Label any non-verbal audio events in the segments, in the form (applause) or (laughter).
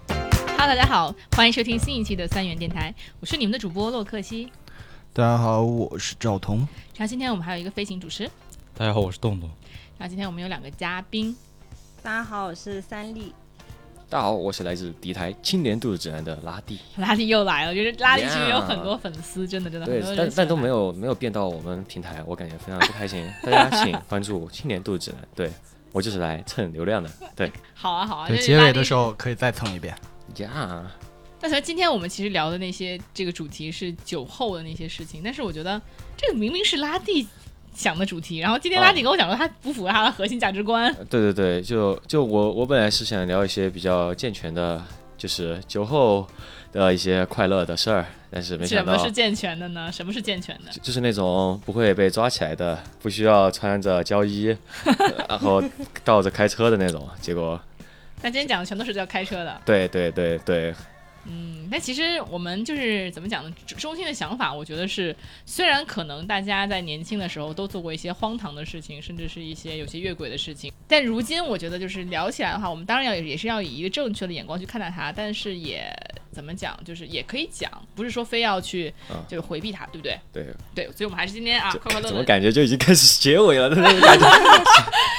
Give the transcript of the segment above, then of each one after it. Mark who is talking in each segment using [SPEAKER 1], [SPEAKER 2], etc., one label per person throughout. [SPEAKER 1] Hello，大家好，欢迎收听新一期的三元电台，我是你们的主播洛克西。
[SPEAKER 2] 大家好，我是赵彤。
[SPEAKER 1] 然后今天我们还有一个飞行主持，
[SPEAKER 3] 大家好，我是洞洞。
[SPEAKER 1] 然后今天我们有两个嘉宾，
[SPEAKER 4] 大家好，我是三丽。
[SPEAKER 5] 大家好，我是来自敌台青年度指南的拉蒂。
[SPEAKER 1] 拉力又来了，就是拉力其实
[SPEAKER 5] Yeah
[SPEAKER 1] 有很多粉丝，真的真的很
[SPEAKER 5] 对
[SPEAKER 1] 多，人
[SPEAKER 5] 但
[SPEAKER 1] 喜欢
[SPEAKER 5] 但都没有没有变到我们平台，我感觉非常不开心。大家请关注青年度指南，对我就是来蹭流量的。对
[SPEAKER 1] 好啊好啊，
[SPEAKER 2] 对，
[SPEAKER 1] 就是
[SPEAKER 2] 结
[SPEAKER 1] 拉
[SPEAKER 2] 尾
[SPEAKER 1] 力
[SPEAKER 2] 的时候可以再蹭一遍。
[SPEAKER 5] 呀，
[SPEAKER 1] 但是今天我们其实聊的那些这个主题是酒后的那些事情，但是我觉得这个明明是拉蒂想的主题，然后今天
[SPEAKER 5] 啊
[SPEAKER 1] 拉蒂跟我讲说他不符合他的核心价值观，
[SPEAKER 5] 对对对，就就我我本来是想聊一些比较健全的，就是酒后的一些快乐的事儿，但是没
[SPEAKER 1] 什
[SPEAKER 5] 想
[SPEAKER 1] 么
[SPEAKER 5] 到
[SPEAKER 1] 是健全的呢？什么是健全的？
[SPEAKER 5] 就就是那种不会被抓起来的，不需要穿着胶衣， (laughs) 呃然后倒着开车的那种。结果，
[SPEAKER 1] 但今天讲的全都是要开车的，
[SPEAKER 5] 对对对对，
[SPEAKER 1] 嗯，但其实我们就是怎么讲呢？中心的想法，我觉得是，虽然可能大家在年轻的时候都做过一些荒唐的事情，甚至是一些有些越轨的事情，但如今我觉得就是聊起来的话，我们当然要也是要以一个正确的眼光去看待它，但是也怎么讲，就是也可以讲，不是说非要去
[SPEAKER 5] 啊
[SPEAKER 1] 就是回避它，对不对？
[SPEAKER 5] 对，
[SPEAKER 1] 对，所以我们还是今天啊，快快乐
[SPEAKER 5] 怎
[SPEAKER 1] 乐
[SPEAKER 5] 么
[SPEAKER 1] 地。
[SPEAKER 5] 感觉就已经开始结尾了？那种感觉 (laughs)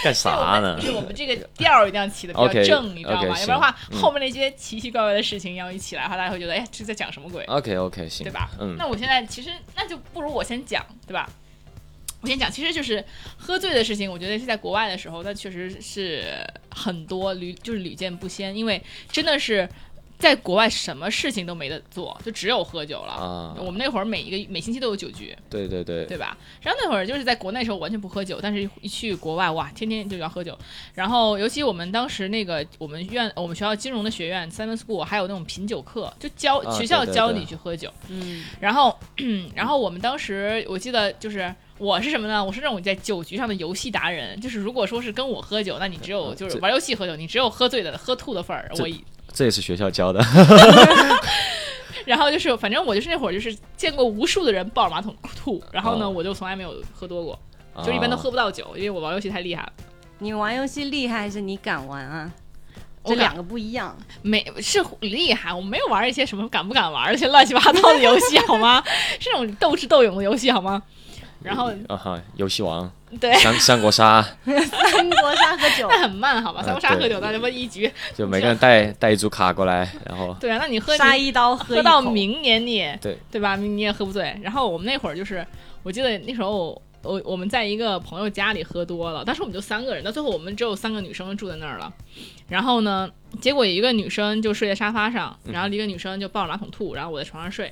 [SPEAKER 5] 干啥呢
[SPEAKER 1] 不？是我们这个调儿一定要起的比较
[SPEAKER 5] OK，
[SPEAKER 1] 正，你知道
[SPEAKER 5] OK，
[SPEAKER 1] 吗？要
[SPEAKER 5] 行
[SPEAKER 1] 不然的话，
[SPEAKER 5] 嗯
[SPEAKER 1] 后面那些奇奇怪怪的事情要一起来的话，大家会觉得，哎，这在讲什么鬼？
[SPEAKER 5] OK OK，行，
[SPEAKER 1] 对吧？
[SPEAKER 5] 嗯
[SPEAKER 1] 那，我现在其实那就不如我先讲，对吧？我先讲，其实就是喝醉的事情，我觉得是在国外的时候，那确实是很多屡就是屡见不鲜，因为真的是在国外什么事情都没得做，就只有喝酒了。
[SPEAKER 5] 啊，
[SPEAKER 1] 我们那会儿每一个每星期都有酒局，
[SPEAKER 5] 对对对，
[SPEAKER 1] 对吧？然后那会儿就是在国内的时候完全不喝酒，但是一去国外哇，天天就要喝酒。然后尤其我们当时那个我们院我们学校金融的学院 Simon School 还有那种品酒课，就教、
[SPEAKER 5] 啊
[SPEAKER 1] 学校
[SPEAKER 5] 对对
[SPEAKER 1] 教
[SPEAKER 5] 对
[SPEAKER 1] 你去喝酒。
[SPEAKER 4] 嗯，
[SPEAKER 1] 然后， (clears throat) 然后我们当时我记得就是我是什么呢？我是那种在酒局上的游戏达人，就是如果说是跟我喝酒，那你只有就是
[SPEAKER 5] 这
[SPEAKER 1] 玩游戏喝酒，你只有喝醉的喝吐的份儿。
[SPEAKER 5] 这 (laughs)
[SPEAKER 1] 我一
[SPEAKER 5] 这也是学校教的。
[SPEAKER 1] 然后就是反正我就是那会儿就是见过无数的人抱着马桶吐，然后呢
[SPEAKER 5] 哦
[SPEAKER 1] 我就从来没有喝多过， (laughs) 就一般都喝
[SPEAKER 5] 啊。
[SPEAKER 1] 不到酒，因为我玩游戏太厉害了。
[SPEAKER 4] 你玩游戏厉害还是你敢玩啊？
[SPEAKER 1] 我
[SPEAKER 4] 这
[SPEAKER 1] 敢
[SPEAKER 4] 两个不一样。
[SPEAKER 1] 没是厉害，我没有玩一些什么敢不敢玩那些乱七八糟的游戏好
[SPEAKER 5] (laughs)
[SPEAKER 1] 吗？是那种斗智斗勇的游戏好吗？然后
[SPEAKER 5] 啊哈，游戏王、
[SPEAKER 1] (laughs) 对，
[SPEAKER 5] 三三国
[SPEAKER 1] (laughs)
[SPEAKER 5] 杀，
[SPEAKER 4] 三国杀喝酒，
[SPEAKER 1] 那很慢好吧？
[SPEAKER 5] 啊
[SPEAKER 1] 三国杀喝
[SPEAKER 5] 对
[SPEAKER 1] 酒那就不一局，
[SPEAKER 5] 就每个人
[SPEAKER 1] 啊
[SPEAKER 5] 带带一株卡过来，然后
[SPEAKER 1] 对啊，那你喝你
[SPEAKER 4] 杀一刀喝一
[SPEAKER 1] 喝到
[SPEAKER 4] 口，
[SPEAKER 1] 明年你也
[SPEAKER 5] 对
[SPEAKER 1] 对吧？你也喝不醉。然后我们那会儿就是，我记得那时候我我们在一个朋友家里喝多了，当时我们就三个人，到最后我们只有三个女生住在那儿了。然后呢，结果有一个女生就睡在沙发上，
[SPEAKER 5] 嗯
[SPEAKER 1] 然后一个女生就抱着马桶吐，然后我在床上睡。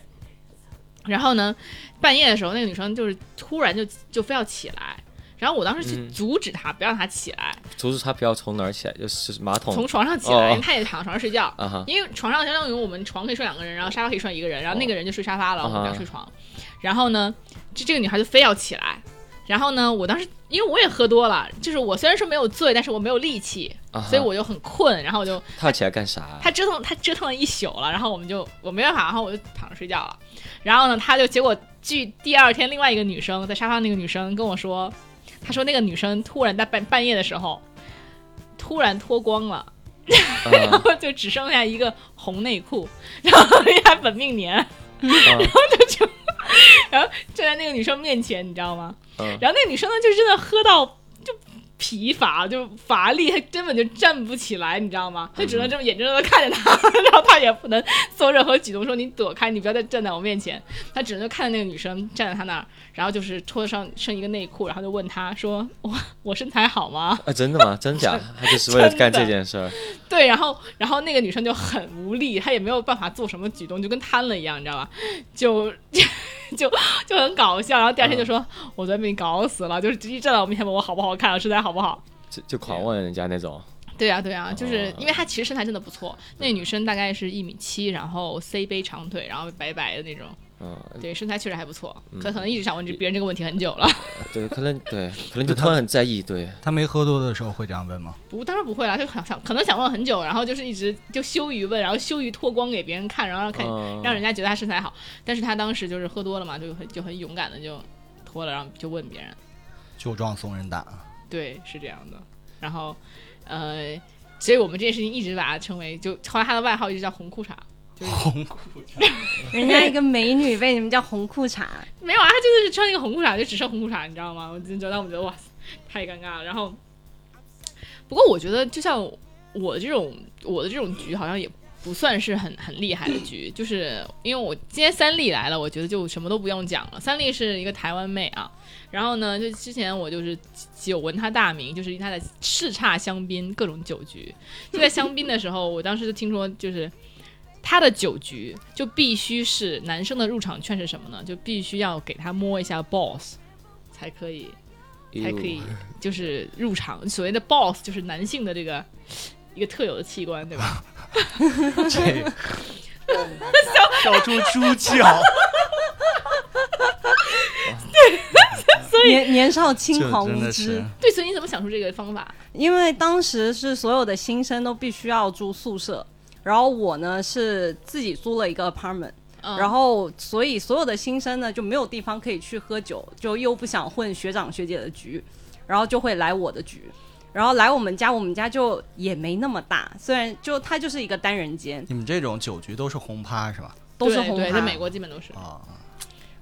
[SPEAKER 1] 然后呢，半夜的时候，那个女生就是突然就就非要起来，然后我当时去
[SPEAKER 5] 嗯
[SPEAKER 1] 阻止她，不让她起来，
[SPEAKER 5] 阻止他不要从哪儿起来，就是就是马桶
[SPEAKER 1] 从床上起来，
[SPEAKER 5] 哦
[SPEAKER 1] 因为她也躺床上睡觉。
[SPEAKER 5] 啊哈，
[SPEAKER 1] 因为床上相当于我们床可以睡两个人，然后沙发可以睡一个人，然后那个人就睡沙发了，
[SPEAKER 5] 哦
[SPEAKER 1] 我们俩睡床。然后呢，这这个女孩就非要起来。然后呢，我当时因为我也喝多了，就是我虽然说没有醉，但是我没有力气，
[SPEAKER 5] 啊哈
[SPEAKER 1] 所以我就很困。然后我就
[SPEAKER 5] 他要起来干
[SPEAKER 1] (laughs)
[SPEAKER 5] 啥？啊
[SPEAKER 1] 她折腾她折腾了一宿了，然后我们就我没办法，然后我就躺着睡觉了。然后呢，她就结果据第二天另外一个女生在沙发那个女生跟我说，她说那个女生突然在半半夜的时候突然脱光了。
[SPEAKER 5] 啊
[SPEAKER 1] 然后就只剩下一个红内裤，然后人家本命年，
[SPEAKER 5] 啊
[SPEAKER 1] 站在那个女生面前，你知道吗？
[SPEAKER 5] 嗯
[SPEAKER 1] 然后那女生呢，就真的喝到就疲乏，就乏力，她根本就站不起来，你知道吗？她只能这么眼睁睁的看着他，然后她也 (laughs) 不能做任何举动，说你躲开，你不要再站在我面前。她只能看着那个女生站在她那儿，然后就是脱上剩一个内裤，然后就问她说：“我我身材好吗？”
[SPEAKER 5] 啊，真的吗？真假？他就是为了干
[SPEAKER 1] 真的
[SPEAKER 5] 这件事儿。
[SPEAKER 1] 对，然后然后那个女生就很无力，她也没有办法做什么举动，就跟瘫了一样，你知道吧？就 (laughs) 就就很搞笑。然后第二天就
[SPEAKER 5] 嗯
[SPEAKER 1] 说：“我昨天被你搞死了，就是直接站在我面前问我好不好看，啊我身材好不好。
[SPEAKER 5] 就就
[SPEAKER 1] 啊
[SPEAKER 5] 狂问人家那种，”
[SPEAKER 1] 对啊，对啊，就是
[SPEAKER 5] 哦
[SPEAKER 1] 因为她其实身材真的不错，那女生大概是一米七，然后 C 杯长腿，然后白白的那种，
[SPEAKER 5] 嗯，
[SPEAKER 1] 对，身材确实还不错。
[SPEAKER 5] 嗯
[SPEAKER 1] 可可能一直想问这别人这个问题很久了， (laughs)
[SPEAKER 5] 对，可能对，可能就突然很在意，对，
[SPEAKER 2] 他没喝多的时候会这样问吗？
[SPEAKER 1] 不，当然不会啦，就想想可能想问很久，然后就是一直就羞于问，然后羞于脱光给别人看，然后让看
[SPEAKER 5] 嗯
[SPEAKER 1] 让人家觉得他身材好。但是他当时就是喝多了嘛，就很就很勇敢的就脱了，然后就问别人， (laughs)
[SPEAKER 2] 酒壮怂人胆。
[SPEAKER 1] 对，是这样的。然后，呃，所以我们这件事情一直把它称为，就后来他的外号就叫红裤衩。
[SPEAKER 2] 红裤衩，
[SPEAKER 4] 人家一个美女被你们叫红
[SPEAKER 1] (laughs)
[SPEAKER 4] 裤衩，
[SPEAKER 1] 没有啊，他真的是穿那个红裤衩，就只剩红裤衩，你知道吗？我真觉得，我们觉得哇塞，太尴尬了。然后，不过我觉得，就像我这种我的这种局，好像也不算是很很厉害的局，就是因为我今天三丽来了，我觉得就什么都不用讲了。三丽是一个台湾妹啊，然后呢，就之前我就是久闻她大名，就是因为她在叱咤香槟各种酒局。就在香槟的时候，我当时就听说就是。他的酒局就必须是男生的入场券是什么呢？就必须要给他摸一下 boss，才可以，
[SPEAKER 5] 哎
[SPEAKER 1] 才可以就是入场。所谓的 boss 就是男性的这个一个特有的器官，对吧？
[SPEAKER 2] 这
[SPEAKER 1] (laughs)
[SPEAKER 2] 笑出猪叫，
[SPEAKER 4] 年年少轻
[SPEAKER 2] 这
[SPEAKER 4] 狂
[SPEAKER 2] 真
[SPEAKER 4] 无
[SPEAKER 2] 的是
[SPEAKER 4] 知。
[SPEAKER 1] 对，所以你怎么想出这个方法？
[SPEAKER 4] 因为当时是所有的新生都必须要住宿舍，然后我呢是自己租了一个 apartment，、
[SPEAKER 1] 嗯、
[SPEAKER 4] 然后所以所有的新生呢就没有地方可以去喝酒，就又不想混学长学姐的局，然后就会来我的局。然后来我们家，我们家就也没那么大，虽然就它就是一个单人间，
[SPEAKER 2] 你们这种酒局都是轰趴是吧？
[SPEAKER 4] 都是
[SPEAKER 1] 对
[SPEAKER 4] 红
[SPEAKER 1] 对，在
[SPEAKER 4] 趴
[SPEAKER 1] 美。国基本都是。
[SPEAKER 2] 啊，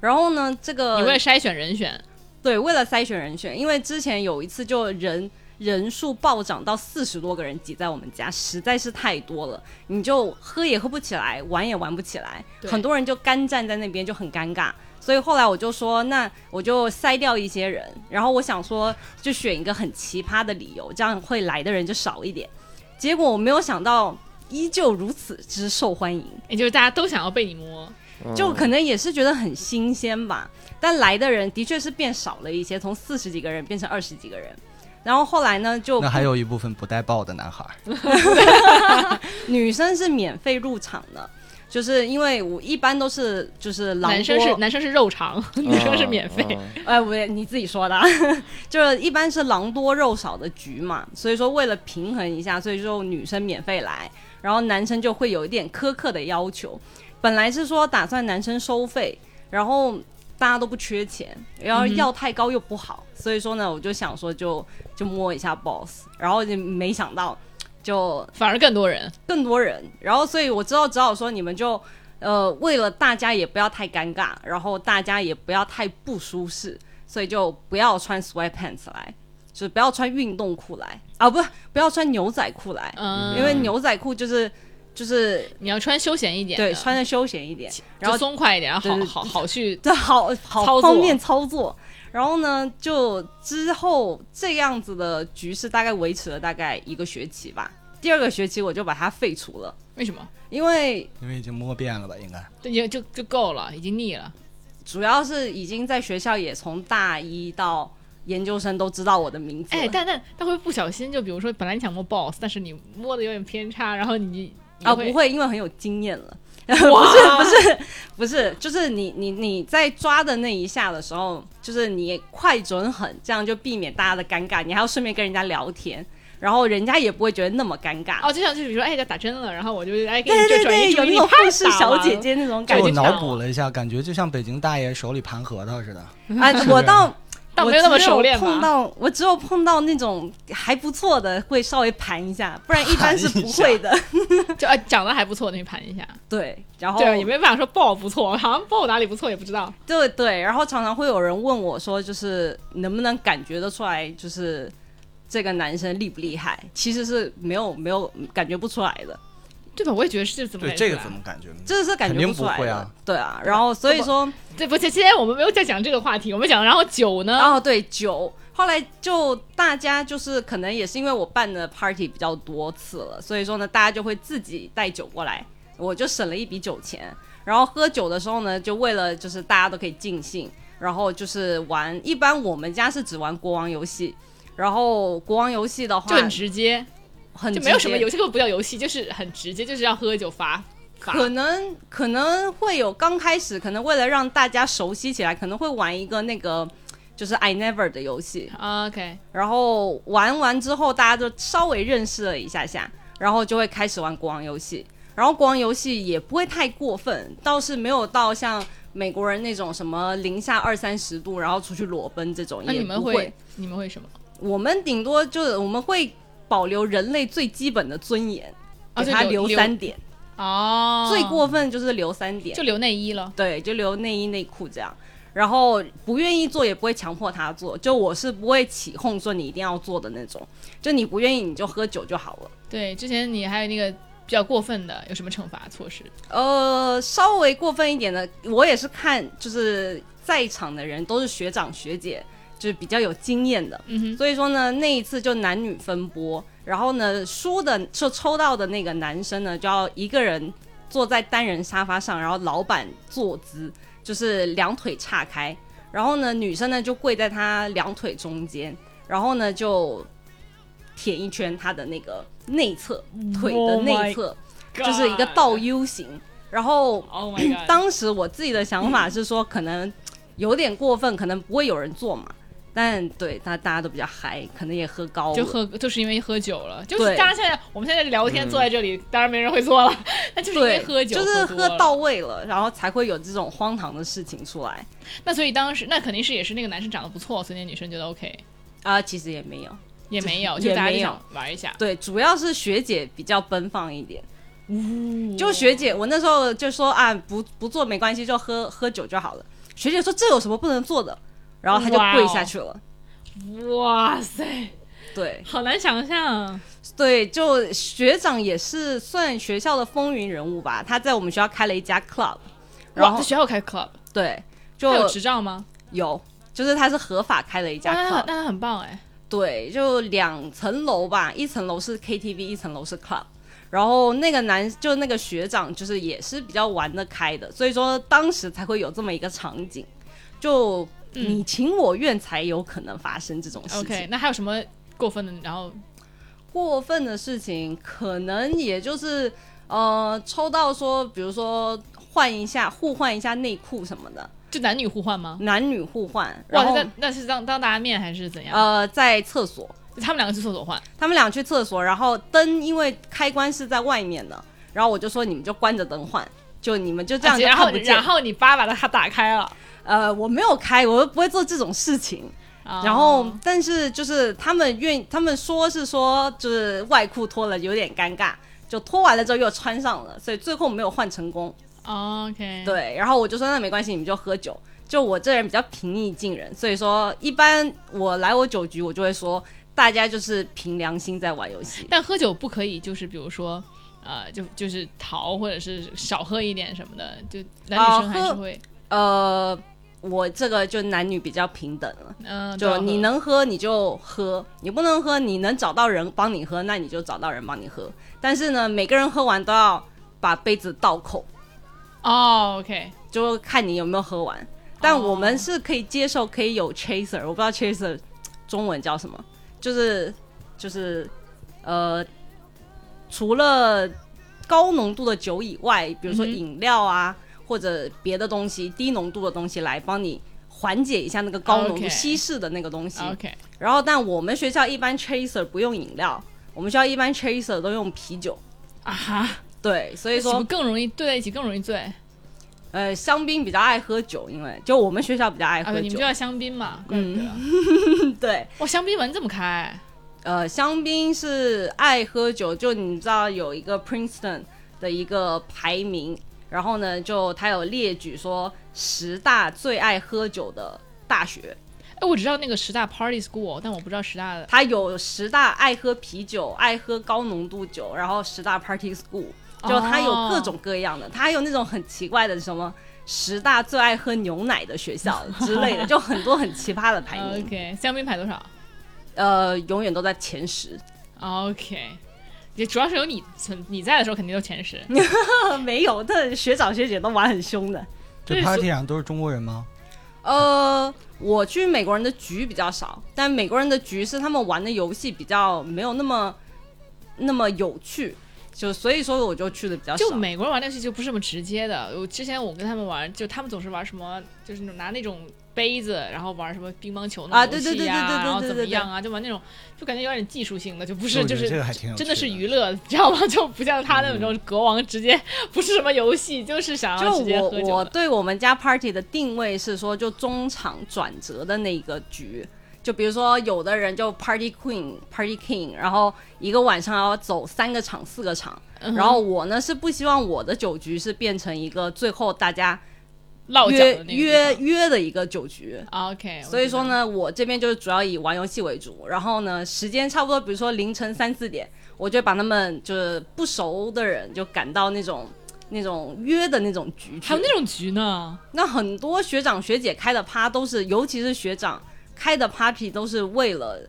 [SPEAKER 4] 然后呢，这个
[SPEAKER 1] 你为了筛选人选，
[SPEAKER 4] 对，为了筛选人选，因为之前有一次就人人数暴涨到四十多个人挤在我们家，实在是太多了，你就喝也喝不起来，玩也玩不起来，
[SPEAKER 1] 对
[SPEAKER 4] 很多人就干站在那边就很尴尬。所以后来我就说，那我就筛掉一些人，然后我想说就选一个很奇葩的理由，这样会来的人就少一点。结果我没有想到，依旧如此之受欢迎。
[SPEAKER 1] 也就是大家都想要被你摸。
[SPEAKER 2] 嗯
[SPEAKER 4] 就可能也是觉得很新鲜吧。但来的人的确是变少了一些，从四十几个人变成二十几个人。然后后来呢，就
[SPEAKER 2] 那还有一部分不带抱的男孩，
[SPEAKER 4] 女生是免费入场的，就是因为我一般都是就是狼
[SPEAKER 1] 男生是
[SPEAKER 4] 窝
[SPEAKER 1] 男生是肉偿，女生
[SPEAKER 5] 啊
[SPEAKER 1] 是免费。
[SPEAKER 4] 哎，我也你自己说的 (laughs) 啊，就是一般是狼多肉少的局嘛，所以说为了平衡一下，所以就女生免费来，然后男生就会有一点苛刻的要求。本来是说打算男生收费，然后大家都不缺钱，然后
[SPEAKER 1] 嗯哼
[SPEAKER 4] 要太高又不好，所以说呢，我就想说就就摸一下 boss，然后就没想到就
[SPEAKER 1] 反而更多人，
[SPEAKER 4] 更多人，然后所以我知道，只好说你们就呃，为了大家也不要太尴尬，然后大家也不要太不舒适，所以就不要穿 sweatpants 来，就是不要穿运动裤来啊，不不要穿牛仔裤来，
[SPEAKER 1] 嗯，
[SPEAKER 4] 因为牛仔裤就是就是
[SPEAKER 1] 你要穿休闲一点的，
[SPEAKER 4] 对穿的休闲一点，然
[SPEAKER 1] 就
[SPEAKER 4] 后
[SPEAKER 1] 松快一点，然
[SPEAKER 4] 对
[SPEAKER 1] 后
[SPEAKER 4] (laughs) 对
[SPEAKER 1] 好好好去
[SPEAKER 4] 这好
[SPEAKER 1] 操作
[SPEAKER 4] 好方便操作。然后呢，就之后这样子的局势大概维持了大概一个学期吧。第二个学期我就把它废除了，
[SPEAKER 1] 为什么？
[SPEAKER 4] 因为
[SPEAKER 2] 因为已经摸遍了吧？应该
[SPEAKER 1] 对，也就就够了，已经腻了。
[SPEAKER 4] 主要是已经在学校也从大一到研究生都知道我的名字了。 (laughs)
[SPEAKER 1] 哎，但但但会不小心，就比如说，本来你想摸 boss，但是你摸的有点偏差，然后你你
[SPEAKER 4] 啊，
[SPEAKER 1] 会
[SPEAKER 4] 不会，因为很有经验了。不是不是 (laughs) 不是，就是你你你在抓的那一下的时候，就是你快准狠，这样就避免大家的尴尬。你还要顺便跟人家聊天，然后人家也不会觉得那么尴尬。
[SPEAKER 1] 哦，就像就比如说，哎，打针了，然后我就哎给你
[SPEAKER 4] 对
[SPEAKER 1] 这
[SPEAKER 4] 对
[SPEAKER 1] 转移
[SPEAKER 4] 对，
[SPEAKER 1] 注
[SPEAKER 4] 有
[SPEAKER 1] 意
[SPEAKER 4] 那
[SPEAKER 1] 力，
[SPEAKER 4] 种
[SPEAKER 1] 啪
[SPEAKER 4] 护士
[SPEAKER 1] 打
[SPEAKER 4] 小
[SPEAKER 1] 完
[SPEAKER 4] 姐
[SPEAKER 1] 了
[SPEAKER 4] 姐那种
[SPEAKER 1] 感
[SPEAKER 4] 感
[SPEAKER 1] 觉
[SPEAKER 2] 我
[SPEAKER 4] 觉
[SPEAKER 1] 就
[SPEAKER 2] 脑补了一下，感觉就像北京大爷手里盘核桃似的。
[SPEAKER 4] 啊，我到
[SPEAKER 1] 但
[SPEAKER 4] 我
[SPEAKER 1] 没有那么
[SPEAKER 4] 只
[SPEAKER 1] 熟练
[SPEAKER 4] 碰
[SPEAKER 1] 吧？
[SPEAKER 4] 到我只有碰到那种还不错的，会稍微盘一下，不然一般是
[SPEAKER 2] 盘一
[SPEAKER 4] 不
[SPEAKER 2] 下
[SPEAKER 4] 会的。
[SPEAKER 1] 就啊，长得还不错，那你盘一下。
[SPEAKER 4] 对，然后
[SPEAKER 1] 对，也没办法说爆不错，好像爆哪里不错也不知道。
[SPEAKER 4] 对对，然后常常会有人问我说，就是能不能感觉得出来，就是这个男生厉不厉害？其实是没有没有嗯感觉不出来的，
[SPEAKER 1] 对吧？我也觉得是怎么啊
[SPEAKER 2] 对，
[SPEAKER 1] 感觉
[SPEAKER 2] 这个
[SPEAKER 1] 出来
[SPEAKER 2] 怎么感觉？
[SPEAKER 4] 这是感
[SPEAKER 2] 肯
[SPEAKER 4] 觉
[SPEAKER 2] 定
[SPEAKER 4] 不出来
[SPEAKER 2] 不会
[SPEAKER 4] 的。
[SPEAKER 2] 啊
[SPEAKER 4] 对啊，然后所以说，
[SPEAKER 1] 对，不是今哎天我们没有在讲这个话题，我们讲然后酒呢？
[SPEAKER 4] 哦对酒，后来就大家就是可能也是因为我办的 party 比较多次了，所以说呢，大家就会自己带酒过来，我就省了一笔酒钱。然后喝酒的时候呢，就为了就是大家都可以尽兴，然后就是玩。一般我们家是只玩国王游戏，然后国王游戏的
[SPEAKER 1] 就
[SPEAKER 4] 话
[SPEAKER 1] 很直接，
[SPEAKER 4] 哦很
[SPEAKER 1] 就没有
[SPEAKER 4] 直
[SPEAKER 1] 什
[SPEAKER 4] 接
[SPEAKER 1] 么游戏，根本不叫游戏，就是很直接，就是要喝酒罚罚。
[SPEAKER 4] 可能可能会有刚开始，可能为了让大家熟悉起来，可能会玩一个那个就是 I never 的游戏，
[SPEAKER 1] OK，
[SPEAKER 4] 然后玩完之后，大家就稍微认识了一下下，然后就会开始玩国王游戏。然后国王游戏也不会太过分，倒是没有到像美国人那种什么零下二三十度，然后出去裸奔这种。
[SPEAKER 1] 那
[SPEAKER 4] 也
[SPEAKER 1] 你们
[SPEAKER 4] 不
[SPEAKER 1] 会你们会什么？
[SPEAKER 4] 我们顶多就是我们会。保留人类最基本的尊严，
[SPEAKER 1] 啊
[SPEAKER 4] 给
[SPEAKER 1] 就
[SPEAKER 4] 他
[SPEAKER 1] 留
[SPEAKER 4] 留
[SPEAKER 1] 留
[SPEAKER 4] 三点，
[SPEAKER 1] 哦，
[SPEAKER 4] 最过分就是留三点，
[SPEAKER 1] 就留内衣了。
[SPEAKER 4] 对，就留内衣内裤这样。然后不愿意做也不会强迫他做，就我是不会起哄说你一定要做的那种，就你不愿意你就喝酒就好了。
[SPEAKER 1] 对，之前你还有那个比较过分的，有什么惩罚措施？
[SPEAKER 4] 呃，稍微过分一点的，我也是看，就是在场的人都是学长学姐，就是比较有经验的，
[SPEAKER 1] 嗯哼，
[SPEAKER 4] 所以说呢，那一次就男女分拨，然后呢，输的就抽到的那个男生呢，就要一个人坐在单人沙发上，然后老板坐姿，就是两腿岔开，然后呢，女生呢就跪在他两腿中间，然后呢就舔一圈他的那个内侧 (laughs) 腿的
[SPEAKER 1] Oh my
[SPEAKER 4] 内侧。就是一个倒 U 型。然后
[SPEAKER 1] Oh my god！
[SPEAKER 4] 当时我自己的想法是说，可能有点过分，可能不会有人做嘛。但对，大大家都比较嗨，可能也喝高了，
[SPEAKER 1] 就喝，就是因为喝酒了。就是
[SPEAKER 4] 对
[SPEAKER 1] 大家现在，我们现在聊天
[SPEAKER 5] 嗯
[SPEAKER 1] 坐在这里，当然没人会做了，那就是因为
[SPEAKER 4] 对，
[SPEAKER 1] 喝酒，
[SPEAKER 4] 就是
[SPEAKER 1] 喝多
[SPEAKER 4] 喝
[SPEAKER 1] 了。
[SPEAKER 4] 到位了，然后才会有这种荒唐的事情出来。
[SPEAKER 1] 那所以当时，那肯定是也是那个男生长得不错，所以那女生觉得 OK，
[SPEAKER 4] 啊、其实也没有，
[SPEAKER 1] 也没有，
[SPEAKER 4] 也
[SPEAKER 1] 就大家就
[SPEAKER 4] 没有
[SPEAKER 1] 想玩一下。
[SPEAKER 4] 对，主要是学姐比较奔放一点。就学姐，我那时候就说啊，不不做没关系，就喝喝酒就好了。学姐说这有什么不能做的，然后她就
[SPEAKER 1] 哇哦
[SPEAKER 4] 跪下去了。
[SPEAKER 1] 哇塞，
[SPEAKER 4] 对，
[SPEAKER 1] 好难想象。
[SPEAKER 4] 对，就学长也是算学校的风云人物吧，他在我们学校开了一家 club，然
[SPEAKER 1] 哇，
[SPEAKER 4] 后
[SPEAKER 1] 在学校开 club，
[SPEAKER 4] 对，就
[SPEAKER 1] 他有执照吗？
[SPEAKER 4] 有就是他是合法开了一
[SPEAKER 1] 哇，
[SPEAKER 4] 家
[SPEAKER 1] 那他
[SPEAKER 4] club，
[SPEAKER 1] 那他很棒哎。
[SPEAKER 4] 对，就两层楼吧，一层楼是 KTV，一层楼是 club。然后那个男就那个学长就是也是比较玩得开的，所以说当时才会有这么一个场景，就
[SPEAKER 1] 嗯
[SPEAKER 4] 你情我愿才有可能发生这种事情。
[SPEAKER 1] OK，那还有什么过分的？然后
[SPEAKER 4] 过分的事情，可能也就是呃抽到说，比如说换一下互换一下内裤什么的，
[SPEAKER 1] 就男女互换吗？
[SPEAKER 4] 男女互换，
[SPEAKER 1] 哇，
[SPEAKER 4] 然后
[SPEAKER 1] 那那是当当大家面还是怎样？
[SPEAKER 4] 呃在厕所，
[SPEAKER 1] 就他们两个去厕所换。
[SPEAKER 4] 他们俩去厕所，然后灯因为开关是在外面的，然后我就说你们就关着灯换。就你们就这样就
[SPEAKER 1] 啊然后
[SPEAKER 4] 看不见，
[SPEAKER 1] 然后你爸把它打开了，
[SPEAKER 4] 呃，我没有开，我又不会做这种事情。 (laughs)
[SPEAKER 1] 哦
[SPEAKER 4] 然后，但是就是他们愿意，他们说是说就是外裤脱了有点尴尬，就脱完了之后又穿上了，所以最后没有换成功。
[SPEAKER 1] 哦 OK，，
[SPEAKER 4] 对，然后我就说那没关系，你们就喝酒。就我这人比较平易近人，所以说一般我来我酒局，我就会说大家就是凭良心在玩游戏。
[SPEAKER 1] 但喝酒不可以，就是比如说。呃，就就是逃，或者是少喝一点什么的，就男女生还是
[SPEAKER 4] 哦
[SPEAKER 1] 会，
[SPEAKER 4] 呃，我这个就男女比较平等了，
[SPEAKER 1] 嗯、都要
[SPEAKER 4] 就
[SPEAKER 1] 喝
[SPEAKER 4] 你能喝你就喝，你不能喝你能找到人帮你喝，那你就找到人帮你喝。但是呢，每个人喝完都要把杯子倒扣，
[SPEAKER 1] 哦，OK，
[SPEAKER 4] 就看你有没有喝完。但我们
[SPEAKER 1] 哦
[SPEAKER 4] 是可以接受，可以有 chaser，我不知道 chaser 中文叫什么，就是就是呃，除了高浓度的酒以外，比如说
[SPEAKER 1] 嗯哼
[SPEAKER 4] 饮料啊、或者别的东西，低浓度的东西来帮你缓解一下那个高浓度
[SPEAKER 1] 哦 OK
[SPEAKER 4] 稀释的那个东西。
[SPEAKER 1] OK，
[SPEAKER 4] 然后，但我们学校一般 chaser 不用饮料，我们学校一般 chaser 都用啤酒。
[SPEAKER 1] 啊哈，
[SPEAKER 4] 对，所以
[SPEAKER 1] 岂不
[SPEAKER 4] 说，
[SPEAKER 1] 更容易对在一起，更容易醉
[SPEAKER 4] 呃，香槟比较爱喝酒，因为就我们学校比较爱
[SPEAKER 1] 啊？
[SPEAKER 4] 喝
[SPEAKER 1] 对，你们
[SPEAKER 4] 酒嗯
[SPEAKER 1] 就。叫香槟嘛，怪不得
[SPEAKER 4] 对，
[SPEAKER 1] 哇，香槟门这么开，
[SPEAKER 4] 呃，香槟是爱喝酒，就你知道有一个 Princeton 的一个排名，然后呢，就它有列举说十大最爱喝酒的大学，
[SPEAKER 1] 哎，我只知道那个十大 party school，但我不知道十大的，
[SPEAKER 4] 它有十大爱喝啤酒、爱喝高浓度酒，然后十大 party school，就它有各种各样的，它还有那种很奇怪的什么。十大最爱喝牛奶的学校之类 (laughs) 的，就很多很奇葩的排名，
[SPEAKER 1] OK，香槟排多少
[SPEAKER 4] 呃，永远都在前十。
[SPEAKER 1] ？OK，也主要是有你存你在的时候，肯定都前十。
[SPEAKER 4] (laughs) 没有，但学长学姐都玩很凶的。
[SPEAKER 1] 对
[SPEAKER 2] 这
[SPEAKER 1] 所
[SPEAKER 2] party 上都是中国人吗？
[SPEAKER 4] 呃，我去美国人的局比较少，但美国人的局是他们玩的游戏比较没有那么那么有趣，就所以说我就去的比较少。
[SPEAKER 1] 就美国人玩那个游戏就不是这么直接的。我之前我跟他们玩，就他们总是玩什么，就是那种拿那种杯子，然后玩什么乒乓球那
[SPEAKER 4] 啊
[SPEAKER 1] 种游
[SPEAKER 4] 对
[SPEAKER 1] 戏
[SPEAKER 4] 对对对对对
[SPEAKER 1] 然后
[SPEAKER 4] 对
[SPEAKER 1] 怎么
[SPEAKER 4] 对对
[SPEAKER 1] 样啊，就玩那种，就感觉有点技术性的，就不是
[SPEAKER 2] 我
[SPEAKER 1] 就
[SPEAKER 2] 觉得
[SPEAKER 1] 是
[SPEAKER 2] 这个还挺有
[SPEAKER 1] 真的是
[SPEAKER 2] 趣嗯
[SPEAKER 1] 娱乐，知道吗？就不像他那种国王直接不是什么游戏，就是想
[SPEAKER 4] 就
[SPEAKER 1] 要直接
[SPEAKER 4] 我
[SPEAKER 1] 喝酒
[SPEAKER 4] 我
[SPEAKER 1] 的。
[SPEAKER 4] 对我们家 party 的定位是说，就中场转折的那一个局，就比如说有的人就 party queen、party king，然后一个晚上要走三个场、四个场。
[SPEAKER 1] 嗯
[SPEAKER 4] 然后我呢是不希望我的酒局是变成一个最后大家
[SPEAKER 1] 落脚
[SPEAKER 4] 约
[SPEAKER 1] 的那个地
[SPEAKER 4] 约
[SPEAKER 1] 方
[SPEAKER 4] 约的一个酒局。
[SPEAKER 1] OK，我
[SPEAKER 4] 所以
[SPEAKER 1] 知道
[SPEAKER 4] 说，呢，我这边就是主要以玩游戏为主，然后呢，时间差不多，比如说凌晨三四点，我就把他们就是不熟的人就赶到那种那种约的那种局去
[SPEAKER 1] 还有。那种局呢，
[SPEAKER 4] 那很多学长学姐开的趴都是，尤其是学长开的 party 都是为了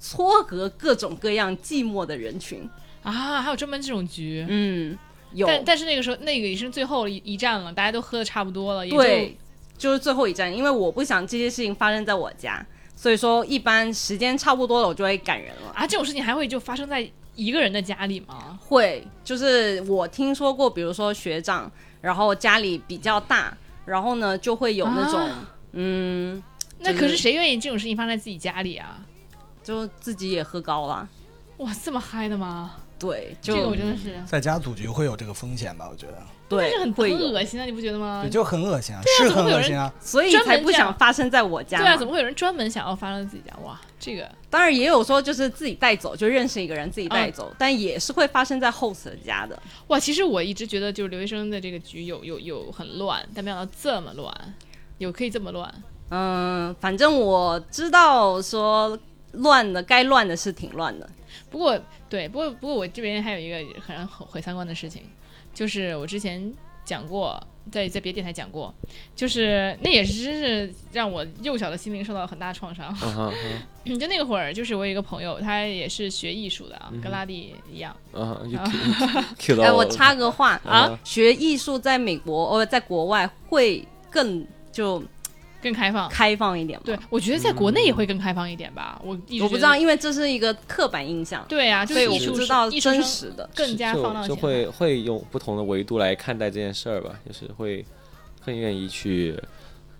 [SPEAKER 4] 撮合各种各样寂寞的人群。
[SPEAKER 1] 啊，还有专门这种局。
[SPEAKER 4] 嗯，有，
[SPEAKER 1] 但但是那个时候，那个也是最后一一站了，大家都喝的差不多了，也就
[SPEAKER 4] 对，就是最后一站，因为我不想这些事情发生在我家，所以说一般时间差不多了，我就会赶人了。
[SPEAKER 1] 啊，这种事情还会就发生在一个人的家里吗？
[SPEAKER 4] 会，就是我听说过，比如说学长，然后家里比较大，然后呢就会有那种，
[SPEAKER 1] 啊
[SPEAKER 4] 嗯，
[SPEAKER 1] 那
[SPEAKER 4] 就
[SPEAKER 1] 可
[SPEAKER 4] 是
[SPEAKER 1] 是谁愿意这种事情发生在自己家里啊？
[SPEAKER 4] 就自己也喝高了，
[SPEAKER 1] 哇，这么嗨的吗？
[SPEAKER 4] 对，
[SPEAKER 1] 这个
[SPEAKER 4] 就
[SPEAKER 1] 我真的是，
[SPEAKER 2] 在家组局会有这个风险吧？我觉得，
[SPEAKER 1] 但
[SPEAKER 4] 对
[SPEAKER 1] 是很
[SPEAKER 4] 会
[SPEAKER 1] 很
[SPEAKER 4] 有，
[SPEAKER 1] 恶心啊，你不觉得吗
[SPEAKER 2] 对，？就很恶心啊，是
[SPEAKER 1] 怎么
[SPEAKER 2] 很
[SPEAKER 1] 会有
[SPEAKER 2] 恶
[SPEAKER 1] 人
[SPEAKER 2] 心啊。
[SPEAKER 4] 所以
[SPEAKER 1] 专门
[SPEAKER 4] 才不
[SPEAKER 1] 这样
[SPEAKER 4] 想发生在我家
[SPEAKER 1] 对
[SPEAKER 4] 嘛。
[SPEAKER 1] 啊，怎么会有人专门想要发生在自己家？哇，这个
[SPEAKER 4] 当然也有说就是自己带走，就认识一个人自己带
[SPEAKER 1] 嗯
[SPEAKER 4] 走，但也是会发生在 host 的家的。
[SPEAKER 1] 哇，其实我一直觉得就是留学生的这个局有有有很乱，但没想到这么乱，有可以这么乱。
[SPEAKER 4] 嗯，反正我知道说乱的，该乱的是挺乱的。
[SPEAKER 1] 不过对，不过不过我这边还有一个很让毁三观的事情，就是我之前讲过，在在别的电台讲过，就是那也是真是让我幼小的心灵受到了很大创伤。 (laughs)
[SPEAKER 5] 嗯哼
[SPEAKER 1] 就那会儿，就是我有一个朋友，他也是学艺术的啊，跟拉蒂一样。
[SPEAKER 5] 嗯哼，又
[SPEAKER 4] (laughs)
[SPEAKER 5] Q
[SPEAKER 4] 啊哎，
[SPEAKER 5] 到
[SPEAKER 4] 我
[SPEAKER 5] 我
[SPEAKER 4] 插个话
[SPEAKER 5] 啊，
[SPEAKER 4] 学艺术在美国呃，在国外会更就
[SPEAKER 1] 更开放。
[SPEAKER 4] 开放一点吗？
[SPEAKER 1] 对，，我觉得在国内也会更开放一点吧。我一直
[SPEAKER 4] 我不
[SPEAKER 1] 觉
[SPEAKER 4] 知
[SPEAKER 1] 得
[SPEAKER 4] 道，。因为这是一个刻板印象，
[SPEAKER 1] 对啊，就
[SPEAKER 4] 所以
[SPEAKER 1] 是
[SPEAKER 4] 我
[SPEAKER 1] 艺
[SPEAKER 4] 不
[SPEAKER 1] 术
[SPEAKER 4] 知道
[SPEAKER 1] 艺术
[SPEAKER 4] 真
[SPEAKER 1] 生
[SPEAKER 4] 实的。
[SPEAKER 1] 更加
[SPEAKER 5] 就
[SPEAKER 1] 放浪
[SPEAKER 5] 就
[SPEAKER 1] 形
[SPEAKER 5] 会
[SPEAKER 1] 骸。
[SPEAKER 5] 会用不同的维度来看待这件事儿吧，就是会更愿意去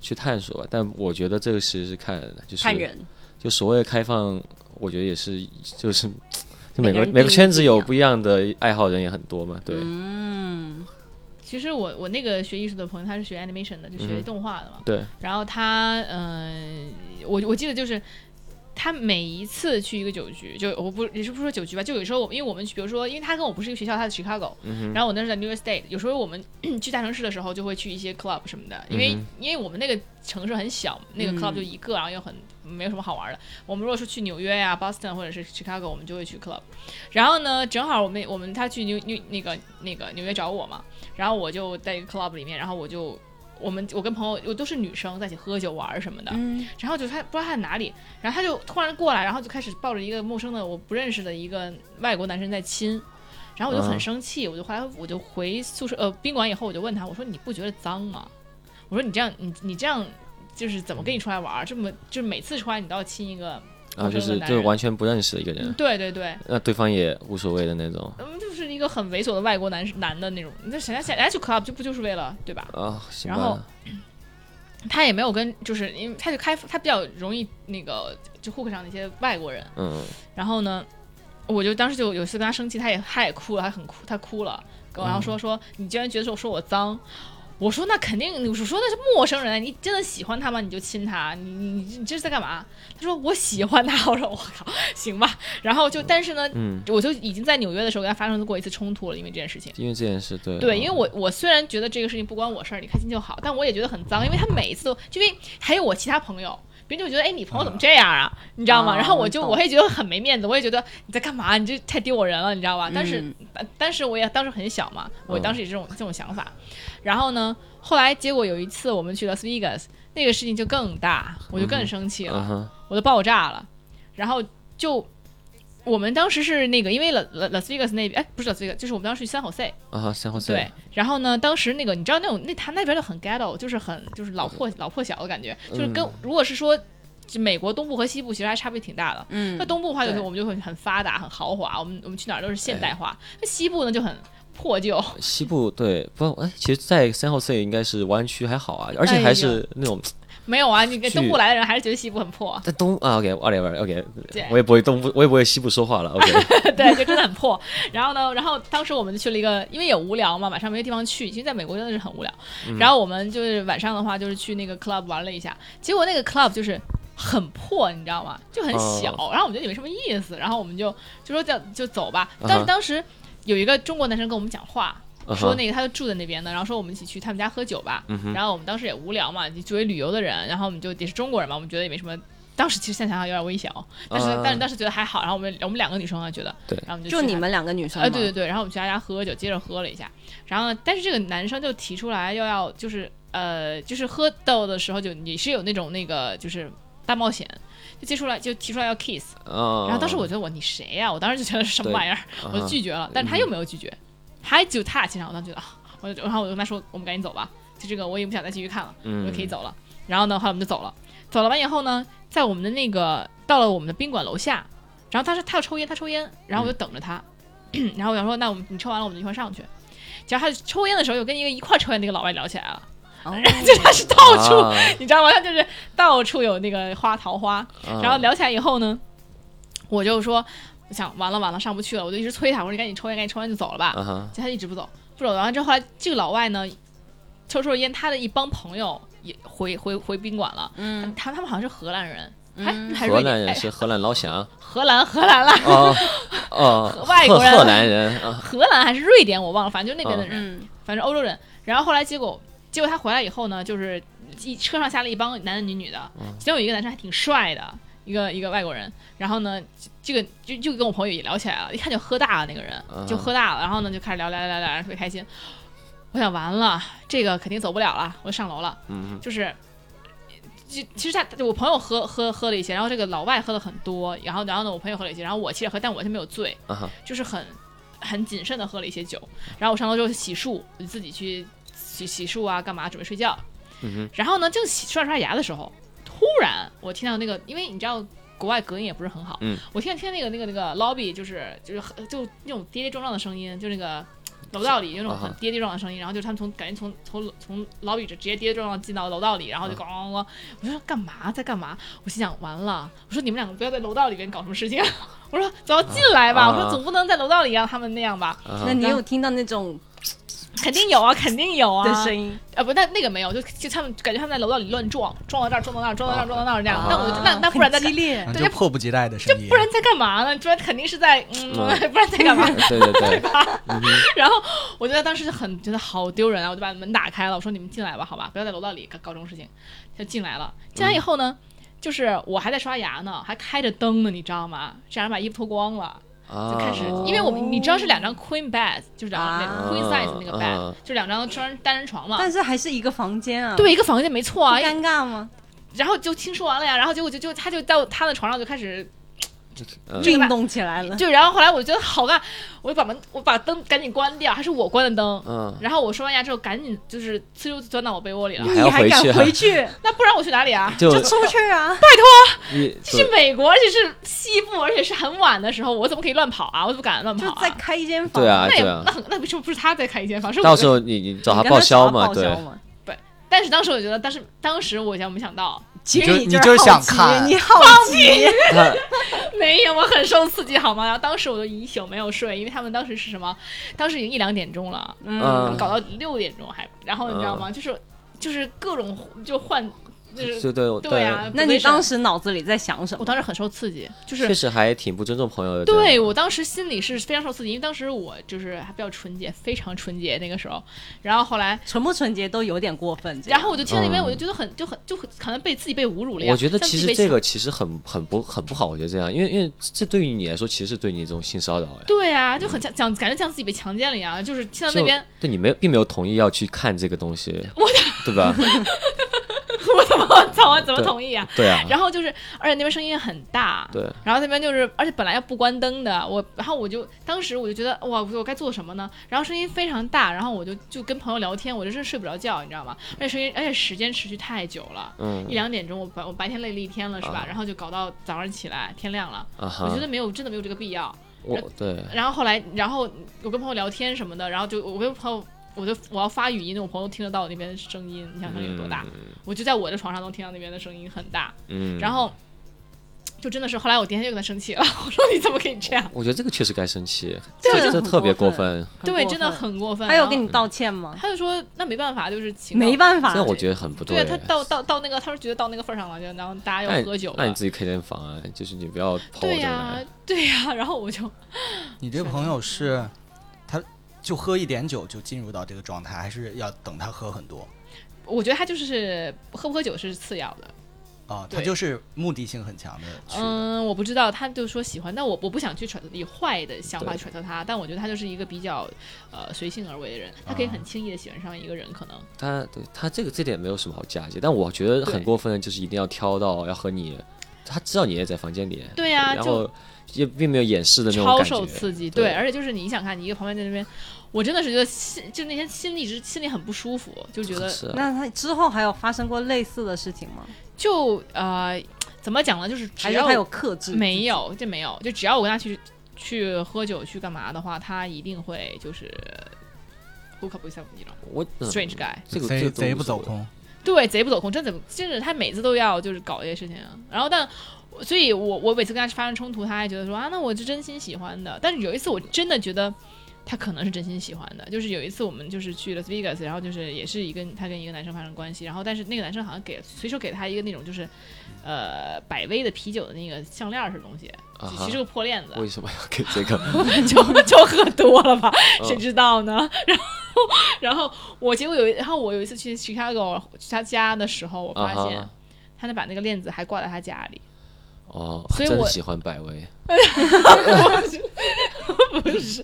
[SPEAKER 5] 去探索吧。但我觉得这个其实是看就是
[SPEAKER 4] 看人，
[SPEAKER 5] 就所谓的开放，我觉得也是就是就
[SPEAKER 4] 每
[SPEAKER 5] 每
[SPEAKER 4] 个
[SPEAKER 5] 个
[SPEAKER 4] 人
[SPEAKER 5] 每个
[SPEAKER 4] 定义
[SPEAKER 5] 圈
[SPEAKER 4] 不
[SPEAKER 5] 子
[SPEAKER 4] 一
[SPEAKER 5] 有
[SPEAKER 4] 样
[SPEAKER 5] 不一样的爱好人也很多嘛，对、
[SPEAKER 4] 嗯，
[SPEAKER 1] 其实我我那个学艺术的朋友，他是学 animation 的，就学
[SPEAKER 5] 嗯
[SPEAKER 1] 动画的嘛。
[SPEAKER 5] 对，
[SPEAKER 1] 然后他，嗯、我我记得就是他每一次去一个酒局，就我不也是不说酒局吧，就有时候我因为我们去比如说，因为他跟我不是一个学校，他在 Chicago，、然后我那是在 New York State，有时候我们 (clears throat) 去大城市的时候就会去一些 club 什么的，因为、
[SPEAKER 5] 嗯
[SPEAKER 1] 因为我们那个城市很小，那个 club
[SPEAKER 4] 嗯
[SPEAKER 1] 就一个，然后又很没有什么好玩的。我们如果说去纽约呀、Boston 或者是 Chicago，我们就会去 club。然后呢，正好我们我们他去纽纽那个那个纽约找我嘛，然后我就在一个 club 里面，然后我就我们我跟朋友我都是女生在一起喝酒玩儿什么的，
[SPEAKER 4] 嗯
[SPEAKER 1] 然后就他不知道他在哪里，然后他就突然过来，然后就开始抱着一个陌生的我不认识的一个外国男生在亲，然后我就很
[SPEAKER 5] 嗯
[SPEAKER 1] 生气，我就后来我就回宿舍呃宾馆以后，我就问他，我说你不觉得脏吗？我说你这样你你这样就是怎么跟你出来玩儿？这么就是每次出来你都要亲一个，
[SPEAKER 5] 然后就
[SPEAKER 1] 陌生
[SPEAKER 5] 是
[SPEAKER 1] 的男
[SPEAKER 5] 就是
[SPEAKER 1] 人
[SPEAKER 5] 完全不认识的一个人，
[SPEAKER 4] 嗯
[SPEAKER 1] 对对对，
[SPEAKER 5] 那对方也无所谓的那种
[SPEAKER 1] 嗯，就是一个很猥琐的外国男男的那种，那谁家谁家去 club 就不就是为了对吧？
[SPEAKER 5] 啊，行
[SPEAKER 1] 然后
[SPEAKER 5] 吧，
[SPEAKER 1] 他也没有跟就是因为他就开他比较容易那个就 hook 上那些外国人。
[SPEAKER 5] 嗯，
[SPEAKER 1] 然后呢，我就当时就有一次跟他生气，他也他也哭了，他很哭，他哭了，跟我然后说说你居然觉得说说我脏。我说那肯定，我说那是陌生人，啊你真的喜欢他吗？你就亲他，你你你你这是在干嘛？他说我喜欢他，我说我靠，行吧。然后就但是呢，
[SPEAKER 5] 嗯
[SPEAKER 1] 我就已经在纽约的时候跟他发生过一次冲突了，因为这件事情。
[SPEAKER 5] 因为这件事对
[SPEAKER 1] 对，
[SPEAKER 5] 嗯
[SPEAKER 1] 因为我我虽然觉得这个事情不关我事儿，你开心就好，但我也觉得很脏，因为他每一次都，就因为还有我其他朋友，别人就觉得，哎，你朋友怎么这样啊？你知道吗？
[SPEAKER 4] 啊
[SPEAKER 1] 然后我就
[SPEAKER 4] 我懂
[SPEAKER 1] 我也觉得很没面子，我也觉得你在干嘛？你这太丢我人了，你知道吧？啊但是、
[SPEAKER 4] 嗯
[SPEAKER 1] 但但是我也当时很小嘛，我
[SPEAKER 5] 嗯
[SPEAKER 1] 当时也这种、这种想法。然后呢，后来结果有一次我们去 Las Vegas，那个事情就更大，我就更生气了。
[SPEAKER 5] 嗯哼
[SPEAKER 1] 我都爆炸了，然后就我们当时是那个，因为拉拉拉斯维加斯那边，哎，不是拉斯维加，就是我们当时去三好赛，
[SPEAKER 5] 啊哈，然后
[SPEAKER 1] 对，然后呢，当时那个你知道那种那他那边就很 ghetto，就是很就是老破老破小的感觉，就是跟、
[SPEAKER 5] 嗯
[SPEAKER 1] 如果是说就美国东部和西部其实还差别挺大的。
[SPEAKER 4] 嗯
[SPEAKER 1] 那，东部的话，就是
[SPEAKER 4] 对
[SPEAKER 1] 我们就会很发达、很豪华，我们我们去哪儿都是现代化。那西部呢就很破旧， (laughs)
[SPEAKER 5] 西部对不哎，其实，在三号 C 应该是湾区还好啊，而且
[SPEAKER 1] 哎
[SPEAKER 5] 还
[SPEAKER 1] 呀
[SPEAKER 5] 是那种
[SPEAKER 1] 没有啊，你跟
[SPEAKER 5] 去
[SPEAKER 1] 东部来的人还是觉得西部很破，
[SPEAKER 5] 在东啊，OK，二点二 OK，
[SPEAKER 1] 对
[SPEAKER 5] 我也不会东部，我也不会西部说话了，OK，
[SPEAKER 1] (laughs) 对，就真的很破。然后呢，然后当时我们就去了一个，因为也无聊嘛，晚上没地方去，其实在美国真的
[SPEAKER 5] 嗯
[SPEAKER 1] 是很无聊。然后我们就是晚上的话，就是去那个 club 玩了一下，结果那个 club 就是很破，你知道吗？就很
[SPEAKER 5] 嗯
[SPEAKER 1] 小，然后我们觉得也没什么意思，然后我们就就说叫就走吧。但
[SPEAKER 5] 嗯
[SPEAKER 1] 是
[SPEAKER 5] 哼
[SPEAKER 1] 当时有一个中国男生跟我们讲话，
[SPEAKER 5] 嗯
[SPEAKER 1] 说
[SPEAKER 5] 哼，
[SPEAKER 1] 那个他就住在那边的，然后说我们一起去他们家喝酒吧。
[SPEAKER 5] 嗯哼，
[SPEAKER 1] 然后我们当时也无聊嘛，就作为旅游的人，然后我们就也是中国人嘛，我们觉得也没什么。当时其实现在想想有点微小，但是、
[SPEAKER 5] 啊
[SPEAKER 1] 但是当时觉得还好。然后我们我们两个女生啊觉得，
[SPEAKER 5] 对
[SPEAKER 1] 然后我们就
[SPEAKER 4] 就
[SPEAKER 1] 去
[SPEAKER 4] 你
[SPEAKER 1] 他
[SPEAKER 4] 们两个女生
[SPEAKER 1] 啊，
[SPEAKER 4] 吗，
[SPEAKER 1] 对对对，然后我们去他家喝酒，接着喝了一下，然后呢但是这个男生就提出来要要就是呃就是喝到的时候就你是有那种那个就是大冒险，就接出来就提出来要 kiss，
[SPEAKER 5] 嗯，
[SPEAKER 1] 然后当时我觉得我你谁呀、我当时就觉得是什么
[SPEAKER 5] 对
[SPEAKER 1] 玩意儿，我就
[SPEAKER 5] 嗯
[SPEAKER 1] 拒绝了，但是他又没有拒绝，还就踏亲上，我当时觉得啊，我就然后我就跟他说我们赶紧走吧，就这个我也不想再继续看了，我
[SPEAKER 5] 嗯
[SPEAKER 1] 就可以走了。然后呢，后来我们就走了，走了完以后呢，在我们的那个到了我们的宾馆楼下，然后他说他要抽烟，他抽烟，然后我就等着他，然后我想说那我们你抽完了我们就一块儿上去。结果他抽烟的时候，又跟一个一块儿抽烟的那个老外聊起来了， (laughs)
[SPEAKER 4] 哦，
[SPEAKER 1] 就他是到处，
[SPEAKER 5] 啊
[SPEAKER 1] 你知道吗？他就是到处有那个花桃花，
[SPEAKER 5] 啊
[SPEAKER 1] 然后聊起来以后呢，我就说我想完了完了上不去了，我就一直催他，我说你赶紧抽烟，赶紧抽烟就走了吧。
[SPEAKER 5] 啊哈，
[SPEAKER 1] 结果他一直不走，不走。然后之后后来这个老外呢，抽抽烟，他的一帮朋友也回回回宾馆了。
[SPEAKER 4] 嗯，
[SPEAKER 1] 他他们好像是荷兰人，
[SPEAKER 4] 嗯
[SPEAKER 1] 还 (laughs) 还是
[SPEAKER 5] 荷
[SPEAKER 1] 瑞
[SPEAKER 5] 兰
[SPEAKER 1] 典
[SPEAKER 5] 人
[SPEAKER 1] 哎
[SPEAKER 5] 是荷兰
[SPEAKER 1] (laughs)
[SPEAKER 5] 老乡，
[SPEAKER 1] 荷兰荷兰啦，
[SPEAKER 5] 哦哦，
[SPEAKER 1] 外国人
[SPEAKER 5] 荷荷兰人啊，
[SPEAKER 1] 荷兰还是瑞典我忘了，反正就那边的人，
[SPEAKER 4] 嗯
[SPEAKER 1] 反正欧洲人。然后后来结果结果他回来以后呢，就是一车上下了一帮男男女女的，
[SPEAKER 5] 嗯
[SPEAKER 1] 其中有一个男生还挺帅的，一个一个外国人。然后呢，这个就就跟我朋友也聊起来了，一看就喝大了那个人，
[SPEAKER 5] 啊
[SPEAKER 1] 就喝大了。然后呢，就开始聊聊聊聊聊，特别开心。我想完了，这个肯定走不了了，我就上楼了。
[SPEAKER 5] 嗯
[SPEAKER 1] 就是，就其实他我朋友喝喝喝了一些，然后这个老外喝了很多，然后然后呢，我朋友喝了一些，然后我其实也喝，但我就没有醉，
[SPEAKER 5] 啊哈
[SPEAKER 1] 就是很很谨慎的喝了一些酒。然后我上楼之后洗漱，我就自己去洗洗漱啊，干嘛准备睡觉。
[SPEAKER 5] 嗯
[SPEAKER 1] 然后呢，正洗刷刷牙的时候，突然我听到那个，因为你知道国外隔音也不是很好，
[SPEAKER 5] 嗯，
[SPEAKER 1] 我听到听到那个那个那个 lobby 就是就是很就那种跌跌撞撞的声音，就那个楼道里有那种
[SPEAKER 5] 啊哈
[SPEAKER 1] 很跌跌撞撞的声音，然后就他们从感觉从从从 lobby 就直接跌跌撞撞进到楼道里，然后就咣
[SPEAKER 5] 啊
[SPEAKER 1] 咣咣，我说干嘛在干嘛？我心想完了，我说你们两个不要在楼道里边搞什么事情， (laughs) 我说总要进来吧，
[SPEAKER 5] 啊
[SPEAKER 1] 我说总不能在楼道里让他们那样吧，
[SPEAKER 5] 哼，啊哈
[SPEAKER 4] 那你有听到那种
[SPEAKER 1] 肯定有啊，肯定有啊，
[SPEAKER 4] 的声音？
[SPEAKER 1] 啊不，那那个没有，就就他们感觉他们在楼道里乱撞，撞到这儿，撞到那儿，撞到那儿，撞到那儿这样。
[SPEAKER 5] 啊
[SPEAKER 1] 那我就那那不然在
[SPEAKER 4] 很激烈
[SPEAKER 2] 啊，
[SPEAKER 1] 对
[SPEAKER 2] 就迫不及待的声音，
[SPEAKER 1] 不然在干嘛呢？不然肯定是在嗯，
[SPEAKER 4] 啊
[SPEAKER 1] (laughs)
[SPEAKER 5] 嗯
[SPEAKER 1] 不然在
[SPEAKER 4] (laughs)
[SPEAKER 1] 干嘛？
[SPEAKER 5] 对对对，
[SPEAKER 1] (laughs)
[SPEAKER 5] 嗯哼
[SPEAKER 1] 然后我觉得当时就很觉得好丢人啊，我就把门打开了，我说你们进来吧，好吧，不要在楼道里搞搞这种事情。就进来了，进来
[SPEAKER 4] 嗯
[SPEAKER 1] 以后呢，就是我还在刷牙呢，还开着灯呢，你知道吗？这样把衣服脱光了。
[SPEAKER 5] 啊，
[SPEAKER 1] 就开始，因为我们你知道是两张 queen bed，就是两张、
[SPEAKER 4] 啊
[SPEAKER 1] queen size 那个 bed，、
[SPEAKER 5] 啊
[SPEAKER 1] 就两张双人单人床嘛。
[SPEAKER 4] 但是还是一个房间啊，
[SPEAKER 1] 对，一个房间没错
[SPEAKER 4] 不
[SPEAKER 1] 啊，
[SPEAKER 4] 尴尬吗？
[SPEAKER 1] 然后就听说完了呀，然后结果就就他就到他的床上就开始
[SPEAKER 5] 嗯
[SPEAKER 1] 这个
[SPEAKER 4] 运
[SPEAKER 1] 吧
[SPEAKER 4] 动起来了，
[SPEAKER 1] 哎就，然后后来我觉得好干，我就把门我把灯赶紧关掉，还是我关的灯。
[SPEAKER 5] 嗯，
[SPEAKER 1] 然后我说完牙之后，赶紧就是呲溜就钻到我被窝里了
[SPEAKER 5] 你。还
[SPEAKER 4] 你
[SPEAKER 5] 要
[SPEAKER 4] 还
[SPEAKER 5] 回
[SPEAKER 4] 敢
[SPEAKER 5] 去啊
[SPEAKER 4] 回去？
[SPEAKER 1] 那不然我去哪里啊？(laughs)
[SPEAKER 5] (laughs) 就
[SPEAKER 4] 就出去啊！
[SPEAKER 5] 你
[SPEAKER 1] 这是美国，而且是西部，而且是很晚的时候，我怎么可以乱跑啊？我怎么敢乱跑
[SPEAKER 4] 就
[SPEAKER 1] 啊？
[SPEAKER 4] 再开一间房，
[SPEAKER 5] 对啊
[SPEAKER 1] 那也
[SPEAKER 5] 对
[SPEAKER 1] 那
[SPEAKER 5] 啊，
[SPEAKER 1] 很那为什么不是他在开一间房？是我
[SPEAKER 5] 到时
[SPEAKER 1] 候。
[SPEAKER 5] 候你你找
[SPEAKER 4] 你
[SPEAKER 5] 他
[SPEAKER 4] 跟他
[SPEAKER 5] 报销
[SPEAKER 4] 吵
[SPEAKER 5] 嘛，
[SPEAKER 4] 报
[SPEAKER 5] 对
[SPEAKER 4] 销，嘛。
[SPEAKER 1] 但是当时我觉得，但是当时我想没想到， (laughs)
[SPEAKER 4] 其实
[SPEAKER 2] 你就
[SPEAKER 4] 就是
[SPEAKER 2] 你就是
[SPEAKER 4] 好
[SPEAKER 2] 想
[SPEAKER 4] 奇
[SPEAKER 2] 看
[SPEAKER 4] 你好奇，
[SPEAKER 5] 他
[SPEAKER 1] (laughs) 没有，我很受刺激，好吗？然后当时我就一宿没有睡，因为他们当时是什么？当时已经一两点钟了，
[SPEAKER 5] 嗯
[SPEAKER 1] 搞到六点钟还，然后你知道吗？就是就是各种就换，就是
[SPEAKER 5] 对对
[SPEAKER 1] 对啊。
[SPEAKER 4] 那你当
[SPEAKER 1] 时，
[SPEAKER 4] 时脑子里在想什
[SPEAKER 1] 我
[SPEAKER 4] 么？
[SPEAKER 1] 当时很受刺激，就
[SPEAKER 5] 确
[SPEAKER 1] 是
[SPEAKER 5] 实还挺不尊重朋友的，
[SPEAKER 1] 对我当时心里是非常受刺激，因为当时我就是还比较纯洁，非常纯洁那个时候。然后后来，
[SPEAKER 4] 纯不纯洁都有点过分。这样
[SPEAKER 1] 然后我就听到那边，
[SPEAKER 5] 嗯
[SPEAKER 1] 我就觉得很就很就很可能被自己被侮辱了呀。
[SPEAKER 5] 我觉得
[SPEAKER 1] 像
[SPEAKER 5] 其
[SPEAKER 1] 自己
[SPEAKER 5] 实
[SPEAKER 1] 被
[SPEAKER 5] 这个其实很很不很不好，我觉得这样，因为因为这对于你来说其实是对你一种性骚扰呀。
[SPEAKER 1] 对啊，就很像讲感觉像自己被强奸了一样，就是听到
[SPEAKER 5] 就
[SPEAKER 1] 那边 (laughs)
[SPEAKER 5] 对你没有并没有同意要去看这个东西，对吧？
[SPEAKER 1] 我怎么我操，我怎么
[SPEAKER 5] 对
[SPEAKER 1] 同意啊？
[SPEAKER 5] 对啊，
[SPEAKER 1] (laughs) 然后就是，而且那边声音很大，
[SPEAKER 5] 对，
[SPEAKER 1] 然后那边就是，而且本来要不关灯的，我，然后我就当时我就觉得，哇，我我该做什么呢？然后声音非常大，然后我就就跟朋友聊天，我就真睡不着觉，你知道吗？而且声音，而且时间持续太久了，
[SPEAKER 5] 嗯
[SPEAKER 1] 一两点钟，我白我白天累了一天了，是吧？
[SPEAKER 5] 啊
[SPEAKER 1] 然后就搞到早上起来天亮了，
[SPEAKER 5] 啊哈，
[SPEAKER 1] 我觉得没有，真的没有这个必要。
[SPEAKER 5] 我对
[SPEAKER 1] 然后后来，然后我跟朋友聊天什么的，然后就我跟朋友。我就我要发语音，我朋友听得到我那边的声音，
[SPEAKER 5] 嗯
[SPEAKER 1] 你想声音有多大？我就在我的床上能听到那边的声音很大，
[SPEAKER 5] 嗯，
[SPEAKER 1] 然后就真的是后来我第一天就跟他生气了， (laughs) 我说你怎么可以这样？
[SPEAKER 5] 我觉得这个确实该
[SPEAKER 1] (laughs)
[SPEAKER 5] 生气，
[SPEAKER 4] 这个
[SPEAKER 5] 这
[SPEAKER 4] 很
[SPEAKER 5] 这特别
[SPEAKER 4] 过
[SPEAKER 5] 过
[SPEAKER 4] 分
[SPEAKER 5] 分。
[SPEAKER 1] 对，真的。很过分。啊嗯
[SPEAKER 4] 他有
[SPEAKER 1] 然后
[SPEAKER 4] 跟你道歉吗？
[SPEAKER 1] 他就说那没办法，就是情
[SPEAKER 4] 没办法
[SPEAKER 5] 这，我觉得很不
[SPEAKER 1] 对啊，他到到到那个，他说觉得到那个份儿上了，就然后大家
[SPEAKER 5] 那
[SPEAKER 1] 要
[SPEAKER 5] 你
[SPEAKER 1] 喝酒
[SPEAKER 5] 那你
[SPEAKER 1] 了。
[SPEAKER 5] 自己开点方案，就是你不要抛我
[SPEAKER 1] 对啊
[SPEAKER 5] 这
[SPEAKER 1] 呀、
[SPEAKER 5] 来。
[SPEAKER 1] 对呀、然后我就
[SPEAKER 2] 你这个朋友是，他就喝一点酒就进入到这个状态，还是要等他喝很多
[SPEAKER 1] 我觉得他就是喝不喝酒是次要的，
[SPEAKER 2] 啊？他
[SPEAKER 1] 对
[SPEAKER 2] 就是目的性很强的去的。
[SPEAKER 1] 嗯，我不知道，他就说喜欢，但我我不想去揣测以坏的想法
[SPEAKER 5] 对
[SPEAKER 1] 去揣测他，但我觉得他就是一个比较呃随性而为的人，他可
[SPEAKER 5] 啊
[SPEAKER 1] 以很轻易的喜欢上一个人，可能
[SPEAKER 5] 他对他这个这点没有什么好嫁接，但我觉得很
[SPEAKER 1] 对
[SPEAKER 5] 过分的就是一定要挑到要和你，他知道你也在房间里，
[SPEAKER 1] 对呀、
[SPEAKER 5] 然
[SPEAKER 1] 就
[SPEAKER 5] 后也并没有掩饰的那种
[SPEAKER 1] 超
[SPEAKER 5] 感
[SPEAKER 1] 受
[SPEAKER 5] 觉。
[SPEAKER 1] 刺激，
[SPEAKER 5] 对
[SPEAKER 1] 对，而且就是你想看，你一个旁边在那边，我真的是觉得心就那天心里是心里很不舒服，就觉得
[SPEAKER 5] 是啊
[SPEAKER 4] 那他之后还有发生过类似的事情吗？
[SPEAKER 1] 就呃怎么讲呢，就是只
[SPEAKER 4] 还是
[SPEAKER 1] 要
[SPEAKER 4] 他有克制？
[SPEAKER 1] 没，有，这没有，就只要我跟他去去喝酒去干嘛的话，他一定会就是 hook up with somebody 了
[SPEAKER 5] 我嗯
[SPEAKER 1] ，strange guy。
[SPEAKER 5] 这个这
[SPEAKER 2] 贼
[SPEAKER 5] 个
[SPEAKER 2] 贼
[SPEAKER 5] 无
[SPEAKER 2] 不
[SPEAKER 5] 所
[SPEAKER 2] 走
[SPEAKER 5] 谓。
[SPEAKER 2] 空，
[SPEAKER 1] 对，贼不走空，真怎么，真是他每次都要就是搞这些事情啊。然后但，所以我我每次跟他发生冲突，他还觉得说啊，那我是真心喜欢的。但是有一次我真的觉得他可能是真心喜欢的，就是有一次我们就是去了 s Vegas，然后就是也是一个他跟一个男生发生关系，然后但是那个男生好像给随手给他一个那种就是呃百威的啤酒的那个项链儿似的东西，
[SPEAKER 5] 啊
[SPEAKER 1] 其
[SPEAKER 5] 哈
[SPEAKER 1] 实是个破链子，
[SPEAKER 5] 为什么要给这个？
[SPEAKER 1] (laughs) 就就喝多了吧，
[SPEAKER 5] 嗯
[SPEAKER 1] 谁知道呢？ (laughs) 然后，然后我结果有一，然后我有一次去 Chicago 去他家的时候，我发现、
[SPEAKER 5] 啊哈
[SPEAKER 1] 他那把那个链子还挂在他家里， (laughs)
[SPEAKER 5] 哦，
[SPEAKER 1] 所以
[SPEAKER 5] 真
[SPEAKER 1] 我
[SPEAKER 5] 喜欢百威，
[SPEAKER 1] 不是，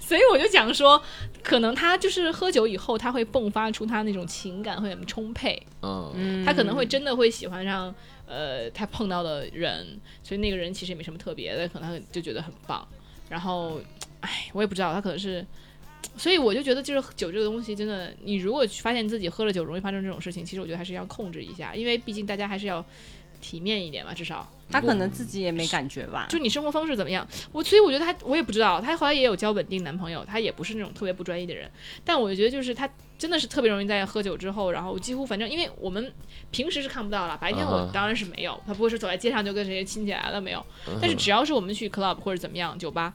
[SPEAKER 1] 所以我就讲说，可能他就是喝酒以后，他会迸发出他那种情感会很充沛，
[SPEAKER 5] 嗯，
[SPEAKER 4] 嗯
[SPEAKER 1] 他可能会真的会喜欢上呃他碰到的人，所以那个人其实也没什么特别的，可能他就觉得很棒。然后，哎，我也不知道，他可能是，所以我就觉得就是酒这个东西真的，你如果发现自己喝了酒容易发生这种事情，其实我觉得还是要控制一下，因为毕竟大家还是要。体面一点嘛，至少
[SPEAKER 4] 他可能自己也没感觉吧。
[SPEAKER 1] 就你生活方式怎么样，我所以我觉得他，我也不知道，他后来也有交稳定男朋友，他也不是那种特别不专一的人，但我就觉得就是他真的是特别容易在喝酒之后，然后几乎反正因为我们平时是看不到了，白天
[SPEAKER 5] 啊
[SPEAKER 1] 我
[SPEAKER 5] 哈
[SPEAKER 1] 当然是没有，他不会是走在街上就跟谁亲起来了没有，
[SPEAKER 5] 嗯
[SPEAKER 1] 但是只要是我们去 club 或者怎么样酒吧，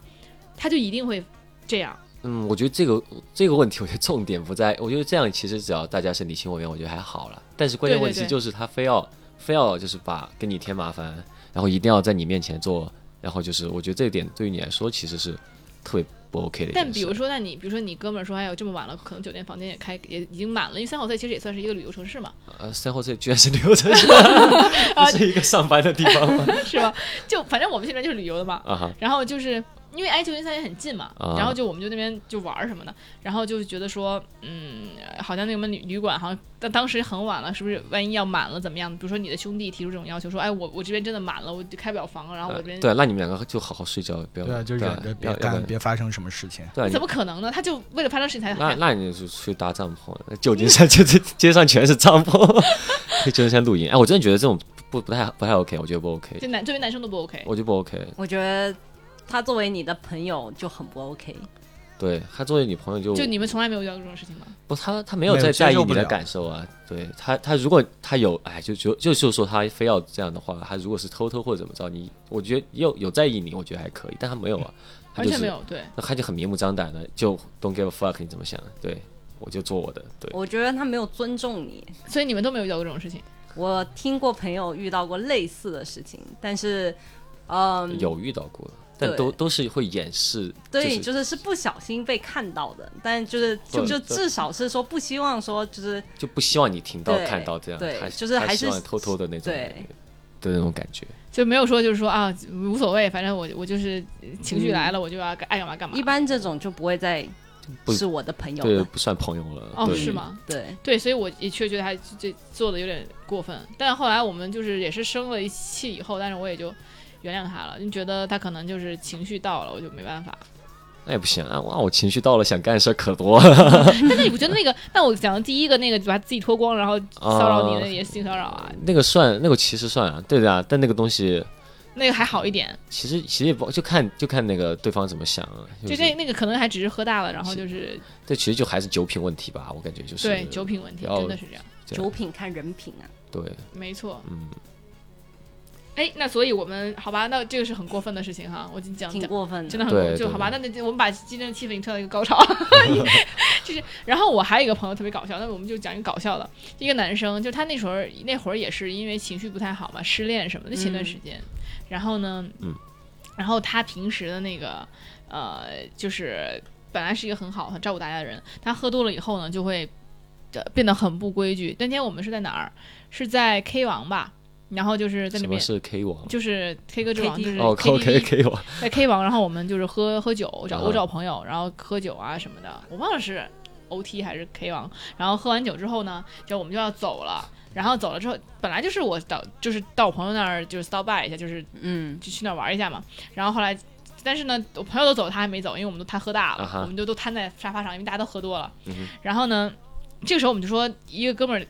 [SPEAKER 1] 他就一定会这样。
[SPEAKER 5] 嗯，我觉得这个这个问题，我觉得重点不在，我觉得这样其实只要大家是你情我愿，我觉得还好了。但是关键
[SPEAKER 1] 对对
[SPEAKER 5] 问题
[SPEAKER 1] 对
[SPEAKER 5] 就是他非要非要就是把给你添麻烦，然后一定要在你面前做，然后就是我觉得这一点对于你来说其实是特别不 OK 的一件事。
[SPEAKER 1] 但比如说，那你比如说你哥们儿说，哎呦这么晚了，可能酒店房间也开也已经满了，因为三好赛其实也算是一个旅游城市嘛，
[SPEAKER 5] 呃，三后这居然是旅游城
[SPEAKER 1] (laughs)
[SPEAKER 5] 市，不是一个上班的地方吗？
[SPEAKER 1] 是吧？ (laughs) 就反正我们现在就是旅游的嘛，
[SPEAKER 5] 啊哈，
[SPEAKER 1] 然后就是因为挨旧金山也很近嘛，
[SPEAKER 5] 啊
[SPEAKER 1] 然后就我们就那边就玩儿什么的，然后就觉得说，嗯，呃好像那个什么旅旅馆好像但当时很晚了，是不是万一要满了怎么样？比如说你的兄弟提出这种要求，说，哎，我我这边真的满了，我就开不了房了，然后我这边、
[SPEAKER 5] 啊呃对，那你们两个就好好睡觉，不要
[SPEAKER 2] 对啊，就忍着别
[SPEAKER 5] 要要
[SPEAKER 2] 干，
[SPEAKER 5] 不然
[SPEAKER 2] 别发生什么事
[SPEAKER 1] (laughs)
[SPEAKER 2] 情。
[SPEAKER 5] 对啊，你
[SPEAKER 1] 怎么可能呢？他就为了发生事情 (laughs) 才
[SPEAKER 5] 那
[SPEAKER 1] 喊
[SPEAKER 5] 那你就去搭帐篷，旧金山就这街上全是帐篷， (laughs) 去旧金山露营。哎，我真的觉得这种不不太不太 OK，我觉得不 OK，
[SPEAKER 1] 这男对于男生都不 OK。
[SPEAKER 5] 我觉得不 OK。
[SPEAKER 4] 我觉得他作为你的朋友就很不 OK。
[SPEAKER 5] 对他作为女朋友就
[SPEAKER 1] 就你们从来没有遇到过这种事情吗？
[SPEAKER 5] 不，他他没有
[SPEAKER 2] 没有
[SPEAKER 5] 在
[SPEAKER 2] 接
[SPEAKER 5] 在意
[SPEAKER 2] 受
[SPEAKER 5] 你
[SPEAKER 2] 不
[SPEAKER 5] 的
[SPEAKER 2] 了
[SPEAKER 5] 感受啊。对他他如果他有哎，就就就就说他非要这样的话，他如果是偷偷或者怎么着，你我觉得有有在意你，我觉得还可以，但他没有啊，他
[SPEAKER 1] 完
[SPEAKER 5] 就
[SPEAKER 1] 全
[SPEAKER 5] 是
[SPEAKER 1] 没有，对，
[SPEAKER 5] 那他就很明目张胆的就 don't give a fuck 你怎么想？对我就做我的，对。
[SPEAKER 4] 我觉得他没有尊重你。
[SPEAKER 1] 所以你们都没有遇到过这种事情。
[SPEAKER 4] 我听过朋友遇到过类似的事情，但是，嗯，
[SPEAKER 5] 有遇到过，但
[SPEAKER 4] 对
[SPEAKER 5] 都都是会掩饰，
[SPEAKER 4] 对，
[SPEAKER 5] 就是
[SPEAKER 4] 就是是不小心被看到的，但就是
[SPEAKER 5] 对
[SPEAKER 4] 就就
[SPEAKER 5] 对
[SPEAKER 4] 至少是说不希望说就是
[SPEAKER 5] 就不希望你听到
[SPEAKER 4] 对
[SPEAKER 5] 看到这样，
[SPEAKER 4] 对
[SPEAKER 5] 他
[SPEAKER 4] 就是
[SPEAKER 5] 他
[SPEAKER 4] 还
[SPEAKER 5] 希
[SPEAKER 4] 是
[SPEAKER 5] 望偷偷的那种
[SPEAKER 4] 对
[SPEAKER 5] 感觉的那种感觉。
[SPEAKER 1] 就没有说，就是说啊，无所谓，反正我我就是情绪
[SPEAKER 5] 嗯
[SPEAKER 1] 来了，我就要爱干嘛干嘛
[SPEAKER 4] 一。般这种就不会再
[SPEAKER 5] 不
[SPEAKER 4] 是我的朋友
[SPEAKER 5] 对，
[SPEAKER 4] 了。
[SPEAKER 5] 不算朋友了。
[SPEAKER 1] 哦，
[SPEAKER 5] 对
[SPEAKER 1] 是吗？
[SPEAKER 4] 对，
[SPEAKER 1] 对，所以我也确实觉得他这做的有点过分。但后来我们就是也是生了一气以后，但是我也就原谅他了，就觉得他可能就是情绪到了，我就没办法。
[SPEAKER 5] 那也不行啊！哇，我情绪到了，想干的事儿可
[SPEAKER 4] (laughs)
[SPEAKER 5] 多。
[SPEAKER 1] 但那你不觉得那个？那我讲的第一个那个把自己脱光然后骚扰你
[SPEAKER 5] 啊
[SPEAKER 1] 的也是性骚扰啊，
[SPEAKER 5] 那个算，那个其实算啊，对的啊。但那个东西
[SPEAKER 1] 那个还好一点，
[SPEAKER 5] 其实其实也不就看就看那个对方怎么想啊。就
[SPEAKER 1] 就是那那个可能还只是喝大了，然后就是
[SPEAKER 5] 这其实就还是酒品问题吧，我感觉就是
[SPEAKER 1] 对酒品问题，
[SPEAKER 5] 要
[SPEAKER 1] 真的是这样，
[SPEAKER 5] 对嗯
[SPEAKER 4] 酒品看人品啊。
[SPEAKER 5] 对，
[SPEAKER 1] 没错。
[SPEAKER 5] 嗯，
[SPEAKER 1] 哎，那所以我们好吧，那这个是很过分的事情哈，我已经讲
[SPEAKER 4] 挺
[SPEAKER 1] 讲。
[SPEAKER 4] 过分
[SPEAKER 1] 真
[SPEAKER 4] 的。
[SPEAKER 1] 的很过
[SPEAKER 5] 对
[SPEAKER 1] 就
[SPEAKER 5] 对
[SPEAKER 1] 好吧，那那那我们把今天的气氛已经推到一个高
[SPEAKER 5] (laughs)
[SPEAKER 1] 潮，就是，然后我还有一个朋友特别搞笑，那我们就讲一个搞笑的，一个男生，就他那时候那会儿也是因为情绪不太好嘛，失恋什么的，前段
[SPEAKER 4] 嗯
[SPEAKER 1] 时间，然后呢，
[SPEAKER 5] 嗯，
[SPEAKER 1] 然后他平时的那个呃，就是本来是一个很好很照顾大家的人，他喝多了以后呢，就会呃变得很不规矩。那天我们是在哪儿？是在 K 王吧，然后就是在
[SPEAKER 5] 什
[SPEAKER 1] 里
[SPEAKER 5] 么
[SPEAKER 1] 面。
[SPEAKER 5] 是 K 王？
[SPEAKER 1] 就是 K 歌之王，就是
[SPEAKER 4] KTV
[SPEAKER 5] o K
[SPEAKER 1] KTV
[SPEAKER 5] K K 王，
[SPEAKER 1] 在 K 房，然后我们就是喝喝酒，找
[SPEAKER 5] 啊
[SPEAKER 1] 我找朋友，然后喝酒啊什么的，我忘了是 OT 还是 K 房。然后喝完酒之后呢，就我们就要走了。然后走了之后，本来就是我到就是到我朋友那儿就是 stop by 一下，就是
[SPEAKER 4] 嗯，
[SPEAKER 1] 就去那儿玩一下嘛。然后后来，但是呢，我朋友都走，他还没走，因为我们都他喝大了
[SPEAKER 5] 啊哈
[SPEAKER 1] 我们就都瘫在沙发上，因为大家都喝多了。
[SPEAKER 5] 嗯哼
[SPEAKER 1] 然后呢，这个时候我们就说，一个哥们儿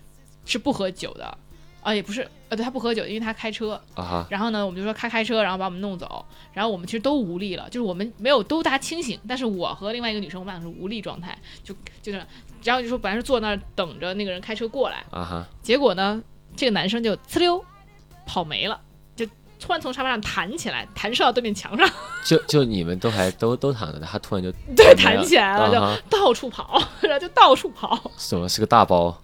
[SPEAKER 1] 是不喝酒的，啊，也不是，呃，对他不喝酒，因为他开车。
[SPEAKER 5] 啊哈，
[SPEAKER 1] 然后呢，我们就说开开车，然后把我们弄走。然后我们其实都无力了，就是我们没有都大家清醒，但是我和另外一个女生，我们俩是无力状态，就就是，然后就说本来是坐那儿等着那个人开车过来，
[SPEAKER 5] 啊哈，
[SPEAKER 1] 结果呢，这个男生就呲溜跑没了，就突然从沙发上弹起来，弹射到对面墙上，
[SPEAKER 5] 就就你们都还都都躺着的，他突然就
[SPEAKER 1] 对，
[SPEAKER 5] 没
[SPEAKER 1] 弹起来了，
[SPEAKER 5] 啊哈
[SPEAKER 1] 就到处跑，然后就到处跑。 (laughs)
[SPEAKER 5] 什么是个大包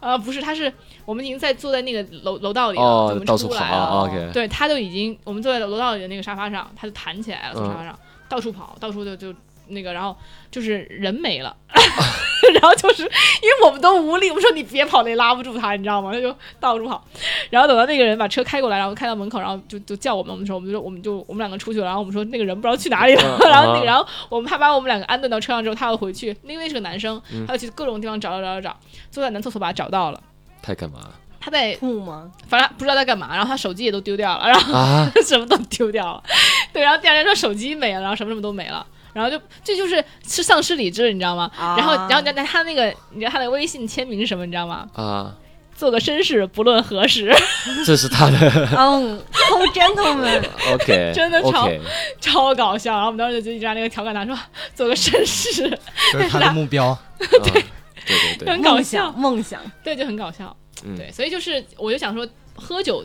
[SPEAKER 1] 啊，不是，他是我们已经在坐在那个楼楼道里了，我
[SPEAKER 5] 哦
[SPEAKER 1] 们，
[SPEAKER 5] 到
[SPEAKER 1] 出
[SPEAKER 5] 处
[SPEAKER 1] 不
[SPEAKER 5] 跑
[SPEAKER 1] 来了。
[SPEAKER 5] 啊，OK，
[SPEAKER 1] 对，他就已经我们坐在楼道里的那个沙发上，他就弹起来了，
[SPEAKER 5] 嗯
[SPEAKER 1] 从沙发上、到处跑，到处就就那个，然后就是人没了， (laughs) 然后就是因为我们都无力，我们说你别跑，那拉不住他，你知道吗？他就到处跑，然后等到那个人把车开过来，然后开到门口，然后就就叫我们，我们说我们就我们就我们两个出去了，然后我们说那个人不知道去哪里了，(laughs)
[SPEAKER 5] 嗯
[SPEAKER 1] 然后那
[SPEAKER 5] 啊
[SPEAKER 1] 个然后我们怕把我们两个安顿到车上之后，他要回去，因为是个男生，
[SPEAKER 5] 嗯
[SPEAKER 1] 他要去各种地方找找找找找，最后在男厕所把他找到了。
[SPEAKER 5] 太干嘛
[SPEAKER 1] 他在，
[SPEAKER 4] 吐吗？
[SPEAKER 1] 反正不知道在干嘛，然后他手机也都丢掉了，然后。
[SPEAKER 5] 啊？
[SPEAKER 1] (laughs) 什么都丢掉了。对，然后第二天说手机没了，然后什么什么都没了，然后就这就是是丧失理智，你知道吗？
[SPEAKER 4] 啊
[SPEAKER 1] 然后，然后那他那个，你知道他的微信签名是什么？你知道吗？
[SPEAKER 5] 啊，
[SPEAKER 1] 做个绅士，不论何时， (laughs)
[SPEAKER 5] 这是他的
[SPEAKER 4] 嗯，so gentleman，
[SPEAKER 5] (laughs) OK，啊
[SPEAKER 1] 真的超
[SPEAKER 5] OK，
[SPEAKER 1] 超搞笑。然后我们当时就一直让那个调侃他说做个绅士， (laughs)
[SPEAKER 2] 就是他的目标。
[SPEAKER 5] 嗯对对对，
[SPEAKER 1] (laughs) 很搞
[SPEAKER 4] 梦
[SPEAKER 1] 笑
[SPEAKER 4] 想，。梦想。
[SPEAKER 1] 对，就很搞笑。
[SPEAKER 5] 嗯
[SPEAKER 1] 对，所以就是我就想说，喝酒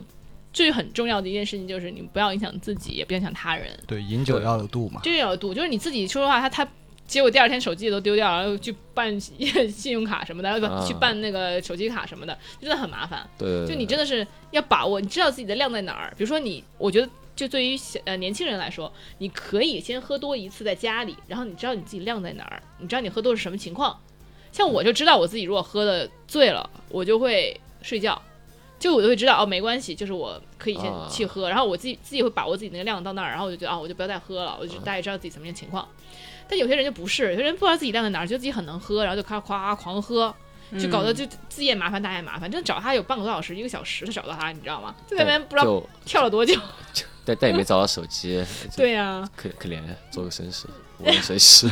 [SPEAKER 1] 最很重要的一件事情就是你不要影响自己，也不要影响他人。
[SPEAKER 2] 对，饮酒要有度嘛。
[SPEAKER 1] 这个要有度，就是你自己说实话，他他结果第二天手机也都丢掉了，然后去办信用卡什么的，然后
[SPEAKER 5] 啊
[SPEAKER 1] 去办那个手机卡什么的，真的很麻烦。
[SPEAKER 5] 对，
[SPEAKER 1] 就你真的是要把握，你知道自己的量在哪儿。比如说你，我觉得就对于小呃年轻人来说，你可以先喝多一次在家里，然后你知道你自己量在哪儿，你知道你喝多是什么情况。像我就知道我自己如果喝的醉了，我就会睡觉，就我就会知道哦，没关系，就是我可以先
[SPEAKER 5] 啊
[SPEAKER 1] 去喝，然后我自己自己会把握自己那个量到那儿，然后我就觉得啊、我就不要再喝了，我就大概知道自己什么样的情况。但有些人就不是，有些人不知道自己量在哪儿，觉得自己很能喝，然后就开始夸狂喝，就
[SPEAKER 4] 嗯
[SPEAKER 1] 搞得就自己也麻烦，大家也麻烦。真的找他有半个多小时、一个小时才找到他，你知道吗？就在那边不知道
[SPEAKER 5] 就
[SPEAKER 1] 跳了多久。
[SPEAKER 5] 但
[SPEAKER 1] (laughs)
[SPEAKER 5] 但也没找到手机，
[SPEAKER 1] 对呀、
[SPEAKER 5] 可可怜，做个绅士，无论谁
[SPEAKER 1] (laughs)
[SPEAKER 5] 是，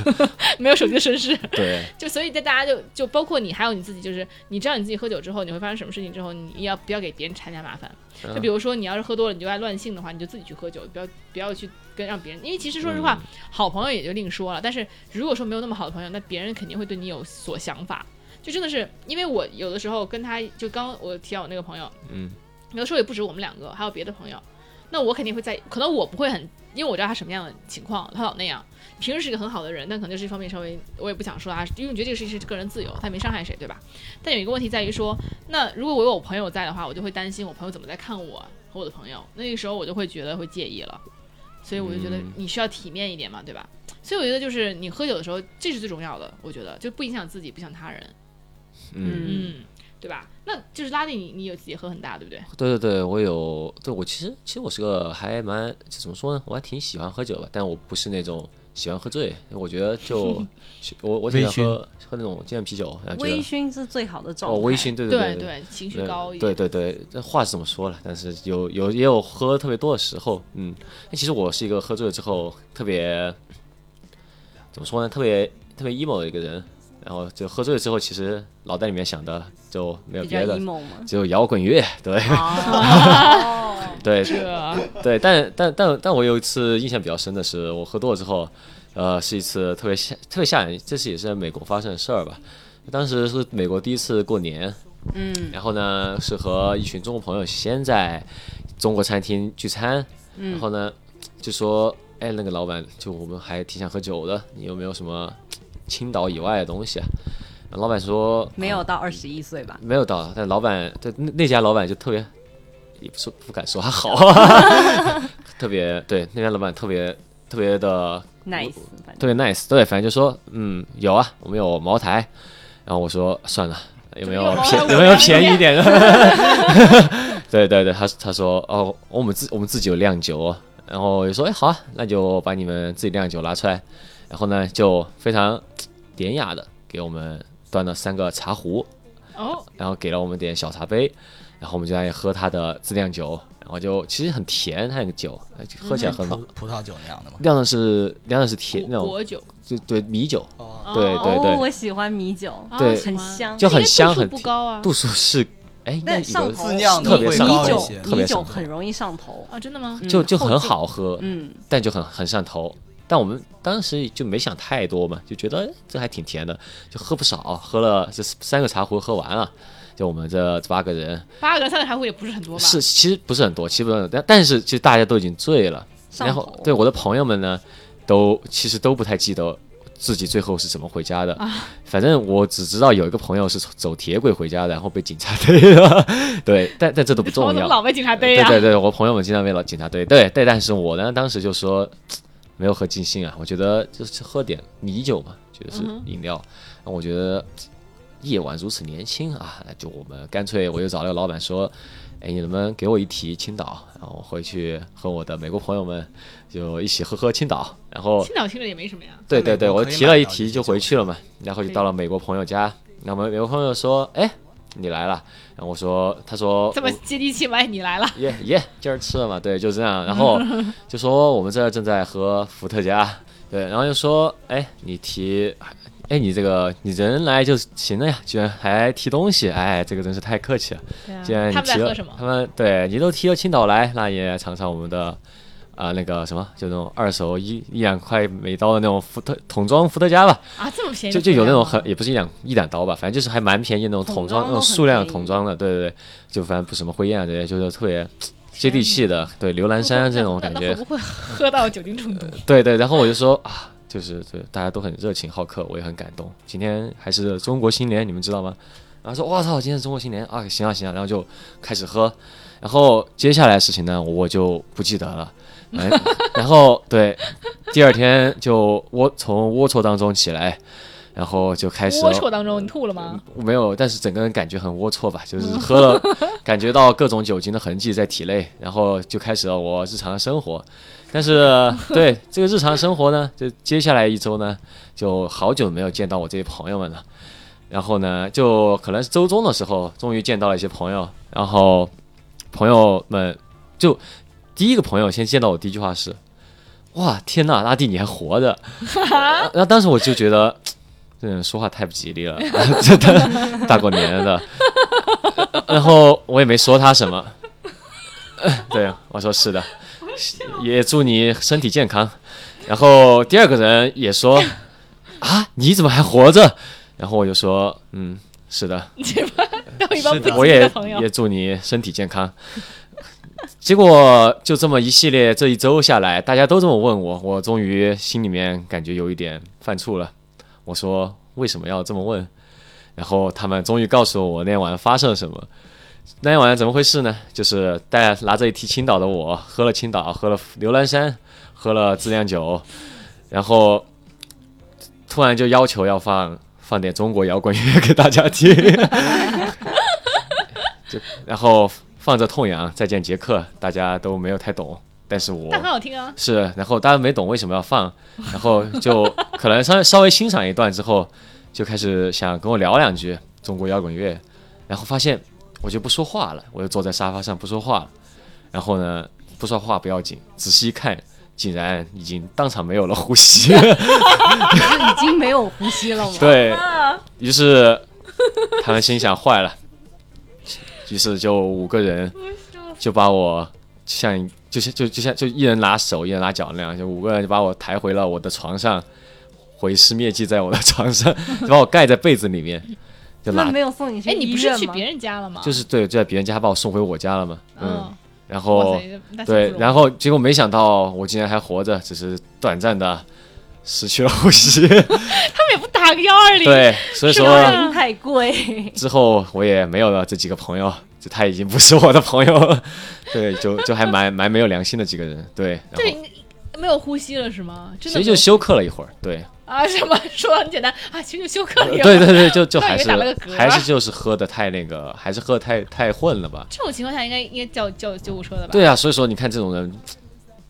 [SPEAKER 1] 没有手机的绅士，
[SPEAKER 5] 对，
[SPEAKER 1] 就所以在大家就就包括你，还有你自己，就是你知道你自己喝酒之后你会发生什么事情之后，你要不要给别人添加麻烦？就比如说你要是喝多了，你就爱乱性的话，你就自己去喝酒，不要不要去跟让别人，因为其实说实话，好朋友也就另说了。但是如果说没有那么好的朋友，那别人肯定会对你有所想法。就真的是因为我有的时候跟他就刚我提到我那个朋友，
[SPEAKER 5] 嗯，
[SPEAKER 1] 有的时候也不止我们两个，还有别的朋友。那我肯定会在，可能我不会很，因为我知道他什么样的情况，他老那样。平时是一个很好的人，但可能就是一方面稍微，我也不想说他，啊因为我觉得这个事情是个人自由，他也没伤害谁，对吧？但有一个问题在于说，那如果我有朋友在的话，我就会担心我朋友怎么在看我和我的朋友，那个时候我就会觉得会介意了，所以我就觉得
[SPEAKER 5] 嗯
[SPEAKER 1] 你需要体面一点嘛，对吧？所以我觉得就是你喝酒的时候，这是最重要的，我觉得就不影响自己，不影响他人，
[SPEAKER 5] 嗯，
[SPEAKER 1] 嗯，对吧？那就是拉丁，你你有自己喝很大，对不对？
[SPEAKER 5] 对对对，我有，对我其实其实我是个还蛮就怎么说呢，我还挺喜欢喝酒吧，但我不是那种喜欢喝醉，我觉得
[SPEAKER 1] (laughs)
[SPEAKER 5] 就我我挺喜欢
[SPEAKER 2] 微醺
[SPEAKER 5] 喝喝那种精酿啤酒，然后觉
[SPEAKER 4] 微
[SPEAKER 5] 得
[SPEAKER 4] 醺是最好的状态。
[SPEAKER 5] 哦微醺，对
[SPEAKER 1] 对
[SPEAKER 5] 对
[SPEAKER 1] 情绪高一
[SPEAKER 5] 对
[SPEAKER 1] 点，
[SPEAKER 5] 对对，这话是怎么说了？但是有有也有喝特别多的时候，嗯，但其实我是一个喝醉了之后特别怎么说呢？特别特别 emo 的一个人。然后就喝醉了之后，其实脑袋里面想的就没有
[SPEAKER 4] 比较
[SPEAKER 5] 别的，
[SPEAKER 4] emo 吗？
[SPEAKER 5] 只有摇滚乐。对
[SPEAKER 4] 哦，
[SPEAKER 5] (laughs) 对
[SPEAKER 1] 这
[SPEAKER 5] 对，但但但但我有一次印象比较深的是，我喝多了之后，呃，是一次特别吓特别吓人，这次也是在美国发生的事儿吧。当时是美国第一次过年，
[SPEAKER 4] 嗯，
[SPEAKER 5] 然后呢，是和一群中国朋友先在中国餐厅聚餐，然
[SPEAKER 4] 嗯
[SPEAKER 5] 后呢就说，哎，那个老板，就我们还挺想喝酒的，你有没有什么青岛以外的东西啊？然后老板说
[SPEAKER 4] 没有到二十一岁吧？
[SPEAKER 5] 没有到，但老板对那那家老板就特别，也不说不敢说他好， (laughs) 特别对那家老板特别特别的
[SPEAKER 4] nice，反正
[SPEAKER 5] 特别 nice，对，反正就说嗯有啊，我们有茅台，然后我说算了，有没有
[SPEAKER 1] 有茅台
[SPEAKER 5] 便
[SPEAKER 1] 我
[SPEAKER 5] 有没有
[SPEAKER 1] 两
[SPEAKER 5] 便宜
[SPEAKER 1] 件
[SPEAKER 5] 一点的？ (laughs) 对对对，他他说哦，我们自我们自己有酿酒哦，然后我就说哎好啊，那就把你们自己酿酒拿出来，然后呢就非常典雅的给我们端了三个茶壶，
[SPEAKER 1] 哦，
[SPEAKER 5] 然后给了我们点小茶杯，然后我们就在那里喝他的自酿酒，然后就其实很甜，他那个酒呃就喝起来很
[SPEAKER 2] 葡葡萄酒那样的吗？
[SPEAKER 5] 酿的是酿的是甜
[SPEAKER 1] 果
[SPEAKER 5] 那种，
[SPEAKER 1] 果酒，
[SPEAKER 5] 就对米酒，
[SPEAKER 2] 哦，
[SPEAKER 1] 哦
[SPEAKER 5] 对对
[SPEAKER 4] 哦，我喜欢米酒，
[SPEAKER 1] 啊
[SPEAKER 5] 对
[SPEAKER 1] 喜
[SPEAKER 4] 很
[SPEAKER 1] 欢
[SPEAKER 4] 香，
[SPEAKER 5] 就
[SPEAKER 1] 因
[SPEAKER 5] 很
[SPEAKER 1] 为
[SPEAKER 5] 香
[SPEAKER 1] 度数
[SPEAKER 5] 很
[SPEAKER 1] 不
[SPEAKER 5] 甜
[SPEAKER 1] 高啊
[SPEAKER 5] 度数是哎，那
[SPEAKER 4] 但上
[SPEAKER 5] 有
[SPEAKER 4] 头
[SPEAKER 2] 自酿的
[SPEAKER 5] 特别
[SPEAKER 2] 会
[SPEAKER 5] 上
[SPEAKER 2] 高
[SPEAKER 4] 米
[SPEAKER 5] 头
[SPEAKER 2] 一
[SPEAKER 4] 酒
[SPEAKER 2] 些，
[SPEAKER 5] 特别
[SPEAKER 4] 米
[SPEAKER 5] 上
[SPEAKER 4] 酒
[SPEAKER 5] 头
[SPEAKER 4] 很容易上头，
[SPEAKER 1] 啊，真的吗？
[SPEAKER 5] 就
[SPEAKER 4] 嗯
[SPEAKER 5] 就很
[SPEAKER 4] 后劲
[SPEAKER 5] 好喝，
[SPEAKER 4] 嗯，
[SPEAKER 5] 但就很很上头。但我们当时就没想太多嘛，就觉得哎这还挺甜的，就喝不少，喝了这三个茶壶喝完了，就我们这八个人
[SPEAKER 1] 八个三个茶壶也不是很多吧？
[SPEAKER 5] 是，其实不是很多，其实不是很多，但但是其实大家都已经醉了。
[SPEAKER 4] 上
[SPEAKER 5] 然
[SPEAKER 4] 头
[SPEAKER 5] 后，对我的朋友们呢，都其实都不太记得自己最后是怎么回家的。反正我只知道有一个朋友是走铁轨回家的，然后被警察逮了。对，但但这都不
[SPEAKER 1] 头
[SPEAKER 5] 重
[SPEAKER 1] 怎么
[SPEAKER 5] 要。
[SPEAKER 1] 老被警察逮
[SPEAKER 5] 对
[SPEAKER 1] 呀、
[SPEAKER 5] 对对，我朋友们经常被老警察逮。对对，但是我呢，当时就说嗯没有喝尽兴啊，我觉得就是喝点米酒嘛，觉得是
[SPEAKER 1] 嗯哼
[SPEAKER 5] 饮料。那我觉得夜晚如此年轻啊，那就我们干脆我就找那个老板说，哎，你能不能给我一提青岛？然后我回去和我的美国朋友们就一起喝喝青岛，然
[SPEAKER 1] (laughs)
[SPEAKER 5] 后
[SPEAKER 1] 青岛听着也没什么呀。
[SPEAKER 5] 对
[SPEAKER 2] 在
[SPEAKER 5] 对
[SPEAKER 2] 美
[SPEAKER 5] 对，
[SPEAKER 2] 国
[SPEAKER 5] 我
[SPEAKER 2] 可以
[SPEAKER 5] 提
[SPEAKER 2] 买
[SPEAKER 5] 了一
[SPEAKER 2] 到
[SPEAKER 5] 提
[SPEAKER 2] 这
[SPEAKER 5] 就
[SPEAKER 2] 些
[SPEAKER 5] 回
[SPEAKER 2] 酒
[SPEAKER 5] 去了嘛，然后就
[SPEAKER 1] 对
[SPEAKER 5] 到了美国朋友家，那么美国朋友说，哎，你来了，然后我说，他说
[SPEAKER 1] 这么
[SPEAKER 5] 我
[SPEAKER 1] 接地气吗？哎你来了， (laughs)
[SPEAKER 5] 耶耶，今儿吃了嘛，对，就这样，然后就说我们这儿正在喝伏特加，对，然后就说，哎，你提。哎，你这个你人来就行了呀，居然还提东西，哎，这个真是太客气了。既然你
[SPEAKER 1] 嗯他们在
[SPEAKER 5] 提了，
[SPEAKER 1] 喝什么？
[SPEAKER 5] 他们对你都提了青岛来，那也尝尝我们的啊、那个什么，就那种二手一一两块美刀的那种伏特桶装伏特加吧，
[SPEAKER 1] 啊，这么便宜
[SPEAKER 5] 就
[SPEAKER 1] 的
[SPEAKER 5] 就有那种
[SPEAKER 1] 葡萄
[SPEAKER 5] 很也不是一两一两刀吧，反正就是还蛮便宜那种桶
[SPEAKER 4] 桶
[SPEAKER 5] 装
[SPEAKER 4] 装
[SPEAKER 5] 那种
[SPEAKER 4] 都很
[SPEAKER 5] 数量的
[SPEAKER 4] 便宜
[SPEAKER 5] 桶装的，对对对，就反正不什么灰雁啊这些，就是特别接地气的，对刘
[SPEAKER 1] 酒
[SPEAKER 5] 兰山
[SPEAKER 1] 那
[SPEAKER 5] 这种感
[SPEAKER 1] 那 (laughs)
[SPEAKER 5] 觉
[SPEAKER 1] 会，不会喝到酒精中毒？
[SPEAKER 5] 对对，然后我就说啊，就是对大家都很热情好客，我也很感动。今天还是中国新年，你们知道吗？然后说哇操，今天是中国新年啊，行啊行啊，然后就开始喝。然后接下来的事情呢，我就不记得了。哎然后对，第二天就窝从龌龊当中起来，然后就开始
[SPEAKER 1] 龌龊当中你吐了吗？
[SPEAKER 5] 没有，但是整个人感觉很龌龊吧，就是喝了，感觉到各种酒精的痕迹在体内，然后就开始了我日常的生活。但是对这个日常生活呢，就接下来一周呢，就好久没有见到我这些朋友们了。然后呢，就可能是周中的时候，终于见到了一些朋友，然后朋友们就第一个朋友先见到我第一句话是：“哇，天呐，拉蒂你还活着！”然后然后当时我就觉得。这人说话太不吉利了， (laughs) 这大 (laughs) 大过年的，然后我也没说他什么， (laughs) 对，我说是的，也祝你身体健康。然后第二个人也说， (laughs) 啊，你怎么还活着？然后我就说，嗯，是的，
[SPEAKER 1] 到一帮
[SPEAKER 2] 是
[SPEAKER 1] 不吉
[SPEAKER 2] 的
[SPEAKER 5] 我
[SPEAKER 1] 利的
[SPEAKER 5] 也
[SPEAKER 1] 朋友，
[SPEAKER 5] 也祝你身体健康。 (laughs) 结果就这么一系列，这一周下来，大家都这么问我，我终于心里面感觉有一点犯怵了。我说为什么要这么问？然后他们终于告诉我那天晚上发生了什么。那天晚上怎么回事呢？就是带拿着一提青岛的我，喝了青岛，喝了牛栏山，喝了自酿酒，然后突然就要求要放放点中国摇滚乐给大家听。 (laughs) 然后放着《痛痒》《再见杰克》，大家都没有太懂，但是我
[SPEAKER 1] 但很好听啊。
[SPEAKER 5] (laughs) 是，然后大家没懂为什么要放，然后就可能稍微稍微欣赏一段之后，就开始想跟我聊两句中国摇滚乐，然后发现我就不说话了，我就坐在沙发上不说话了，然后呢不说话不要紧，仔细一看，竟然已经当场没有了呼吸，
[SPEAKER 4] 就已经没有呼吸了吗？
[SPEAKER 5] 对，于是他们心想坏了，于是就五个人就把我像就像就就像就一人拿手一人拿脚那样，就五个人就把我抬回了我的床上，毁尸灭迹在我的床上， (laughs) 就把我盖在被子里面，就
[SPEAKER 4] 那
[SPEAKER 5] 拿
[SPEAKER 4] 没有送你去
[SPEAKER 1] 哎，你不
[SPEAKER 4] 医
[SPEAKER 1] 是
[SPEAKER 4] 院
[SPEAKER 1] 去
[SPEAKER 4] 吗？
[SPEAKER 1] 别人家了吗？
[SPEAKER 5] 就是对就在别人家把我送回我家了嘛，嗯，
[SPEAKER 1] 嗯，
[SPEAKER 5] 然
[SPEAKER 1] 哇
[SPEAKER 5] 后
[SPEAKER 1] 塞，那挺
[SPEAKER 5] 对
[SPEAKER 1] 不，容易
[SPEAKER 5] 然后结果没想到我竟然还活着，只是短暂的失去了呼吸。
[SPEAKER 1] 他们也不打个幺二零，
[SPEAKER 5] (laughs) 对，所以
[SPEAKER 1] 是
[SPEAKER 5] 说
[SPEAKER 1] 吧
[SPEAKER 4] 因太贵，
[SPEAKER 5] 之后我也没有了这几个朋友，就他已经不是我的朋友了。 (laughs) 对，就就还蛮蛮没有良心的几个人。对，然
[SPEAKER 1] 对
[SPEAKER 5] 后
[SPEAKER 1] 你没有呼吸了是吗？真的
[SPEAKER 5] 其实
[SPEAKER 1] 没
[SPEAKER 5] 就
[SPEAKER 1] 有
[SPEAKER 5] 休克了一会儿。对，
[SPEAKER 1] 啊什么说的很简单啊，其实就休克了一会儿。
[SPEAKER 5] 对对对，就就
[SPEAKER 1] 我以为
[SPEAKER 5] 还是
[SPEAKER 1] 打了个嗝
[SPEAKER 5] 还是就是喝的太那个，还是喝的太太混了吧？
[SPEAKER 1] 这种情况下应该应该叫叫救护车的吧？
[SPEAKER 5] 对啊，所以说你看这种人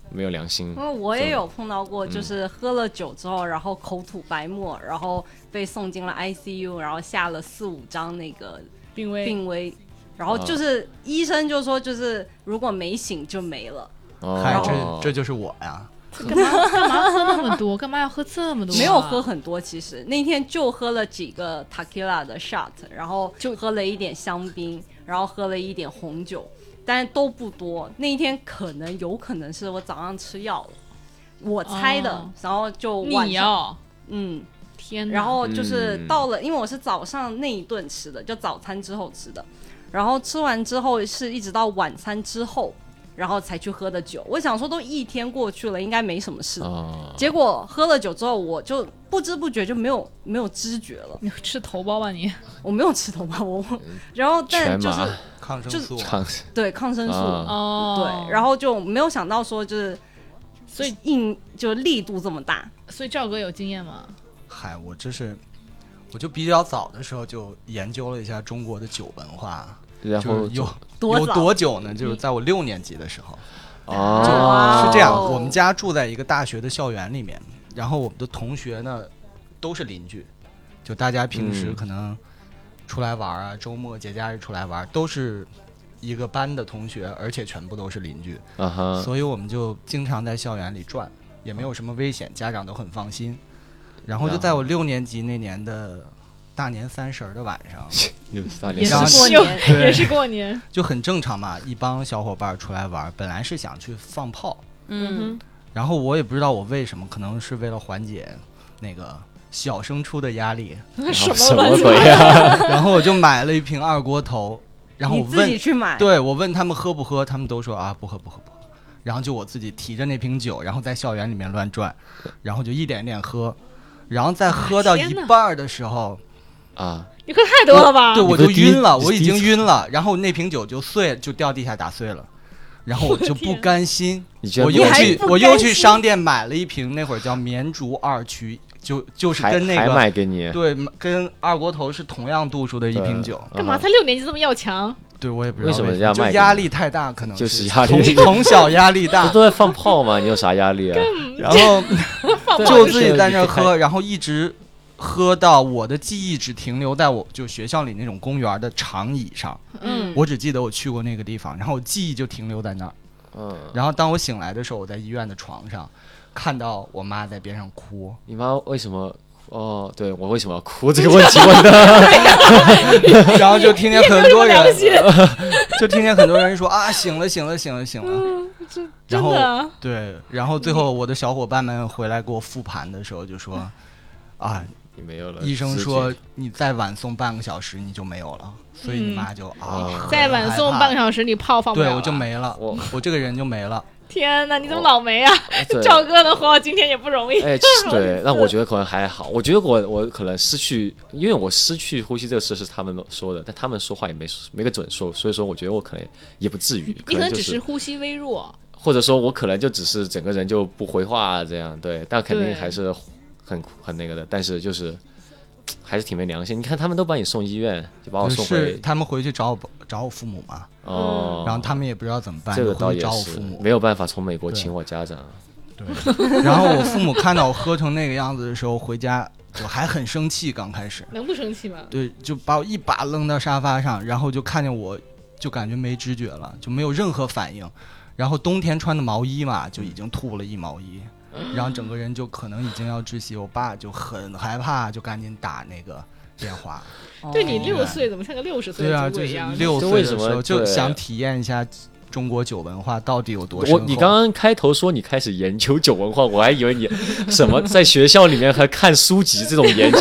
[SPEAKER 5] 没有良心
[SPEAKER 4] 因。为我也有碰到过，就是喝了酒之后，然后口吐白沫，然后被送进了 ICU，然后下了四五张那个
[SPEAKER 1] 病危
[SPEAKER 4] 病危，然后就是医生就说，就是如果没醒就没了。
[SPEAKER 2] 嗨，
[SPEAKER 5] 哦
[SPEAKER 2] 这，这就是我呀！
[SPEAKER 1] (laughs) 干嘛干嘛喝那么多？干嘛要喝这么多啊、
[SPEAKER 4] 没有喝很多，其实那天就喝了几个 tequila 的 shot，然后就喝了一点香槟，然后喝了一点红酒，但都不多。那一天可能有可能是我早上吃药了，我猜的。
[SPEAKER 1] 哦
[SPEAKER 4] 然后就晚
[SPEAKER 1] 你
[SPEAKER 4] 上，
[SPEAKER 1] 要
[SPEAKER 4] 嗯，
[SPEAKER 1] 天哪，
[SPEAKER 4] 然后就是
[SPEAKER 5] 嗯
[SPEAKER 4] 到了，因为我是早上那一顿吃的，就早餐之后吃的，然后吃完之后是一直到晚餐之后，然后才去喝的酒。我想说都一天过去了，应该没什么事 (laughs)
[SPEAKER 5] 哦，
[SPEAKER 4] 结果喝了酒之后，我就不知不觉就没有没有知觉了，
[SPEAKER 1] 你吃头孢吧你？
[SPEAKER 4] 我没有吃头发，我然后但
[SPEAKER 5] 嗯全
[SPEAKER 4] 就是
[SPEAKER 5] 麻
[SPEAKER 2] 抗生
[SPEAKER 4] 就是
[SPEAKER 2] 素啊，
[SPEAKER 5] 唱
[SPEAKER 4] 对抗生素，
[SPEAKER 5] 啊，
[SPEAKER 1] 哦，
[SPEAKER 4] 对，然后就没有想到说就是
[SPEAKER 1] 所以
[SPEAKER 4] 硬就力度这么大，
[SPEAKER 1] 所以赵哥有经验吗？
[SPEAKER 2] 嗨，我这是，我就比较早的时候就研究了一下中国的酒文化，
[SPEAKER 5] 然
[SPEAKER 2] 就
[SPEAKER 5] 后
[SPEAKER 2] 是有
[SPEAKER 4] (laughs) 多
[SPEAKER 2] 有
[SPEAKER 4] 早嗯
[SPEAKER 2] 多久呢？就是在我六年级的时候，
[SPEAKER 5] 哦，
[SPEAKER 2] 是这样，
[SPEAKER 4] 哦
[SPEAKER 2] 我们家住在一个大学的校园里面，然后我们的同学呢都是邻居，就大家平时
[SPEAKER 5] 嗯
[SPEAKER 2] 可能出来玩啊，周末节假日出来玩，都是一个班的同学，而且全部都是邻居，
[SPEAKER 5] 啊哈， (laughs)
[SPEAKER 2] 所以我们就经常在校园里转，也没有什么危险，家长都很放心。然
[SPEAKER 5] 嗯
[SPEAKER 2] 后就在我六年级那年的大年三十儿的晚上，
[SPEAKER 5] 六大
[SPEAKER 1] 也
[SPEAKER 5] 年
[SPEAKER 1] 是
[SPEAKER 2] 然后
[SPEAKER 5] 三
[SPEAKER 1] 过
[SPEAKER 5] 十，
[SPEAKER 1] 年，
[SPEAKER 2] 对
[SPEAKER 1] 也是过年。
[SPEAKER 2] 就很正常嘛，一帮小伙伴儿出来玩儿，本来是想去放炮。
[SPEAKER 4] 嗯，
[SPEAKER 2] 然后我也不知道我为什么，可能是为了缓解那个小升初的压
[SPEAKER 4] (laughs)
[SPEAKER 2] 力，
[SPEAKER 1] 哼，
[SPEAKER 5] 什
[SPEAKER 1] 么乱
[SPEAKER 5] 么
[SPEAKER 1] 七
[SPEAKER 5] 鬼啊
[SPEAKER 1] 八糟？
[SPEAKER 5] 呀？
[SPEAKER 2] 然后我就买了一瓶二锅头，然后
[SPEAKER 4] 你
[SPEAKER 2] 我
[SPEAKER 4] 自己
[SPEAKER 2] 问，
[SPEAKER 4] 去买，
[SPEAKER 2] 对我问他们喝不喝，他们都说啊不喝不喝不喝，然后就我自己提着那瓶酒，然后在校园里面乱转，然后就一点一点喝，然后在喝
[SPEAKER 4] 啊
[SPEAKER 2] 到
[SPEAKER 1] 天
[SPEAKER 2] 一
[SPEAKER 1] 哪
[SPEAKER 2] 半儿的时候，
[SPEAKER 5] 啊，
[SPEAKER 1] 你喝太多了吧？
[SPEAKER 2] 对
[SPEAKER 5] 你
[SPEAKER 2] 我
[SPEAKER 5] 不
[SPEAKER 2] 就是
[SPEAKER 5] 第一
[SPEAKER 2] 晕了，
[SPEAKER 5] 你
[SPEAKER 2] 我
[SPEAKER 5] 是
[SPEAKER 2] 已
[SPEAKER 5] 第一
[SPEAKER 2] 经
[SPEAKER 5] 次
[SPEAKER 2] 晕了，然后那瓶酒就碎，就掉地下打碎了。然后我就不
[SPEAKER 1] 天
[SPEAKER 2] 甘心，
[SPEAKER 5] 你居然
[SPEAKER 2] 我
[SPEAKER 5] 不
[SPEAKER 2] 又
[SPEAKER 5] 敢
[SPEAKER 4] 还
[SPEAKER 2] 去
[SPEAKER 4] 不
[SPEAKER 2] 我又
[SPEAKER 4] 甘
[SPEAKER 2] 去
[SPEAKER 4] 心
[SPEAKER 2] 商店买了一瓶，那会儿叫绵竹二曲，就就是
[SPEAKER 5] 还
[SPEAKER 2] 跟那
[SPEAKER 5] 还
[SPEAKER 2] 个
[SPEAKER 5] 卖给你啊
[SPEAKER 2] 对，跟二锅头是同样度数的一瓶酒。
[SPEAKER 1] 干嘛？？他六年级这么要强？
[SPEAKER 2] 对我也不知道
[SPEAKER 5] 为什么
[SPEAKER 2] 什么，
[SPEAKER 5] 人家
[SPEAKER 2] 就
[SPEAKER 5] 卖给
[SPEAKER 2] 压
[SPEAKER 5] 你
[SPEAKER 2] 力太大，可能
[SPEAKER 5] 就
[SPEAKER 2] 是
[SPEAKER 5] 是压力 (laughs)
[SPEAKER 2] 从从小压力
[SPEAKER 5] 不
[SPEAKER 1] 啊
[SPEAKER 5] (laughs)
[SPEAKER 2] 大，
[SPEAKER 5] 都在放
[SPEAKER 1] (laughs)
[SPEAKER 5] 炮吗？你有啥压力啊？
[SPEAKER 2] 然后
[SPEAKER 1] 放
[SPEAKER 5] (laughs) 对
[SPEAKER 2] 就
[SPEAKER 5] 就
[SPEAKER 2] 自
[SPEAKER 5] 是
[SPEAKER 2] 己在那儿
[SPEAKER 5] 你看
[SPEAKER 2] 喝，然后一直喝到我的记忆只停留在我就学校里那种公园的长椅上，
[SPEAKER 1] 嗯，
[SPEAKER 2] 我只记得我去过那个地方，然后记忆就停留在那儿。
[SPEAKER 5] 嗯，
[SPEAKER 2] 然后当我醒来的时候，我在医院的床上看到我妈在边上
[SPEAKER 1] (laughs)
[SPEAKER 2] 哭，
[SPEAKER 5] 你妈为什么？哦，对我为什么要哭这个问题问
[SPEAKER 2] (laughs)
[SPEAKER 5] 的？
[SPEAKER 2] 然后就听见很多
[SPEAKER 1] 良
[SPEAKER 2] 人
[SPEAKER 1] 心，
[SPEAKER 2] (laughs) 就听见很多人说啊醒了醒了醒了醒了，
[SPEAKER 1] 嗯真
[SPEAKER 2] 然后
[SPEAKER 1] 的啊。
[SPEAKER 2] 对，然后最后我的小伙伴们回来给我复盘的时候就
[SPEAKER 1] 嗯
[SPEAKER 2] 说，啊，
[SPEAKER 5] 你没有了。
[SPEAKER 2] 医生说，你再晚送半个小时你就没有了，所以你妈就啊
[SPEAKER 5] 嗯
[SPEAKER 1] 再晚送半个
[SPEAKER 2] 小
[SPEAKER 1] 小时，你炮放不了
[SPEAKER 2] 对
[SPEAKER 1] 了
[SPEAKER 2] 我就。没了，
[SPEAKER 5] 我
[SPEAKER 2] 我这个人就没了，
[SPEAKER 1] 天哪，你怎么老没啊？
[SPEAKER 5] 对
[SPEAKER 1] 赵哥能活到今天也不容易。
[SPEAKER 5] 哎，其实对，那我觉得可能还好。我觉得我我可能失去，因为我失去呼吸这个事是他们说的，但他们说话也没没个准数，所以说我觉得我可能也不至于，
[SPEAKER 1] 你可
[SPEAKER 5] 能
[SPEAKER 1] 能
[SPEAKER 5] 就
[SPEAKER 1] 只
[SPEAKER 5] 是
[SPEAKER 1] 是呼吸微弱，
[SPEAKER 5] 或者说我可能就只是整个人就不回话这样，对，但肯
[SPEAKER 1] 对
[SPEAKER 5] 定还是很很那个的，但是就是嘖还是挺没良心。你看他们都把你送医院，就把我
[SPEAKER 2] 就
[SPEAKER 5] 送
[SPEAKER 2] 是
[SPEAKER 5] 回
[SPEAKER 2] 他们回去找我找我父母嘛，
[SPEAKER 1] 嗯
[SPEAKER 5] 哦，
[SPEAKER 2] 然后他们也不知道怎么办，
[SPEAKER 5] 这个
[SPEAKER 2] 就
[SPEAKER 5] 倒
[SPEAKER 2] 回去
[SPEAKER 5] 也
[SPEAKER 2] 找我
[SPEAKER 5] 是
[SPEAKER 2] 父母
[SPEAKER 5] 没，有办法从美国
[SPEAKER 2] 对
[SPEAKER 5] 请我家长，
[SPEAKER 2] 对，然后我父母看到我喝成那个样子的时候，回家就还很生气，刚开始。
[SPEAKER 1] 能不生气吗？
[SPEAKER 2] 对，就把我一把扔到沙发上，然后就看见我，就感觉没知觉了，就没有任何反应。然后冬天穿的毛衣嘛，就已经吐了一毛衣，然后整个人就可能已经要窒息。我爸就很害怕，就赶紧打那个电话。
[SPEAKER 1] 对你
[SPEAKER 2] 哦
[SPEAKER 1] 六岁怎么像个六十岁
[SPEAKER 2] 对啊，
[SPEAKER 1] 的
[SPEAKER 2] 就
[SPEAKER 1] 鬼一
[SPEAKER 2] 是
[SPEAKER 1] 样？
[SPEAKER 2] 六
[SPEAKER 5] 这
[SPEAKER 2] 岁
[SPEAKER 5] 为
[SPEAKER 2] 的
[SPEAKER 5] 什
[SPEAKER 2] 时
[SPEAKER 5] 么
[SPEAKER 2] 候就
[SPEAKER 5] 对
[SPEAKER 2] 想体验一下中国酒文化到底有多深
[SPEAKER 5] 我
[SPEAKER 2] 厚。
[SPEAKER 5] 你刚刚开头说你开始研究酒文化，我还以为你什么在学校里面还看书籍这种研
[SPEAKER 2] (laughs)
[SPEAKER 5] 究，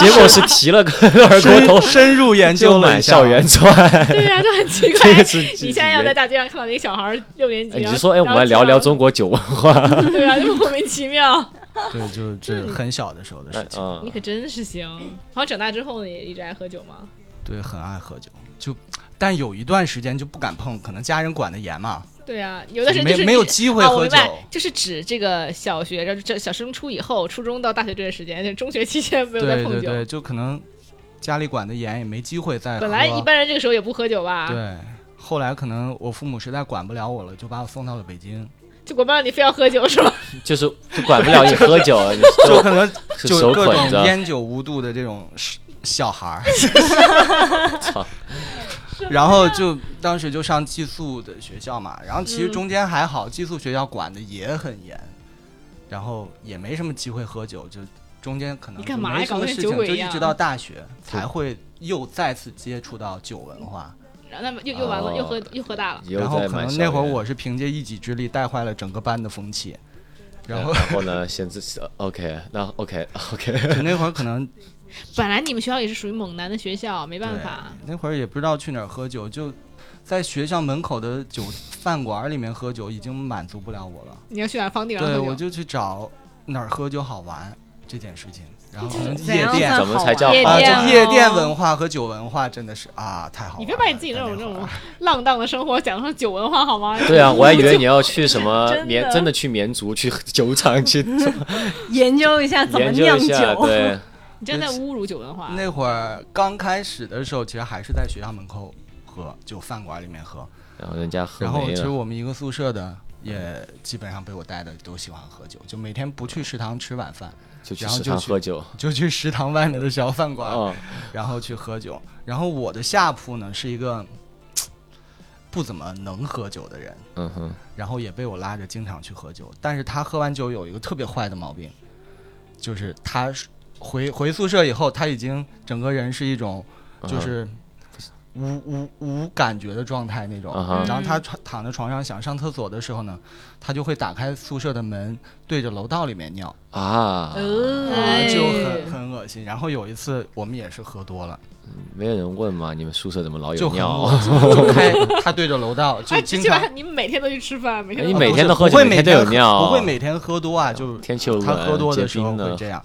[SPEAKER 5] 结果是提了个 (laughs) 二锅头
[SPEAKER 2] 深深入研
[SPEAKER 5] 就
[SPEAKER 2] 究了
[SPEAKER 5] 买
[SPEAKER 2] 一
[SPEAKER 5] 校
[SPEAKER 2] 下 (laughs)
[SPEAKER 5] 园转。
[SPEAKER 1] 对啊呀、就很奇怪
[SPEAKER 5] 这。个是
[SPEAKER 1] 你现在要在大街上看到一个小孩儿六年级，
[SPEAKER 5] 哎你
[SPEAKER 1] 然
[SPEAKER 5] 就
[SPEAKER 1] 后
[SPEAKER 5] 说哎，我们来聊聊，中国酒
[SPEAKER 1] (laughs)
[SPEAKER 5] 文化。
[SPEAKER 1] 然后对
[SPEAKER 2] (laughs)
[SPEAKER 1] 啊，就莫名其妙。
[SPEAKER 2] 对，就是这很小的时候的事情。
[SPEAKER 5] 嗯
[SPEAKER 1] (laughs) 你，可真是行。然后长大之后呢，也一直爱喝酒吗？
[SPEAKER 2] 对，很爱喝酒，就但有一段时间就不敢碰，可能家人管得严嘛。
[SPEAKER 1] 对啊，有的人
[SPEAKER 2] 没
[SPEAKER 1] 就是
[SPEAKER 2] 没有机会
[SPEAKER 1] 啊，
[SPEAKER 2] 喝
[SPEAKER 1] 我明白
[SPEAKER 2] 酒，
[SPEAKER 1] 就是指这个小学这这小升初以后，初中到大学这段时间，就中学期间没有再
[SPEAKER 2] 对
[SPEAKER 1] 碰
[SPEAKER 2] 对
[SPEAKER 1] 酒。
[SPEAKER 2] 对，就可能家里管得严，也没机会再喝。
[SPEAKER 1] 本来一般啊人这个时候也不喝酒吧，
[SPEAKER 2] 对，后来可能我父母实在管不了我了，就把我送到了北京，
[SPEAKER 1] 就管不了你非要喝酒是吧？ (laughs)
[SPEAKER 5] 就是就管不了你喝酒，你
[SPEAKER 2] (laughs) 就可能
[SPEAKER 5] 是
[SPEAKER 2] 就
[SPEAKER 5] 手
[SPEAKER 2] 各
[SPEAKER 5] 捆
[SPEAKER 2] 种
[SPEAKER 5] 着。
[SPEAKER 2] 烟酒无度的这种是小孩儿。
[SPEAKER 5] (laughs)
[SPEAKER 1] (laughs)
[SPEAKER 5] 操，
[SPEAKER 2] 然后
[SPEAKER 1] 啊
[SPEAKER 2] 就当时就上寄宿的学校嘛，然后其实
[SPEAKER 1] 嗯
[SPEAKER 2] 中间还好，寄宿学校管的也很严，然后也没什么机会喝酒，就中间可能
[SPEAKER 1] 你干嘛呀
[SPEAKER 2] 就没什么事
[SPEAKER 1] 搞得跟酒
[SPEAKER 2] 情，
[SPEAKER 1] 鬼
[SPEAKER 2] 就
[SPEAKER 1] 一样
[SPEAKER 2] 一直到大
[SPEAKER 5] (laughs)
[SPEAKER 2] 学才会又再次接触到酒文化。
[SPEAKER 1] 然后那么又又完了，
[SPEAKER 5] 哦
[SPEAKER 1] 又喝又喝大了。
[SPEAKER 5] 以后
[SPEAKER 2] 然后
[SPEAKER 5] 再
[SPEAKER 2] 可
[SPEAKER 5] 买
[SPEAKER 2] 能
[SPEAKER 5] 校
[SPEAKER 2] 那会儿
[SPEAKER 5] 园
[SPEAKER 2] 我是凭借一己之力带坏了整个班的风
[SPEAKER 5] (laughs)
[SPEAKER 2] 气，然后
[SPEAKER 5] 哎然后呢，先自己呃 OK，那 OK OK，
[SPEAKER 2] 就那会儿可能
[SPEAKER 1] 本来你们学校也是属于猛男的学校，没办法。
[SPEAKER 2] 那会儿也不知道去哪儿喝酒，就在学校门口的酒饭馆里面喝酒，已经满足不了我了。
[SPEAKER 1] 你要去哪儿放地上
[SPEAKER 2] 对，
[SPEAKER 1] 喝
[SPEAKER 2] 我
[SPEAKER 1] 酒？
[SPEAKER 2] 就去找哪儿喝酒好玩这件事情，然后可能
[SPEAKER 4] 怎
[SPEAKER 2] 夜
[SPEAKER 4] 样
[SPEAKER 2] 店
[SPEAKER 4] 算
[SPEAKER 5] 怎么才
[SPEAKER 4] 好玩
[SPEAKER 5] 叫
[SPEAKER 1] 夜
[SPEAKER 5] 好
[SPEAKER 2] 啊，
[SPEAKER 1] 店
[SPEAKER 5] 玩
[SPEAKER 1] 啊
[SPEAKER 2] 这夜店文化和酒文化真的是啊，太好玩了。
[SPEAKER 1] 你别把你自己那种
[SPEAKER 2] 在
[SPEAKER 1] 那
[SPEAKER 2] 会儿
[SPEAKER 1] 种浪荡的生活讲成酒文化好吗？
[SPEAKER 5] 对啊，我还以为你要去什么
[SPEAKER 1] 真的
[SPEAKER 5] 绵，真的去绵竹去酒厂去
[SPEAKER 4] 研究一下怎么
[SPEAKER 5] 研究
[SPEAKER 4] 酿
[SPEAKER 5] 一下，
[SPEAKER 4] 酒，
[SPEAKER 5] 对，
[SPEAKER 1] 你这样在侮辱酒文化。
[SPEAKER 2] 那会儿刚开始的时候，其实还是在学校门口喝，就饭馆里面喝。
[SPEAKER 5] 然后人家喝
[SPEAKER 2] 然后
[SPEAKER 5] 没
[SPEAKER 2] 其实
[SPEAKER 5] 了，
[SPEAKER 2] 我们一个宿舍的也基本上被我带的都喜欢喝酒，就每天不去食堂吃晚饭，
[SPEAKER 5] 就去
[SPEAKER 2] 然后
[SPEAKER 5] 食
[SPEAKER 2] 就
[SPEAKER 5] 堂
[SPEAKER 2] 去
[SPEAKER 5] 喝酒。
[SPEAKER 2] 就去食堂外面的小饭馆。
[SPEAKER 5] 哦，
[SPEAKER 2] 然后去喝酒。然后我的下铺呢是一个不怎么能喝酒的人，
[SPEAKER 5] 嗯哼，
[SPEAKER 2] 然后也被我拉着经常去喝酒。但是他喝完酒有一个特别坏的毛病，就是他回回宿舍以后，他已经整个人是一种就
[SPEAKER 5] 嗯
[SPEAKER 2] 是无、无无感觉的状态那种。
[SPEAKER 5] 嗯哼
[SPEAKER 2] 然后他床躺在床上想上厕所的时候呢，他就会打开宿舍的门，对着楼道里面尿。
[SPEAKER 1] 哎
[SPEAKER 2] 啊，
[SPEAKER 5] 啊，
[SPEAKER 4] 呃
[SPEAKER 2] 就很很恶心。然后有一次我们也是喝多了，
[SPEAKER 5] 没有人问嘛，你们宿舍怎么老
[SPEAKER 2] 就
[SPEAKER 5] 有
[SPEAKER 2] 很
[SPEAKER 5] 尿？啊
[SPEAKER 2] 恶
[SPEAKER 5] (laughs)
[SPEAKER 2] 心就开他对着楼道，就
[SPEAKER 1] 哎，
[SPEAKER 2] 经
[SPEAKER 1] 基
[SPEAKER 2] 常
[SPEAKER 1] 本上你们每天都去吃饭，每天
[SPEAKER 5] 哎
[SPEAKER 1] 都
[SPEAKER 5] 你
[SPEAKER 2] 啊
[SPEAKER 5] 每
[SPEAKER 2] 不
[SPEAKER 5] 天
[SPEAKER 2] 是
[SPEAKER 5] 都喝
[SPEAKER 2] 不
[SPEAKER 5] 酒
[SPEAKER 2] 会
[SPEAKER 5] 每
[SPEAKER 2] 每
[SPEAKER 5] 天都有
[SPEAKER 2] 喝
[SPEAKER 5] 尿
[SPEAKER 2] 不会每天喝多啊，就是
[SPEAKER 5] 天气又
[SPEAKER 2] 他
[SPEAKER 5] 冷，
[SPEAKER 2] 喝多的时
[SPEAKER 5] 结
[SPEAKER 2] 候
[SPEAKER 5] 冰
[SPEAKER 2] 会
[SPEAKER 5] 的，
[SPEAKER 2] 这样。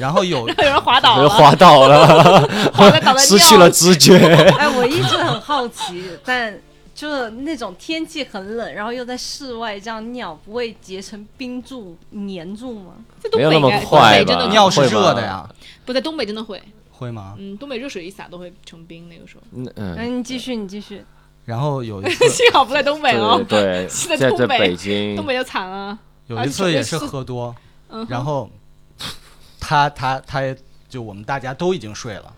[SPEAKER 2] 然后
[SPEAKER 5] (laughs)
[SPEAKER 1] (laughs)
[SPEAKER 2] 有
[SPEAKER 1] 有人滑倒
[SPEAKER 5] 有人
[SPEAKER 1] 了，
[SPEAKER 5] 滑倒了，
[SPEAKER 1] 滑
[SPEAKER 5] (laughs)
[SPEAKER 1] 在倒在
[SPEAKER 5] 失
[SPEAKER 1] 尿
[SPEAKER 5] 去了知觉。
[SPEAKER 4] 哎，我一直很好奇， (laughs) 但就是那种天气很冷，然后又在室外这样尿，不会结成冰柱粘住吗？
[SPEAKER 1] 在东
[SPEAKER 5] 没
[SPEAKER 1] 北
[SPEAKER 5] 有那么
[SPEAKER 1] 应该
[SPEAKER 5] 快
[SPEAKER 1] 东北真
[SPEAKER 5] 吧
[SPEAKER 1] 的
[SPEAKER 2] 尿是
[SPEAKER 5] 会
[SPEAKER 2] 热
[SPEAKER 5] 吗
[SPEAKER 2] 的呀，
[SPEAKER 1] 不在东北真的会，
[SPEAKER 2] 会吗？
[SPEAKER 1] 嗯，东北热水一洒都会成冰，那个时候
[SPEAKER 5] 嗯
[SPEAKER 4] 那
[SPEAKER 5] 嗯，
[SPEAKER 4] 哎你继续，你继续。
[SPEAKER 2] 然后有
[SPEAKER 5] (laughs)
[SPEAKER 2] 一次
[SPEAKER 1] 幸好不在东北哦
[SPEAKER 5] 对，对，
[SPEAKER 1] 是在
[SPEAKER 5] 在
[SPEAKER 1] 东
[SPEAKER 5] 在
[SPEAKER 1] 北
[SPEAKER 5] 北
[SPEAKER 1] (laughs)
[SPEAKER 5] 京
[SPEAKER 1] 东，北就惨了。
[SPEAKER 2] 有一次也是喝多，
[SPEAKER 1] 嗯哼，
[SPEAKER 2] 然后他他他也就我们大家都已经睡了，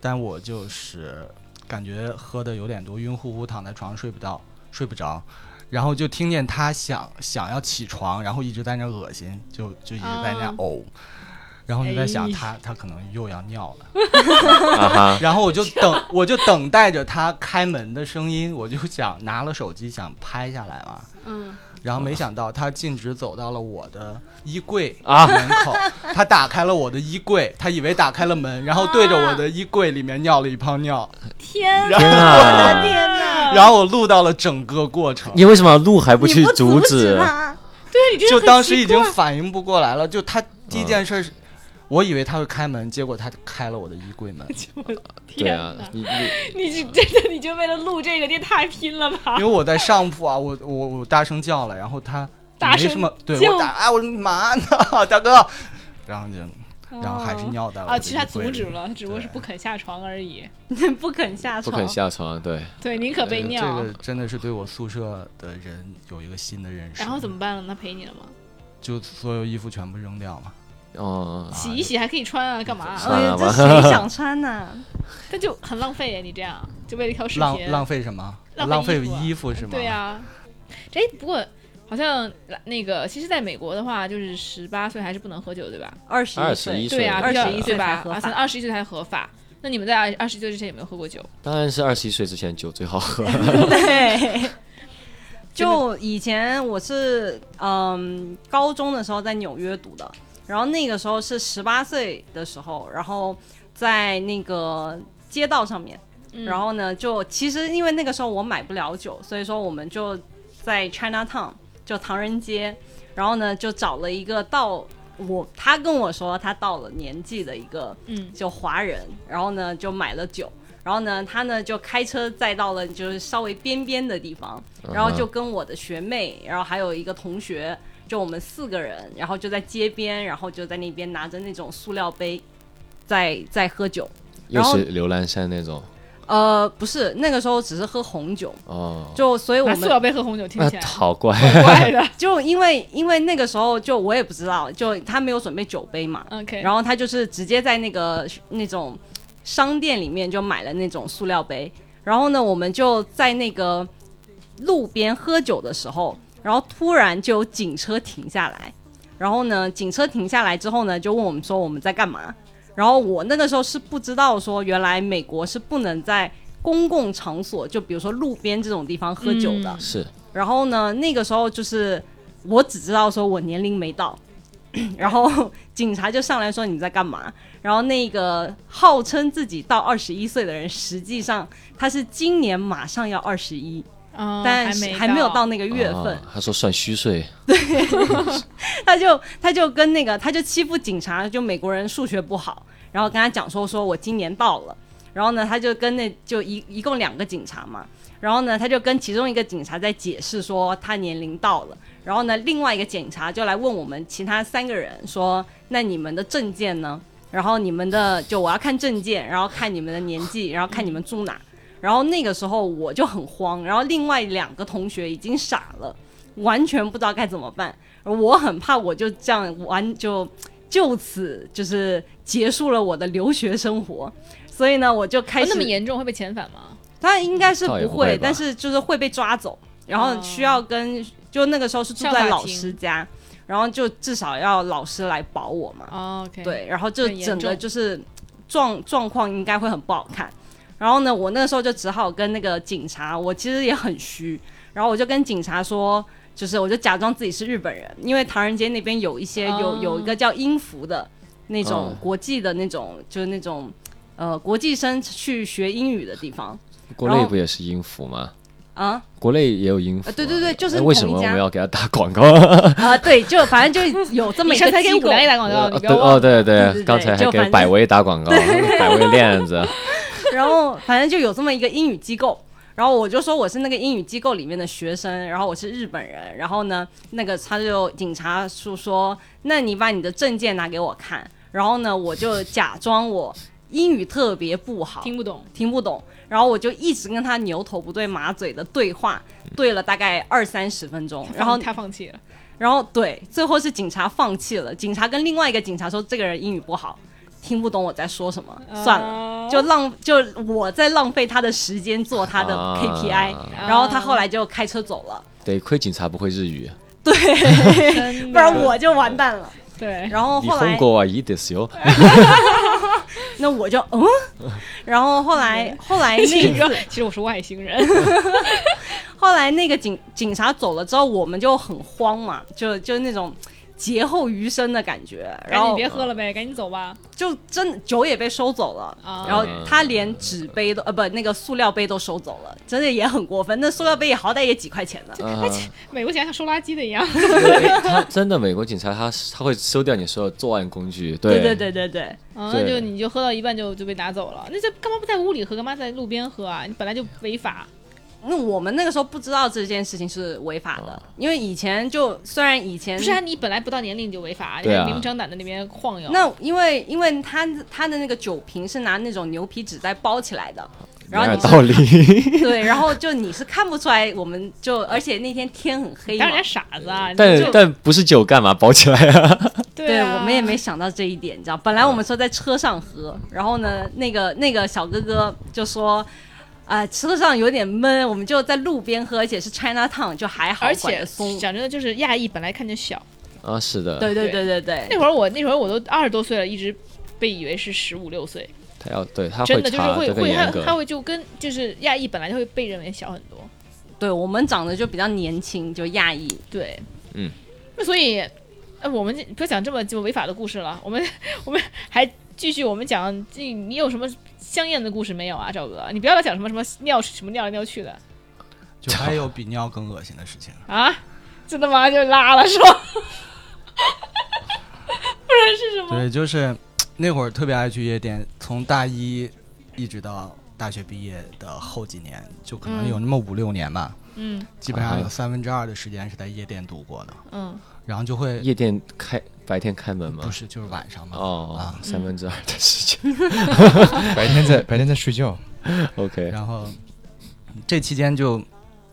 [SPEAKER 2] 但我就是感觉喝的有点多，晕乎乎躺在床上睡不到睡不着。然后就听见他想想要起床，然后一直在那儿恶心，就就一直在那儿
[SPEAKER 1] 啊
[SPEAKER 2] 呕，然后就在想
[SPEAKER 1] 哎
[SPEAKER 2] 他他可能又要尿了，(laughs)
[SPEAKER 5] 啊哈，
[SPEAKER 2] 然后
[SPEAKER 1] (laughs)
[SPEAKER 2] 我就等，我就等待着他开门的声音，我就想拿了手机想拍下来嘛，
[SPEAKER 1] 嗯，
[SPEAKER 2] 然后没想到他径直走到了我的衣柜
[SPEAKER 5] 啊
[SPEAKER 2] 门
[SPEAKER 1] (laughs)
[SPEAKER 2] 口，他打开了我的衣柜，他以为打开了门，然后对着我的衣柜里面尿了一泡尿，
[SPEAKER 1] 天
[SPEAKER 5] 天啊！
[SPEAKER 4] 天
[SPEAKER 1] 嗯
[SPEAKER 4] 哪！
[SPEAKER 2] 然后我录到了整个过程，
[SPEAKER 5] 你为什么路还不
[SPEAKER 4] 你
[SPEAKER 5] 去
[SPEAKER 4] 不
[SPEAKER 5] 阻
[SPEAKER 4] 止
[SPEAKER 5] 止？
[SPEAKER 4] 他，
[SPEAKER 5] 啊
[SPEAKER 1] 对你这
[SPEAKER 2] 就
[SPEAKER 1] 个嗯
[SPEAKER 2] 当
[SPEAKER 1] 很
[SPEAKER 2] 时
[SPEAKER 1] 奇
[SPEAKER 2] 已经
[SPEAKER 1] 怪
[SPEAKER 2] 反应不过来了，就他第一件事是，我以为他会开门，结果他开了我的衣柜
[SPEAKER 1] (laughs)
[SPEAKER 2] 门，
[SPEAKER 5] 对
[SPEAKER 1] 天
[SPEAKER 5] 啊
[SPEAKER 1] 哪，
[SPEAKER 5] 你你
[SPEAKER 1] 你就真的你就为了录这个，你也太拼了吧
[SPEAKER 2] 因为！我在上铺啊，我我我大声叫了，然后他
[SPEAKER 1] 大
[SPEAKER 2] 没
[SPEAKER 1] 声
[SPEAKER 2] 什么，对
[SPEAKER 1] 叫
[SPEAKER 2] 我打啊，我说你
[SPEAKER 1] (laughs)
[SPEAKER 2] 嘛呢，大哥，然后就然后还是尿到了
[SPEAKER 1] 啊，其实他阻止
[SPEAKER 2] 了。
[SPEAKER 1] 了，他只不过是不肯下床而已。
[SPEAKER 4] (laughs) 不肯下
[SPEAKER 5] 不
[SPEAKER 4] 床，
[SPEAKER 5] 肯下床，啊对，
[SPEAKER 1] 对，宁可被尿。
[SPEAKER 2] 呃这个真的是对我宿舍的人有一个新的认识。
[SPEAKER 1] 然后怎
[SPEAKER 2] 么
[SPEAKER 1] 么办了？他陪你了吗？
[SPEAKER 2] 就所有衣服全部扔掉嘛？
[SPEAKER 5] 哦，
[SPEAKER 1] 洗一洗还可以穿啊，干嘛啊？
[SPEAKER 4] (laughs)
[SPEAKER 5] 算
[SPEAKER 4] 哎
[SPEAKER 5] 了
[SPEAKER 4] 呀，
[SPEAKER 5] 吧
[SPEAKER 4] 这谁想穿呐、
[SPEAKER 5] (laughs)
[SPEAKER 1] 但就很浪费耶，你这样就为了一条视
[SPEAKER 2] 浪
[SPEAKER 1] 频，
[SPEAKER 2] 浪费什么？
[SPEAKER 1] 浪
[SPEAKER 2] 浪
[SPEAKER 1] 费
[SPEAKER 2] 费
[SPEAKER 1] 衣服啊
[SPEAKER 2] 衣服是吗？
[SPEAKER 1] 对呀、哎，不过好像那个，其实在美国的话，就是十八岁还是不能喝酒，对吧？
[SPEAKER 4] 二十
[SPEAKER 5] 二十
[SPEAKER 4] 岁，
[SPEAKER 5] 一岁，
[SPEAKER 1] 对呀、
[SPEAKER 4] 21
[SPEAKER 1] 比较
[SPEAKER 4] 岁
[SPEAKER 1] 对
[SPEAKER 4] 才
[SPEAKER 1] 吧？
[SPEAKER 4] 合法
[SPEAKER 1] 二十一岁才合法。那你们在二十一岁之前有没有喝过酒？
[SPEAKER 5] 当然是二十一岁之前酒最好喝。
[SPEAKER 4] 对，就以前我是嗯高中的时候在纽约读的，然后那个时候是十八岁的时候，然后在那个街道上面，
[SPEAKER 1] 嗯
[SPEAKER 4] 然后呢就其实因为那个时候我买不了酒，所以说我们就在 China Town 就唐人街，然后呢就找了一个到我他跟我说他到了年纪的一个
[SPEAKER 1] 嗯
[SPEAKER 4] 就华人，然后呢就买了酒，然后呢他呢就开车载到了就是稍微边边的地方，
[SPEAKER 5] 嗯
[SPEAKER 4] 然后就跟我的学妹，然后还有一个同学，就我们四个人，然后就在街边，然后就在那边拿着那种塑料杯，在在喝酒。
[SPEAKER 5] 又
[SPEAKER 4] 然后
[SPEAKER 5] 是刘兰山那种
[SPEAKER 4] 呃，不是，那个时候只是喝红酒，
[SPEAKER 5] 哦，
[SPEAKER 4] 就所以我
[SPEAKER 1] 拿
[SPEAKER 4] 们
[SPEAKER 1] 塑料杯喝红酒，听
[SPEAKER 5] 那
[SPEAKER 1] 起来
[SPEAKER 5] 呃好怪，啊
[SPEAKER 1] 怪的。
[SPEAKER 4] 就因为因为那个时候就我也不知道，就他没有准备酒杯嘛，
[SPEAKER 1] (laughs) OK，
[SPEAKER 4] 然后他就是直接在那个那种商店里面就买了那种塑料杯，然后呢，我们就在那个路边喝酒的时候，然后突然就有警车停下来，然后呢，警车停下来之后呢，就问我们说我们在干嘛，然后我那个时候是不知道说原来美国是不能在公共场所，就比如说路边这种地方喝酒
[SPEAKER 1] 嗯
[SPEAKER 4] 的，
[SPEAKER 5] 是
[SPEAKER 4] 然后呢，那个时候就是我只知道说我年龄没到， (coughs) 然后警察就上来说你在干嘛？然后那个号称自己到二十一岁的人，实际上他是今年马上要二十一，
[SPEAKER 1] 嗯，
[SPEAKER 4] 但是
[SPEAKER 1] 没
[SPEAKER 4] 哦还没有到那个月份，
[SPEAKER 5] 哦他说算虚岁，
[SPEAKER 4] 他就他就跟那个他就欺负警察，就美国人数学不好，然后跟他讲说说我今年到了，然后呢他就跟那就一一共两个警察嘛，然后呢他就跟其中一个警察在解释说他年龄到了，然后呢另外一个警察就来问我们其他三个人说那你们的证件呢？然后你们的就我要看证件，然后看你们的年纪，然后看你们住哪。然后那个时候我就很慌，然后另外两个同学已经傻了，完全不知道该怎么办。而我很怕我就这样完就就此就是结束了我的留学生活，所以呢，我就开
[SPEAKER 1] 哦
[SPEAKER 4] 始、
[SPEAKER 1] 那么严重会被遣返吗？
[SPEAKER 4] 他应该是
[SPEAKER 5] 嗯倒也
[SPEAKER 4] 不
[SPEAKER 5] 不会
[SPEAKER 4] 会
[SPEAKER 5] 吧，
[SPEAKER 4] 但是就是会被抓走，然后
[SPEAKER 1] 哦
[SPEAKER 4] 需要跟、就那个时候是住
[SPEAKER 1] 上
[SPEAKER 4] 在
[SPEAKER 1] 法
[SPEAKER 4] 老
[SPEAKER 1] 庭
[SPEAKER 4] 师家，然后就至少要老师来保我嘛。
[SPEAKER 1] 哦 OK，，
[SPEAKER 4] 对，然后就
[SPEAKER 1] 很严
[SPEAKER 4] 整个
[SPEAKER 1] 重
[SPEAKER 4] 就是状状况应该会很不好看。然后呢，我那个时候就只好跟那个警察，我其实也很虚，然后我就跟警察说，就是我就假装自己是日本人，因为唐人街那边有一些有
[SPEAKER 1] 哦
[SPEAKER 4] 有一个叫英孚的那种
[SPEAKER 5] 哦
[SPEAKER 4] 国际的那种，就是那种呃国际生去学英语的地方
[SPEAKER 5] 国内不也是音符吗？
[SPEAKER 4] 啊。
[SPEAKER 5] 国内也有音符啊、
[SPEAKER 4] 啊对对对就是
[SPEAKER 5] 哎为什
[SPEAKER 4] 同一
[SPEAKER 5] 么我
[SPEAKER 4] 家
[SPEAKER 5] 们要给他打广告？
[SPEAKER 4] 啊，对，就反正就有这么
[SPEAKER 1] 你
[SPEAKER 4] 一
[SPEAKER 1] 上
[SPEAKER 4] 个
[SPEAKER 1] 次还给
[SPEAKER 4] 机
[SPEAKER 1] 五
[SPEAKER 4] 构，
[SPEAKER 1] 粮液打广告，你不
[SPEAKER 5] 哦 (laughs) 对
[SPEAKER 1] 要忘
[SPEAKER 5] 哦
[SPEAKER 1] 了。
[SPEAKER 5] 对
[SPEAKER 4] 对对
[SPEAKER 5] 刚才
[SPEAKER 4] 就反
[SPEAKER 5] 还给
[SPEAKER 4] 正
[SPEAKER 5] 百威打广告，百威链子，
[SPEAKER 4] 然后反正就有这么一个英语机构，然后我就说我是那个英语机构里面的学生，然后我是日本人，然后呢，那个他就警察叔说，那你把你的证件拿给我看，然后呢，我就假装我英语特别不
[SPEAKER 5] 哦
[SPEAKER 4] 好，
[SPEAKER 1] 听不懂，
[SPEAKER 4] 听不懂，然后我就一直跟他牛头不对马嘴的对话，对了大概二三十分钟，然后
[SPEAKER 1] 他放弃了，
[SPEAKER 4] 然后对，最后是警察放弃了。警察跟另外一个警察说，这个人英语不好，听不懂我在说什么，
[SPEAKER 5] 哦
[SPEAKER 4] 算了，
[SPEAKER 1] 哦
[SPEAKER 4] 就浪就我在浪费他的时间做他的
[SPEAKER 5] 啊
[SPEAKER 4] KPI，、然后他后来就开车走
[SPEAKER 5] (laughs)
[SPEAKER 4] 了，
[SPEAKER 5] 得亏警察不会日语。
[SPEAKER 1] 不
[SPEAKER 4] (laughs) 不然我就完蛋了。
[SPEAKER 1] 对，
[SPEAKER 4] 然后
[SPEAKER 5] 你
[SPEAKER 4] 哦后来哎
[SPEAKER 5] 通过啊，一点哟。
[SPEAKER 4] 那我就嗯，然后后
[SPEAKER 5] (laughs)
[SPEAKER 4] 来后来哎那
[SPEAKER 1] 你
[SPEAKER 4] 一
[SPEAKER 1] 说
[SPEAKER 4] 次，
[SPEAKER 1] 其实我是外星 (laughs) 人，
[SPEAKER 4] 后来那个警警察走了之后，我们就很慌嘛，就就那种劫后余生的感觉，然
[SPEAKER 1] 赶紧
[SPEAKER 4] 后
[SPEAKER 1] 哎
[SPEAKER 4] 嗯
[SPEAKER 1] 别喝了呗，赶紧走吧。
[SPEAKER 4] 就真的酒也被收走了。
[SPEAKER 1] 啊，
[SPEAKER 4] 然后他连纸杯都呃不那个塑料杯都收走了，真的也很过分。那塑料杯也好歹也几块钱呢，
[SPEAKER 5] 啊，
[SPEAKER 1] 美国警察像收垃圾的一样， (laughs)
[SPEAKER 5] 对他真的美国警察，他他会收掉你所有作案工具。对
[SPEAKER 4] 对对对对
[SPEAKER 1] 嗯，
[SPEAKER 5] 对
[SPEAKER 1] 那就你就喝到一半就就被拿走了。那这干嘛不在屋里喝，干嘛在路边喝啊？你本来就违法。
[SPEAKER 4] 嗯那我们那个时候不知道这件事情是违法的，因为以前就虽然以前
[SPEAKER 1] 不是啊，你本来不到年龄你就违法，你
[SPEAKER 5] 对啊
[SPEAKER 1] 还明目张胆的那边晃悠。
[SPEAKER 4] 那因为因为他他的那个酒瓶是拿那种牛皮纸袋包起来的，然后
[SPEAKER 5] 有
[SPEAKER 4] 你
[SPEAKER 5] 点道理。
[SPEAKER 4] 对，然后就你是看不出来，我们就而且那天天很黑嘛
[SPEAKER 1] 当，人家傻子啊，你
[SPEAKER 5] 但
[SPEAKER 1] 就
[SPEAKER 5] 但不是酒干嘛包起来啊？
[SPEAKER 4] (laughs)
[SPEAKER 1] 对
[SPEAKER 4] 对
[SPEAKER 1] 啊
[SPEAKER 4] 我们也没想到这一点，你知道？本来我们说在车上喝，然后呢，那个那个小哥哥就说。啊、车上有点闷，我们就在路边喝，而且是 China Town，就还好，
[SPEAKER 1] 而
[SPEAKER 4] 管
[SPEAKER 1] 且
[SPEAKER 4] 得松。
[SPEAKER 1] 讲真的，就是亚裔本来看着小，
[SPEAKER 5] 啊，是的。
[SPEAKER 4] 对对对对对，
[SPEAKER 1] 那会儿我那会儿我都二十多岁了，一直被以为是十五六岁，
[SPEAKER 5] 他要对他
[SPEAKER 1] 真
[SPEAKER 5] 会
[SPEAKER 1] 的就是
[SPEAKER 5] 查
[SPEAKER 1] 会
[SPEAKER 5] 得更
[SPEAKER 1] 会他
[SPEAKER 5] 严格。
[SPEAKER 1] 他会就跟就是亚裔本来就会被认为小很多，
[SPEAKER 4] 对我们长得就比较年轻，就亚裔。
[SPEAKER 1] 对，
[SPEAKER 5] 嗯，
[SPEAKER 1] 那所以，呃，我们这不要讲这么就违法的故事了，我 (laughs) 们我们还继续我们讲，这你有什么香艳的故事没有啊，赵哥？你不要老讲什么什么尿什么尿来尿去的
[SPEAKER 2] 就还有比尿更恶心的事情。
[SPEAKER 1] 啊，真的吗？就拉了是吧？不然是什么？
[SPEAKER 2] 对，就是那会儿特别爱去夜店，从大一一直到大学毕业的后几年，就可能有那么五六年吧，
[SPEAKER 1] 嗯
[SPEAKER 2] 基本上
[SPEAKER 5] 啊
[SPEAKER 2] 有三分之二的时间是在夜店度过的，
[SPEAKER 1] 嗯，
[SPEAKER 2] 然后就会
[SPEAKER 5] 夜店开白天开门
[SPEAKER 2] 不
[SPEAKER 5] 吗？
[SPEAKER 2] 是就是晚上嘛，
[SPEAKER 5] 哦
[SPEAKER 2] 啊，
[SPEAKER 5] 三分之二的时间。
[SPEAKER 3] 白天在白天在睡觉，
[SPEAKER 5] (laughs) OK，
[SPEAKER 2] 嗯然后这期间就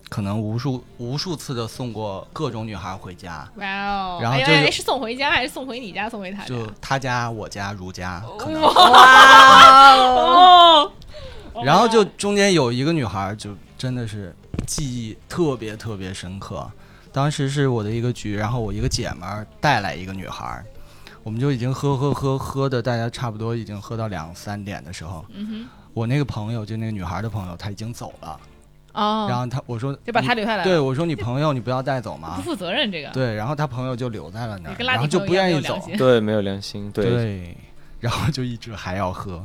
[SPEAKER 2] 可能无数无数次的送过各种女孩回家，
[SPEAKER 1] 哇哦！
[SPEAKER 2] 然后
[SPEAKER 1] 哎
[SPEAKER 2] 这
[SPEAKER 1] 哎
[SPEAKER 2] 个
[SPEAKER 1] 哎是送回家还是送回你家？送回他家？
[SPEAKER 2] 就她家、我家、如家，可能。
[SPEAKER 1] (laughs) 哦，
[SPEAKER 2] 然后就中间有一个女孩儿，就真的是记忆特别特别深刻。当时是我的一个局，然后我一个姐们儿带来一个女孩儿，我们就已经喝喝喝喝的，大家差不多已经喝到两三点的时候，
[SPEAKER 1] 嗯
[SPEAKER 2] 我那个朋友就那个女孩儿的朋友，她已经走了。
[SPEAKER 1] 哼，哦，
[SPEAKER 2] 然后她我说
[SPEAKER 1] 就把
[SPEAKER 2] 你
[SPEAKER 1] 他留下来了，
[SPEAKER 2] 对我说你朋友你不要带走
[SPEAKER 1] 不
[SPEAKER 2] 嘛，
[SPEAKER 1] 负责任这个，
[SPEAKER 2] 对，然后她朋友就留在了那
[SPEAKER 1] 你
[SPEAKER 2] 儿，
[SPEAKER 1] 跟拉
[SPEAKER 2] 然后
[SPEAKER 1] 丁
[SPEAKER 2] 就
[SPEAKER 1] 朋友
[SPEAKER 2] 不
[SPEAKER 1] 一样没
[SPEAKER 2] 愿
[SPEAKER 1] 有
[SPEAKER 2] 意走
[SPEAKER 1] 良，心。
[SPEAKER 5] 对，没有良心， (laughs) 对，
[SPEAKER 2] 对，然后就一直还要喝。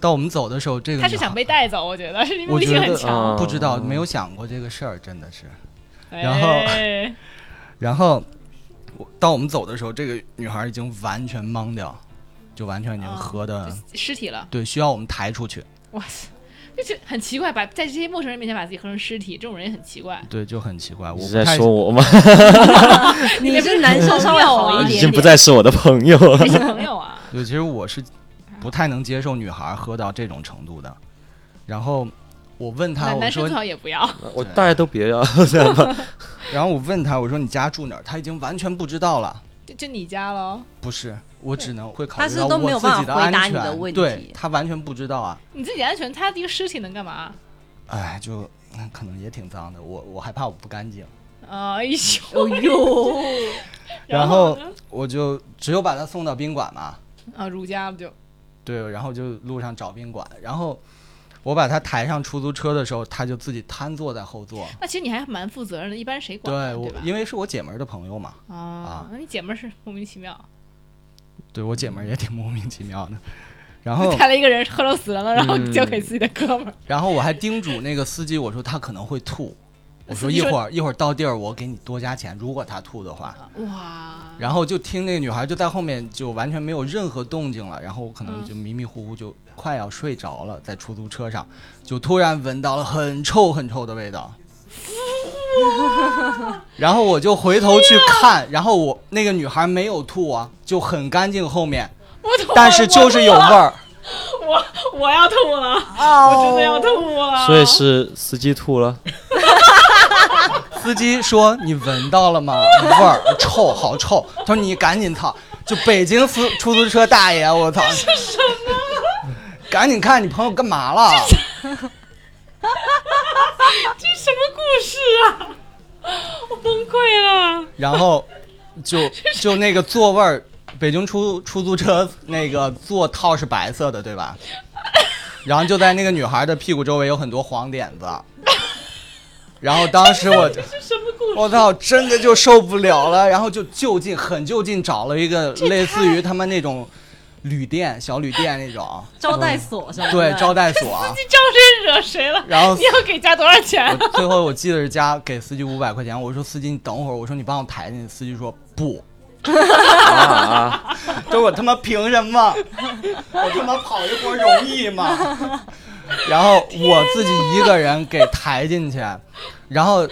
[SPEAKER 2] 到我们走的时候，这个
[SPEAKER 1] 他是
[SPEAKER 2] 女孩
[SPEAKER 1] 想被带走，我觉得是哦因为
[SPEAKER 2] 我
[SPEAKER 1] 目的
[SPEAKER 2] 觉
[SPEAKER 1] 性很
[SPEAKER 2] 得
[SPEAKER 5] 嗯
[SPEAKER 1] 强。
[SPEAKER 2] 不知道，没有想过这个事儿，真的是。然后
[SPEAKER 1] 哎
[SPEAKER 2] 然后我当我们走的时候，这个女孩已经完全懵掉，就完全已经
[SPEAKER 1] 哦
[SPEAKER 2] 喝的，
[SPEAKER 1] 尸体了，
[SPEAKER 2] 对，需要我们抬出去，
[SPEAKER 1] 哇塞！就是很奇怪，把在这些陌生人面前把自己喝成尸体，这种人也很奇
[SPEAKER 2] (laughs)
[SPEAKER 1] 怪。
[SPEAKER 2] 对，就很奇怪。我
[SPEAKER 5] 你是
[SPEAKER 2] 不
[SPEAKER 5] 在
[SPEAKER 2] 太
[SPEAKER 5] 说我吗？
[SPEAKER 4] (laughs) 你是男生稍微好一
[SPEAKER 5] 已
[SPEAKER 4] 点
[SPEAKER 5] 经
[SPEAKER 4] 点，(laughs)
[SPEAKER 5] 不再是我的朋友
[SPEAKER 2] (laughs)
[SPEAKER 5] 了
[SPEAKER 1] 这。些朋友啊，
[SPEAKER 2] 对，其实我是不太能接受女孩喝到这种程度的。然后我问她，
[SPEAKER 1] 男
[SPEAKER 2] 我
[SPEAKER 1] 男生
[SPEAKER 2] 说
[SPEAKER 1] 最，好也不要。
[SPEAKER 5] 我大家都别 (laughs) 要这样吧。
[SPEAKER 2] 然后我问她，我说你家住哪儿？她已经完全不知道了。
[SPEAKER 1] (laughs) 就就你家喽，
[SPEAKER 2] 不是，我只能会考
[SPEAKER 4] 她
[SPEAKER 2] 虑
[SPEAKER 4] 是
[SPEAKER 2] 到
[SPEAKER 4] 都没
[SPEAKER 2] 我
[SPEAKER 4] 有
[SPEAKER 2] 自
[SPEAKER 4] 办
[SPEAKER 2] 己
[SPEAKER 4] 法回
[SPEAKER 2] 安
[SPEAKER 4] 答
[SPEAKER 2] 全。
[SPEAKER 4] 你的问
[SPEAKER 2] 对
[SPEAKER 4] 题
[SPEAKER 2] 她完全不知道啊。
[SPEAKER 1] 你自己安全，他一个尸体能干嘛？
[SPEAKER 2] 哎，就嗯可能也挺脏的，我我害怕我不干净，
[SPEAKER 1] 哎
[SPEAKER 2] (laughs)
[SPEAKER 1] 呦，
[SPEAKER 4] 哦呦，
[SPEAKER 1] 然
[SPEAKER 2] 后
[SPEAKER 1] 呢
[SPEAKER 2] 我就只有把她送到宾馆嘛，
[SPEAKER 1] 啊，儒家不就
[SPEAKER 2] 对，然后就路上找宾馆，然后我把她抬上出租车的时候，她就自己瘫坐在后座，
[SPEAKER 1] 那其实你还蛮负责任的，一般谁管啊？对
[SPEAKER 2] 对我
[SPEAKER 1] 吧？
[SPEAKER 2] 因为是我姐们儿的朋友嘛，
[SPEAKER 1] 啊，那你姐们儿是莫名其妙，
[SPEAKER 2] 对我姐们儿也挺莫名其妙的，
[SPEAKER 1] (laughs)
[SPEAKER 2] 然后嗯
[SPEAKER 1] 带了一个人喝成死人了，然后
[SPEAKER 5] 嗯
[SPEAKER 1] 交给自己的哥们儿。
[SPEAKER 2] 然后我还叮嘱那个司机，我说他可能会吐，我
[SPEAKER 1] 司
[SPEAKER 2] 说
[SPEAKER 1] 机
[SPEAKER 2] 一
[SPEAKER 1] 说
[SPEAKER 2] 会儿一会儿到地儿我给你多加钱，如果他吐的话，
[SPEAKER 1] 哇，
[SPEAKER 2] 然后就听那个女孩就在后面就完全没有任何动静了，然后我可能
[SPEAKER 1] 嗯
[SPEAKER 2] 就迷迷糊糊就快要睡着了，在出租车上就突然闻到了很臭很臭的味 (laughs) 道，然后我就回头去看，然后我那个女孩没有吐啊，就很干净后面，
[SPEAKER 1] 我吐了，
[SPEAKER 2] 但是就是有味哦儿，
[SPEAKER 1] 我我要吐了，我真的要吐了。
[SPEAKER 5] 哦所以是司机吐了，
[SPEAKER 2] 司机说你闻到 (laughs) 了吗？味儿臭，好臭！他说你赶紧操，就北京司出租车大爷，啊我操！是什么？ (laughs) 赶紧看你朋友干嘛了？
[SPEAKER 1] 这什么故事啊？我崩溃了。
[SPEAKER 2] 然后就就那个座位儿，北京出出租车那个座套是白色的，对吧？然后就在那个女孩的屁股周围有很多黄点子。然后当时我就，
[SPEAKER 1] 这什么故事？
[SPEAKER 2] 我操，真的就受不了了，然后就就近很就近找了一个类似于他们那种旅店小旅店那种，
[SPEAKER 4] 招待所什么的，
[SPEAKER 2] 对招待所啊。
[SPEAKER 1] 你招谁惹谁了？
[SPEAKER 2] 然后
[SPEAKER 1] 你要给加多少钱？
[SPEAKER 2] 我 (laughs) 最后我记得是加给司机五百块钱，我说司机你等会儿，我说你帮我抬进去，司机说不。 (laughs) 啊！这我他妈凭什么？我他妈跑一波容易吗？然后我自己一个人给抬进去，然后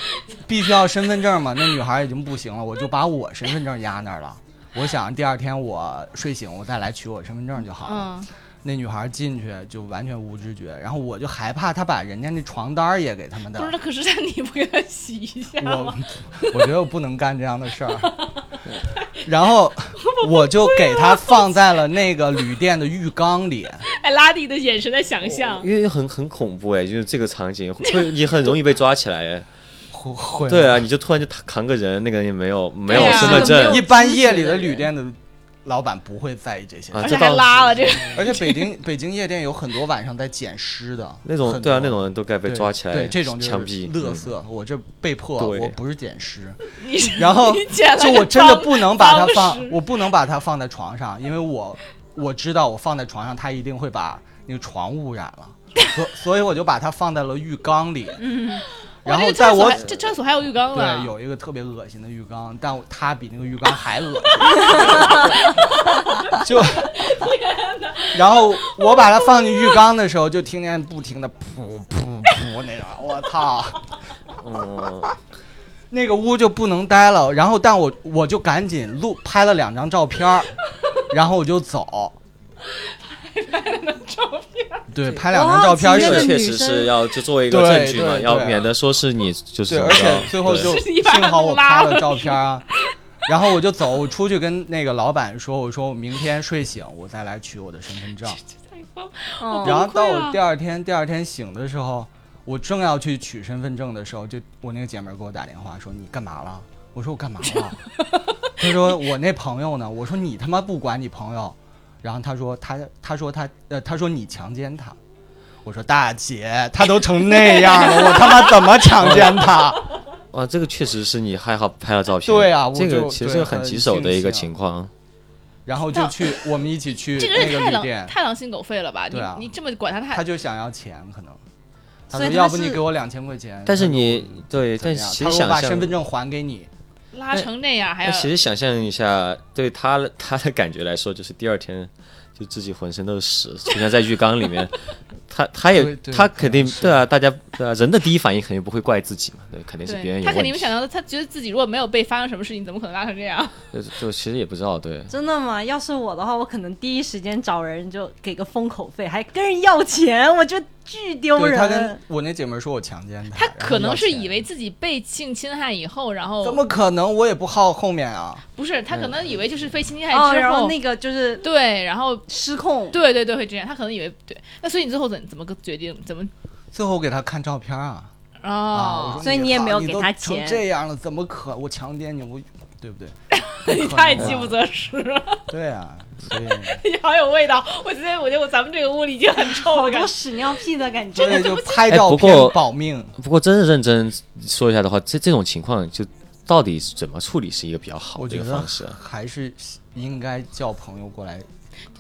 [SPEAKER 2] 必须要身份证嘛。那女孩已经不行了，我就把我身份证压那儿了。我想第二天我睡醒，我再来取我身份证就好了。
[SPEAKER 1] 嗯，
[SPEAKER 2] 那女孩进去就完全无知觉，然后我就害怕她把人家那床单儿也给他们的
[SPEAKER 1] 不。是，可是你不给他洗一下
[SPEAKER 2] 我 (laughs)
[SPEAKER 1] 吗？
[SPEAKER 2] 我觉得我不能干这样的事 (laughs) 儿，然后我就给她放在了那个旅店的浴缸里，
[SPEAKER 1] 哎，拉蒂的眼神在想象，
[SPEAKER 5] 因为很很恐怖哎，就是这个场景，
[SPEAKER 2] (laughs)
[SPEAKER 5] 会你很容易被抓起来哎。
[SPEAKER 2] 会会
[SPEAKER 5] 啊对啊，你就突然就扛个人，那个人也没有没有
[SPEAKER 1] 对啊
[SPEAKER 5] 身份
[SPEAKER 4] 没有
[SPEAKER 5] 证
[SPEAKER 2] 一，般夜里的旅店的老板不会在意这些。
[SPEAKER 5] 啊
[SPEAKER 1] 而
[SPEAKER 5] 这
[SPEAKER 1] 且还
[SPEAKER 5] 倒
[SPEAKER 1] 拉
[SPEAKER 5] 是
[SPEAKER 1] 了这个，
[SPEAKER 2] 而且北京北京夜店有很多晚上在捡尸的，
[SPEAKER 5] 那种
[SPEAKER 2] 很
[SPEAKER 5] 对啊，那
[SPEAKER 2] 多
[SPEAKER 5] 种人都该被
[SPEAKER 2] 对
[SPEAKER 5] 抓起来，
[SPEAKER 2] 对这种就是
[SPEAKER 5] 枪毙，
[SPEAKER 2] 乐
[SPEAKER 5] 嗯
[SPEAKER 2] 色，我这被迫，
[SPEAKER 5] 对
[SPEAKER 2] 我不是捡尸，
[SPEAKER 1] 你
[SPEAKER 2] 然后
[SPEAKER 1] 你 (laughs) 捡了
[SPEAKER 2] 就
[SPEAKER 1] 个
[SPEAKER 2] 我真的
[SPEAKER 1] 脏
[SPEAKER 2] 不能把它
[SPEAKER 1] 脏
[SPEAKER 2] 放
[SPEAKER 1] 尸，
[SPEAKER 2] 我不能把它放在床上，因为我我知道我放在床上，它一定会把那个床污染了，所 (laughs) 所以我就把它放在了浴缸里，
[SPEAKER 1] 哇
[SPEAKER 2] 然
[SPEAKER 1] 这
[SPEAKER 2] 后
[SPEAKER 1] 嗯个厕
[SPEAKER 2] 在
[SPEAKER 1] 所
[SPEAKER 2] 我
[SPEAKER 1] 还 (laughs) 啊这厕所还有浴缸呢，
[SPEAKER 2] 对有一个特别恶心的浴缸，但我它比那个浴缸还恶心， (laughs) 就。然后我把它放进浴缸的时候，就听见不停的噗噗噗那种，我操！
[SPEAKER 5] 嗯，
[SPEAKER 2] 那个屋就不能待了，然后但我我就赶紧录拍了两张照
[SPEAKER 1] (laughs)
[SPEAKER 2] 片儿，然后我就走。对，拍两张照片儿
[SPEAKER 4] 哇
[SPEAKER 5] 这
[SPEAKER 4] 那个
[SPEAKER 5] 个
[SPEAKER 2] 是，
[SPEAKER 5] 确
[SPEAKER 4] 女
[SPEAKER 5] 实是
[SPEAKER 4] 生
[SPEAKER 5] 要就作为一个
[SPEAKER 2] 对
[SPEAKER 5] 证据嘛，
[SPEAKER 2] 对
[SPEAKER 5] 要
[SPEAKER 2] 对啊
[SPEAKER 5] 免得说是你就
[SPEAKER 2] 对，
[SPEAKER 5] 是怎
[SPEAKER 2] 而
[SPEAKER 5] 么着
[SPEAKER 2] 且最后
[SPEAKER 5] 对
[SPEAKER 2] 就
[SPEAKER 1] 你把
[SPEAKER 2] 幸好我拍了照片儿，啊 (laughs) 然后我就走，我出去跟那个老板说，我说我明天睡醒我再来取我的身份证。
[SPEAKER 4] 嗯
[SPEAKER 2] 然后到
[SPEAKER 1] 崩溃
[SPEAKER 2] 我
[SPEAKER 1] 了
[SPEAKER 2] 第二天，第二天醒的时候，我正要去取身份证的时候，就我那个姐们儿给我打电话说：“你干嘛了？”我说：“我干嘛了？”她说：“我那朋友呢？”我说：“你他妈不管你朋友。”然后她说：“她她说她呃她说你强奸她。”我说：“大姐，她都成那样了，我他妈怎么强奸她
[SPEAKER 5] 哇，这个确实是你还好拍了照片，
[SPEAKER 2] 对啊我
[SPEAKER 5] 这个
[SPEAKER 2] 就
[SPEAKER 5] 其实
[SPEAKER 2] 对
[SPEAKER 5] 是很
[SPEAKER 2] 很啊
[SPEAKER 5] 棘手的一个
[SPEAKER 2] 庆幸
[SPEAKER 5] 情况，？”
[SPEAKER 2] 然后就去，我们一起去
[SPEAKER 1] 这个
[SPEAKER 2] 那
[SPEAKER 1] 人太
[SPEAKER 2] 个旅
[SPEAKER 1] 狼
[SPEAKER 2] 店，
[SPEAKER 1] 太狼心狗肺了吧？
[SPEAKER 2] 对啊
[SPEAKER 1] 你你这么管他，他
[SPEAKER 2] 她就想要钱，可能。她
[SPEAKER 4] 所
[SPEAKER 2] 说
[SPEAKER 4] 以：“她
[SPEAKER 2] 要不
[SPEAKER 4] 是
[SPEAKER 2] 你给我两千块钱。”
[SPEAKER 5] 但是
[SPEAKER 2] 她说
[SPEAKER 5] 你对，
[SPEAKER 2] 怎
[SPEAKER 5] 但
[SPEAKER 2] 么样
[SPEAKER 5] 其
[SPEAKER 2] 他
[SPEAKER 5] 实
[SPEAKER 2] 说我
[SPEAKER 5] 想
[SPEAKER 2] 把
[SPEAKER 5] 象
[SPEAKER 2] 身份证还给你，
[SPEAKER 1] 拉成那样还
[SPEAKER 5] 那
[SPEAKER 1] 要
[SPEAKER 5] 其实想象一下，对他他的感觉来说，就是第二天就自己浑身都是屎，存在在浴缸里面， (laughs) 他他也
[SPEAKER 2] 对对
[SPEAKER 5] 他
[SPEAKER 2] 可
[SPEAKER 5] 肯
[SPEAKER 2] 能
[SPEAKER 5] 定
[SPEAKER 2] 是
[SPEAKER 5] 对啊，大家对啊，人的第一反应肯定不会怪自己嘛，对，肯定是别人
[SPEAKER 1] 对，他
[SPEAKER 5] 有问
[SPEAKER 1] 肯
[SPEAKER 5] 题
[SPEAKER 1] 定没，想到，他觉得自己如果没有被发生什么事情，怎么可能拉成这样？
[SPEAKER 5] 就就其实也不知道，对，
[SPEAKER 4] 真的吗？要是我的话，我可能第一时间找人就给个封口费，还跟人要钱，我觉得巨丢
[SPEAKER 2] 对他
[SPEAKER 4] 人
[SPEAKER 2] 跟。我那姐们儿说我强奸
[SPEAKER 1] 他
[SPEAKER 2] 她，然后
[SPEAKER 1] 可能
[SPEAKER 2] 哎要
[SPEAKER 1] 是
[SPEAKER 2] 钱
[SPEAKER 1] 以为哦自己被性侵害以后，然
[SPEAKER 2] 怎
[SPEAKER 1] 后
[SPEAKER 2] 么可能？我也不好后面啊，
[SPEAKER 1] 不是他可能以为就是被性侵害
[SPEAKER 4] 哦，
[SPEAKER 1] 之
[SPEAKER 4] 然
[SPEAKER 1] 后，
[SPEAKER 4] 后那个就是
[SPEAKER 1] 对，然后
[SPEAKER 4] 失控，
[SPEAKER 1] 对对对会这样，他可能以为对。那所以你最后怎怎么个决定？怎么
[SPEAKER 2] 最后我给她看照片啊，啊，我
[SPEAKER 1] 哦
[SPEAKER 2] 说？
[SPEAKER 4] 所以你也
[SPEAKER 2] 好
[SPEAKER 4] 没有
[SPEAKER 2] 你
[SPEAKER 4] 给
[SPEAKER 2] 都
[SPEAKER 4] 她
[SPEAKER 2] 成
[SPEAKER 4] 钱
[SPEAKER 2] 这样了，怎么可我强奸你？我对不对？
[SPEAKER 1] (laughs) 你
[SPEAKER 2] 不可
[SPEAKER 1] 太
[SPEAKER 2] 能
[SPEAKER 1] 饥
[SPEAKER 2] 啊
[SPEAKER 1] 不择食了，
[SPEAKER 2] 对啊，所以
[SPEAKER 1] 你好有味道。我今天我觉得我咱们这个屋里已经很臭了，
[SPEAKER 4] 好
[SPEAKER 1] 感
[SPEAKER 4] 多
[SPEAKER 1] 觉。
[SPEAKER 4] 屎尿屁的感觉。
[SPEAKER 2] 所以就拍
[SPEAKER 5] 哎
[SPEAKER 2] 照
[SPEAKER 5] 不
[SPEAKER 2] 片
[SPEAKER 5] 过
[SPEAKER 2] 保命。
[SPEAKER 5] 不过真的认真说一下的话，这这种情况就到底是怎么处理是一个比较好
[SPEAKER 2] 我
[SPEAKER 5] 的一
[SPEAKER 2] 觉
[SPEAKER 5] 个
[SPEAKER 2] 得
[SPEAKER 5] 方式啊。
[SPEAKER 2] 还是应该叫朋友过来，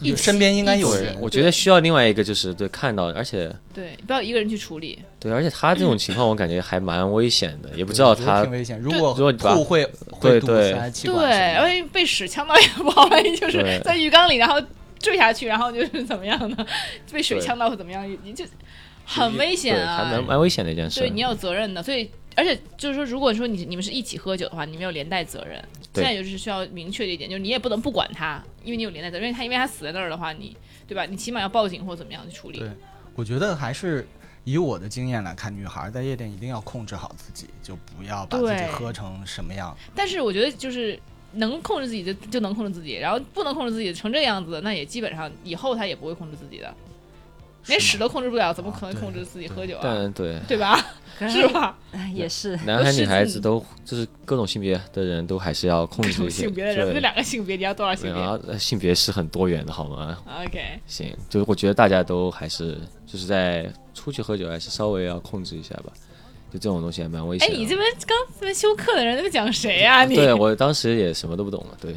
[SPEAKER 1] 一
[SPEAKER 2] 就
[SPEAKER 1] 起
[SPEAKER 2] 身边应该
[SPEAKER 1] 一
[SPEAKER 2] 有
[SPEAKER 1] 起
[SPEAKER 2] 人。
[SPEAKER 5] 我觉得需要另外一个就是对看到，而且
[SPEAKER 1] 对，不要一个人去处理。
[SPEAKER 5] 对，而且他这种情况我感觉还蛮危险的，也不
[SPEAKER 2] 我
[SPEAKER 5] 知道
[SPEAKER 2] 觉得
[SPEAKER 5] 他
[SPEAKER 2] 挺危险，如果
[SPEAKER 5] 如果你把
[SPEAKER 2] 吐会会
[SPEAKER 5] 对
[SPEAKER 2] 堵
[SPEAKER 5] 对
[SPEAKER 2] 塞气管什么
[SPEAKER 1] 对，
[SPEAKER 2] 的，
[SPEAKER 1] 万一被屎呛到也不好，万一就是
[SPEAKER 5] 对
[SPEAKER 1] 在浴缸里，然后坠下去，然后就是怎么样呢？被水
[SPEAKER 5] 对
[SPEAKER 1] 呛到会怎么样？你就很危险
[SPEAKER 5] 对还蛮
[SPEAKER 1] 啊！
[SPEAKER 5] 蛮危险的一件事。
[SPEAKER 1] 对，你要有责任的。所以，而且就是说，如果说你你们是一起喝酒的话，你们有连带责任。现
[SPEAKER 5] 对
[SPEAKER 1] 在就是需要明确这一点，就是你也不能不管他，因为你有连带责任，因为他因为他死在那儿的话，你对吧？你起码要报警或怎么样去处理
[SPEAKER 2] 对。我觉得还是以我的经验来看，女孩在夜店一定要控制好自己，就不要把自己
[SPEAKER 1] 对
[SPEAKER 2] 喝成什么样。
[SPEAKER 1] 但是我觉得就是。能控制自己就就能控制自己，然后不能控制自己成这样子，那也基本上以后他也不会控制自己的。连
[SPEAKER 2] 是
[SPEAKER 1] 屎
[SPEAKER 2] 吗
[SPEAKER 1] 都控制不了，怎么
[SPEAKER 2] 啊
[SPEAKER 1] 可能
[SPEAKER 2] 对
[SPEAKER 1] 控制自己喝酒啊？
[SPEAKER 5] 但对，
[SPEAKER 1] 对
[SPEAKER 5] (laughs)
[SPEAKER 1] 吧？是吧？
[SPEAKER 4] 哎也是，
[SPEAKER 5] 男孩
[SPEAKER 1] 是
[SPEAKER 5] 女孩
[SPEAKER 1] 自
[SPEAKER 5] 子都就是各种性别的人都还是要控
[SPEAKER 1] 各
[SPEAKER 5] 制
[SPEAKER 1] 种
[SPEAKER 5] 一些
[SPEAKER 1] 性别的人，那
[SPEAKER 5] 对
[SPEAKER 1] 两个性别，你要多少性别
[SPEAKER 5] 然后呃性别是很多元的，好吗？
[SPEAKER 1] ？OK，
[SPEAKER 5] 行，就是我觉得大家都还是就是在出去喝酒，还是稍微要控制一下吧。就这种东西还蛮危
[SPEAKER 1] 哎
[SPEAKER 5] 险，的。
[SPEAKER 1] 你这边刚这边休克的人，在那边讲谁啊？你
[SPEAKER 5] 对我当时也什么都不懂了，对，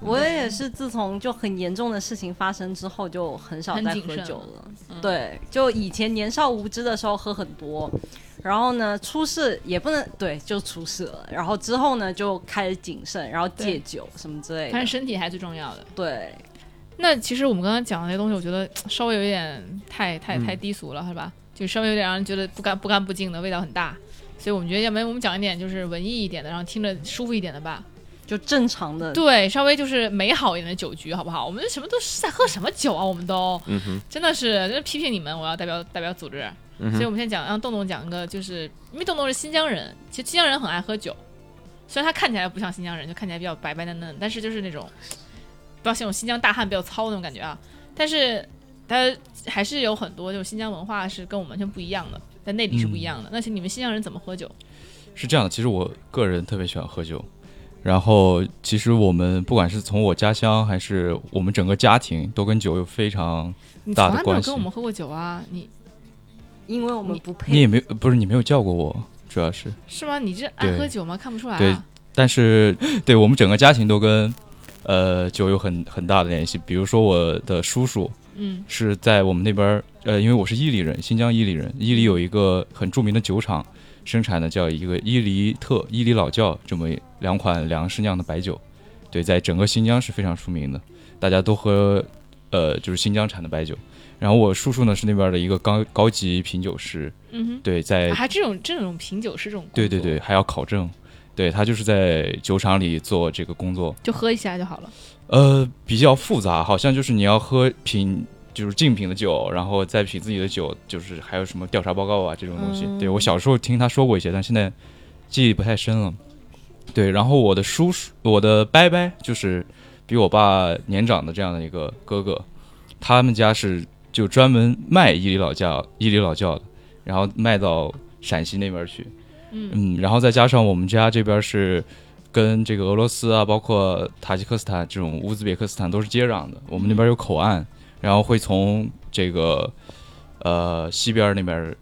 [SPEAKER 4] 我也是自从就很严重的事情发生之后，就很少再
[SPEAKER 1] 很谨
[SPEAKER 4] 喝
[SPEAKER 1] 慎嗯
[SPEAKER 4] 酒了。对，就以前年少无知的时候喝很多，然后呢出事也不能对，就出事了。然后之后呢就开始谨慎，然后戒
[SPEAKER 1] 对
[SPEAKER 4] 酒什么之类
[SPEAKER 1] 反正
[SPEAKER 4] 的。
[SPEAKER 1] 身体还是最重要的。
[SPEAKER 4] 对，
[SPEAKER 1] 那其实我们刚刚讲的那些东西，我觉得嘖稍微有一点太太太低俗了，是吧？就稍微有点让人觉得不干不干不净的味道很大。所以我们觉得，要不然我们讲一点就是文艺一点的，然后听着舒服一点的吧。
[SPEAKER 4] 就正常的。
[SPEAKER 1] 对，稍微就是美好一点的酒局，好不好？我们什么都是在喝什么酒啊？我们都
[SPEAKER 5] 嗯哼，
[SPEAKER 1] 真的是，真的批评你们，我要代表代表组织。
[SPEAKER 5] 嗯
[SPEAKER 1] 所以
[SPEAKER 5] 哼，
[SPEAKER 1] 我们先讲，让洞洞讲一个，就是因为洞洞是新疆人，其实新疆人很爱喝酒，虽然他看起来不像新疆人，就看起来比较白白嫩嫩，但是就是那种不要像那种新疆大汉比较糙那种感觉啊。但是他还是有很多就是新疆文化是跟我们完全不一样的，在
[SPEAKER 3] 嗯
[SPEAKER 1] 内地是不一样的。那请你们新疆人怎么喝酒？
[SPEAKER 6] 是这样的，其实我个人特别喜欢喝酒，
[SPEAKER 3] 然后其实我们不管是从我家乡还是我们整个家庭，都跟酒有非常
[SPEAKER 1] 你
[SPEAKER 3] 大
[SPEAKER 1] 从来
[SPEAKER 3] 的
[SPEAKER 1] 没有
[SPEAKER 3] 关系
[SPEAKER 1] 跟我们喝过酒啊？你
[SPEAKER 4] 因为我们
[SPEAKER 1] 你
[SPEAKER 4] 不
[SPEAKER 3] 你
[SPEAKER 4] 配
[SPEAKER 3] 也没有不是你没有叫过我，主要是
[SPEAKER 1] 是吗？你这爱
[SPEAKER 3] 对
[SPEAKER 1] 喝酒吗？看不出来、啊。
[SPEAKER 3] 对但是对我们整个家庭都跟呃酒有很很大的联系。比如说我的叔叔
[SPEAKER 1] 嗯
[SPEAKER 3] 是在我们那边儿，呃，因为我是伊犁人，新疆伊犁人，伊犁有一个很著名的酒厂生产的叫一个伊犁特、伊犁老窖这么两款粮食酿的白酒，对，在整个新疆是非常出名的，大家都喝，呃，就是新疆产的白酒。然后我叔叔呢是那边的一个高高级品酒师，
[SPEAKER 1] 嗯哼。
[SPEAKER 3] 对，在
[SPEAKER 1] 啊还这种这种品酒是这种工
[SPEAKER 3] 对对
[SPEAKER 1] 作，
[SPEAKER 3] 对，还要考证，对他就是在酒厂里做这个工作，
[SPEAKER 1] 就喝一下就好了。
[SPEAKER 3] 呃，比较复杂，好像就是你要喝品就是竞品的酒，然后再品自己的酒，就是还有什么调查报告啊这种东西。
[SPEAKER 1] 嗯
[SPEAKER 3] 对我小时候听他说过一些，但现在记忆不太深了。对，然后我的叔叔，我的伯伯就是比我爸年长的这样的一个哥哥，他们家是就专门卖伊犁老窖、伊犁老窖的，然后卖到陕西那边去。
[SPEAKER 1] 嗯
[SPEAKER 3] 嗯，然后再加上我们家这边是跟这个俄罗斯啊，包括塔吉克斯坦这种乌兹别克斯坦都是接壤的，我们那边有口岸，然后会从这个呃西边那边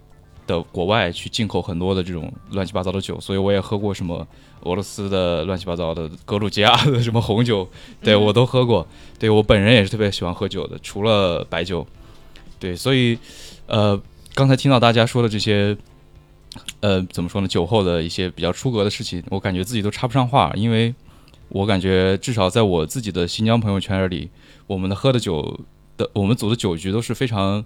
[SPEAKER 3] 的国外去进口很多的这种乱七八糟的酒，所以我也喝过什么俄罗斯的乱七八糟的格鲁吉亚的啊什么红酒，对
[SPEAKER 1] 嗯
[SPEAKER 3] 我都喝过，对我本人也是特别喜欢喝酒的，除了白酒，对，所以呃刚才听到大家说的这些呃，怎么说呢？酒后的一些比较出格的事情，我感觉自己都插不上话，因为我感觉至少在我自己的新疆朋友圈里，我们的喝的酒的，我们组的酒局都是非常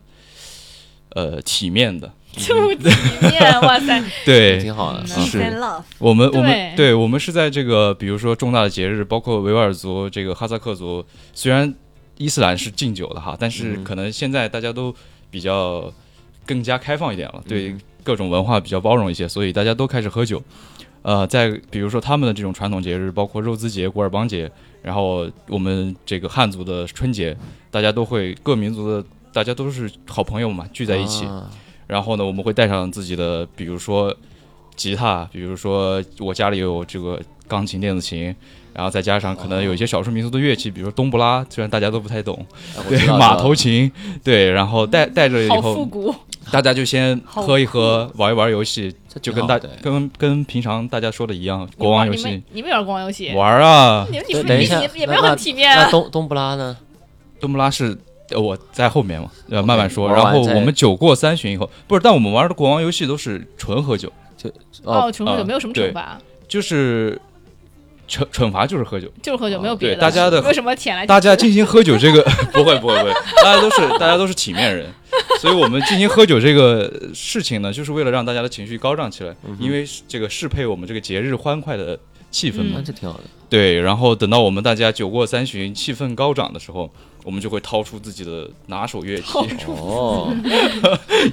[SPEAKER 3] 呃体面的。
[SPEAKER 1] (laughs) 就体
[SPEAKER 3] (laughs)
[SPEAKER 1] 面，哇塞，
[SPEAKER 3] 对
[SPEAKER 5] 挺好的。
[SPEAKER 1] 嗯
[SPEAKER 5] 啊
[SPEAKER 3] 是
[SPEAKER 4] love，
[SPEAKER 3] 我们，我
[SPEAKER 1] 对
[SPEAKER 3] 们对我们是在这个比如说重大的节日，包括维吾尔族、这个哈萨克族，虽然伊斯兰是禁酒的哈，但是
[SPEAKER 5] 嗯
[SPEAKER 3] 可能现在大家都比较更加开放一点了，对
[SPEAKER 5] 嗯
[SPEAKER 3] 各种文化比较包容一些，所以大家都开始喝酒。呃，在比如说他们的这种传统节日，包括肉孜节、古尔邦节，然后我们这个汉族的春节，大家都会各民族的大家都是好朋友嘛，聚在一起。
[SPEAKER 5] 啊
[SPEAKER 3] 然后呢，我们会带上自己的，比如说吉他，比如说我家里有这个钢琴、电子琴，然后再加上可能有一些少数民族的乐器，比如说冬不拉，虽然大家都不太懂，
[SPEAKER 5] (laughs) 哎我
[SPEAKER 3] 对
[SPEAKER 5] 知道，
[SPEAKER 3] 马
[SPEAKER 5] 知道
[SPEAKER 3] 头琴，对，然后带带着以
[SPEAKER 1] 好复
[SPEAKER 3] 后，
[SPEAKER 1] 古。
[SPEAKER 3] 大家就先喝一喝，玩一玩游戏，
[SPEAKER 5] 这挺
[SPEAKER 3] 就跟
[SPEAKER 5] 好
[SPEAKER 1] (laughs)
[SPEAKER 3] 大
[SPEAKER 5] 的
[SPEAKER 3] 跟跟平常大家说的一样，国王游
[SPEAKER 1] 你们
[SPEAKER 3] 戏
[SPEAKER 1] 你们也玩国王游戏？
[SPEAKER 3] 玩啊，
[SPEAKER 1] 你们你
[SPEAKER 5] 对
[SPEAKER 1] 们
[SPEAKER 5] 等一
[SPEAKER 1] 你
[SPEAKER 5] 下
[SPEAKER 1] 们也也没
[SPEAKER 5] 那
[SPEAKER 1] 有
[SPEAKER 5] 那
[SPEAKER 1] 很体面
[SPEAKER 5] 那
[SPEAKER 1] 啊。
[SPEAKER 5] 东东布拉呢？
[SPEAKER 3] 冬不拉是。呃我在后面嘛，呃，慢慢说。
[SPEAKER 5] 玩完
[SPEAKER 3] 然后
[SPEAKER 5] 再
[SPEAKER 3] 我们酒过三巡以后，不是，但我们玩的国王游戏都是纯喝酒，
[SPEAKER 5] 哦，
[SPEAKER 1] 哦，纯喝酒
[SPEAKER 3] 嗯
[SPEAKER 1] 没有什么
[SPEAKER 3] 对
[SPEAKER 1] 惩罚，
[SPEAKER 3] 就是惩惩罚就是喝酒，
[SPEAKER 1] 就是喝酒，
[SPEAKER 5] 哦
[SPEAKER 1] 没有别的。
[SPEAKER 3] 对大家
[SPEAKER 1] (laughs)
[SPEAKER 3] 的
[SPEAKER 1] 没有什么舔来舔去
[SPEAKER 3] 大家进行喝酒
[SPEAKER 1] (laughs)
[SPEAKER 3] 这个不会不会不会，大家都是大家都是体面人，所以我们进行喝酒这个事情呢，就是为了让大家的情绪高涨起来，因为这个适配我们这个节日欢快的气氛嘛。
[SPEAKER 1] 嗯
[SPEAKER 5] 那这挺
[SPEAKER 1] (laughs)
[SPEAKER 5] 好的。
[SPEAKER 3] 对，然后等到我们大家酒过三巡，气氛高涨的时候。我们就会掏出自己的拿手乐器，
[SPEAKER 5] 哦，
[SPEAKER 3] (laughs)
[SPEAKER 1] (laughs)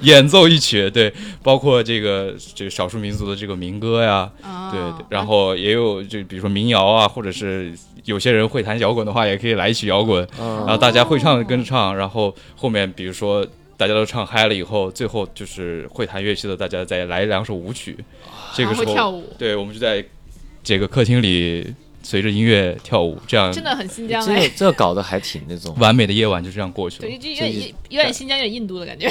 [SPEAKER 3] 演奏一曲，对，包括这个这个少数民族的这个民歌呀，
[SPEAKER 1] 啊
[SPEAKER 3] 对，对然后也有就比如说民谣啊，或者是有些人会弹摇滚的话，也可以来一曲摇滚，
[SPEAKER 5] 嗯
[SPEAKER 3] 然
[SPEAKER 1] 哦
[SPEAKER 3] 后大家会唱跟着唱，然后后面比如说大家都唱嗨了以后，最后就是会弹乐器的大家再来两首舞曲，这个
[SPEAKER 1] 啊还
[SPEAKER 3] 时
[SPEAKER 1] 会跳
[SPEAKER 3] 候嗯
[SPEAKER 1] 舞，
[SPEAKER 3] 对我们就在这个客厅里随着音乐跳舞，这样
[SPEAKER 1] 真的很新疆
[SPEAKER 5] 这
[SPEAKER 1] 哎
[SPEAKER 5] 个。这个搞得还挺那种，
[SPEAKER 3] 完美的夜晚就这样过去了
[SPEAKER 1] 对，。就有点
[SPEAKER 5] 这
[SPEAKER 1] 有点新疆，有点印度的感觉，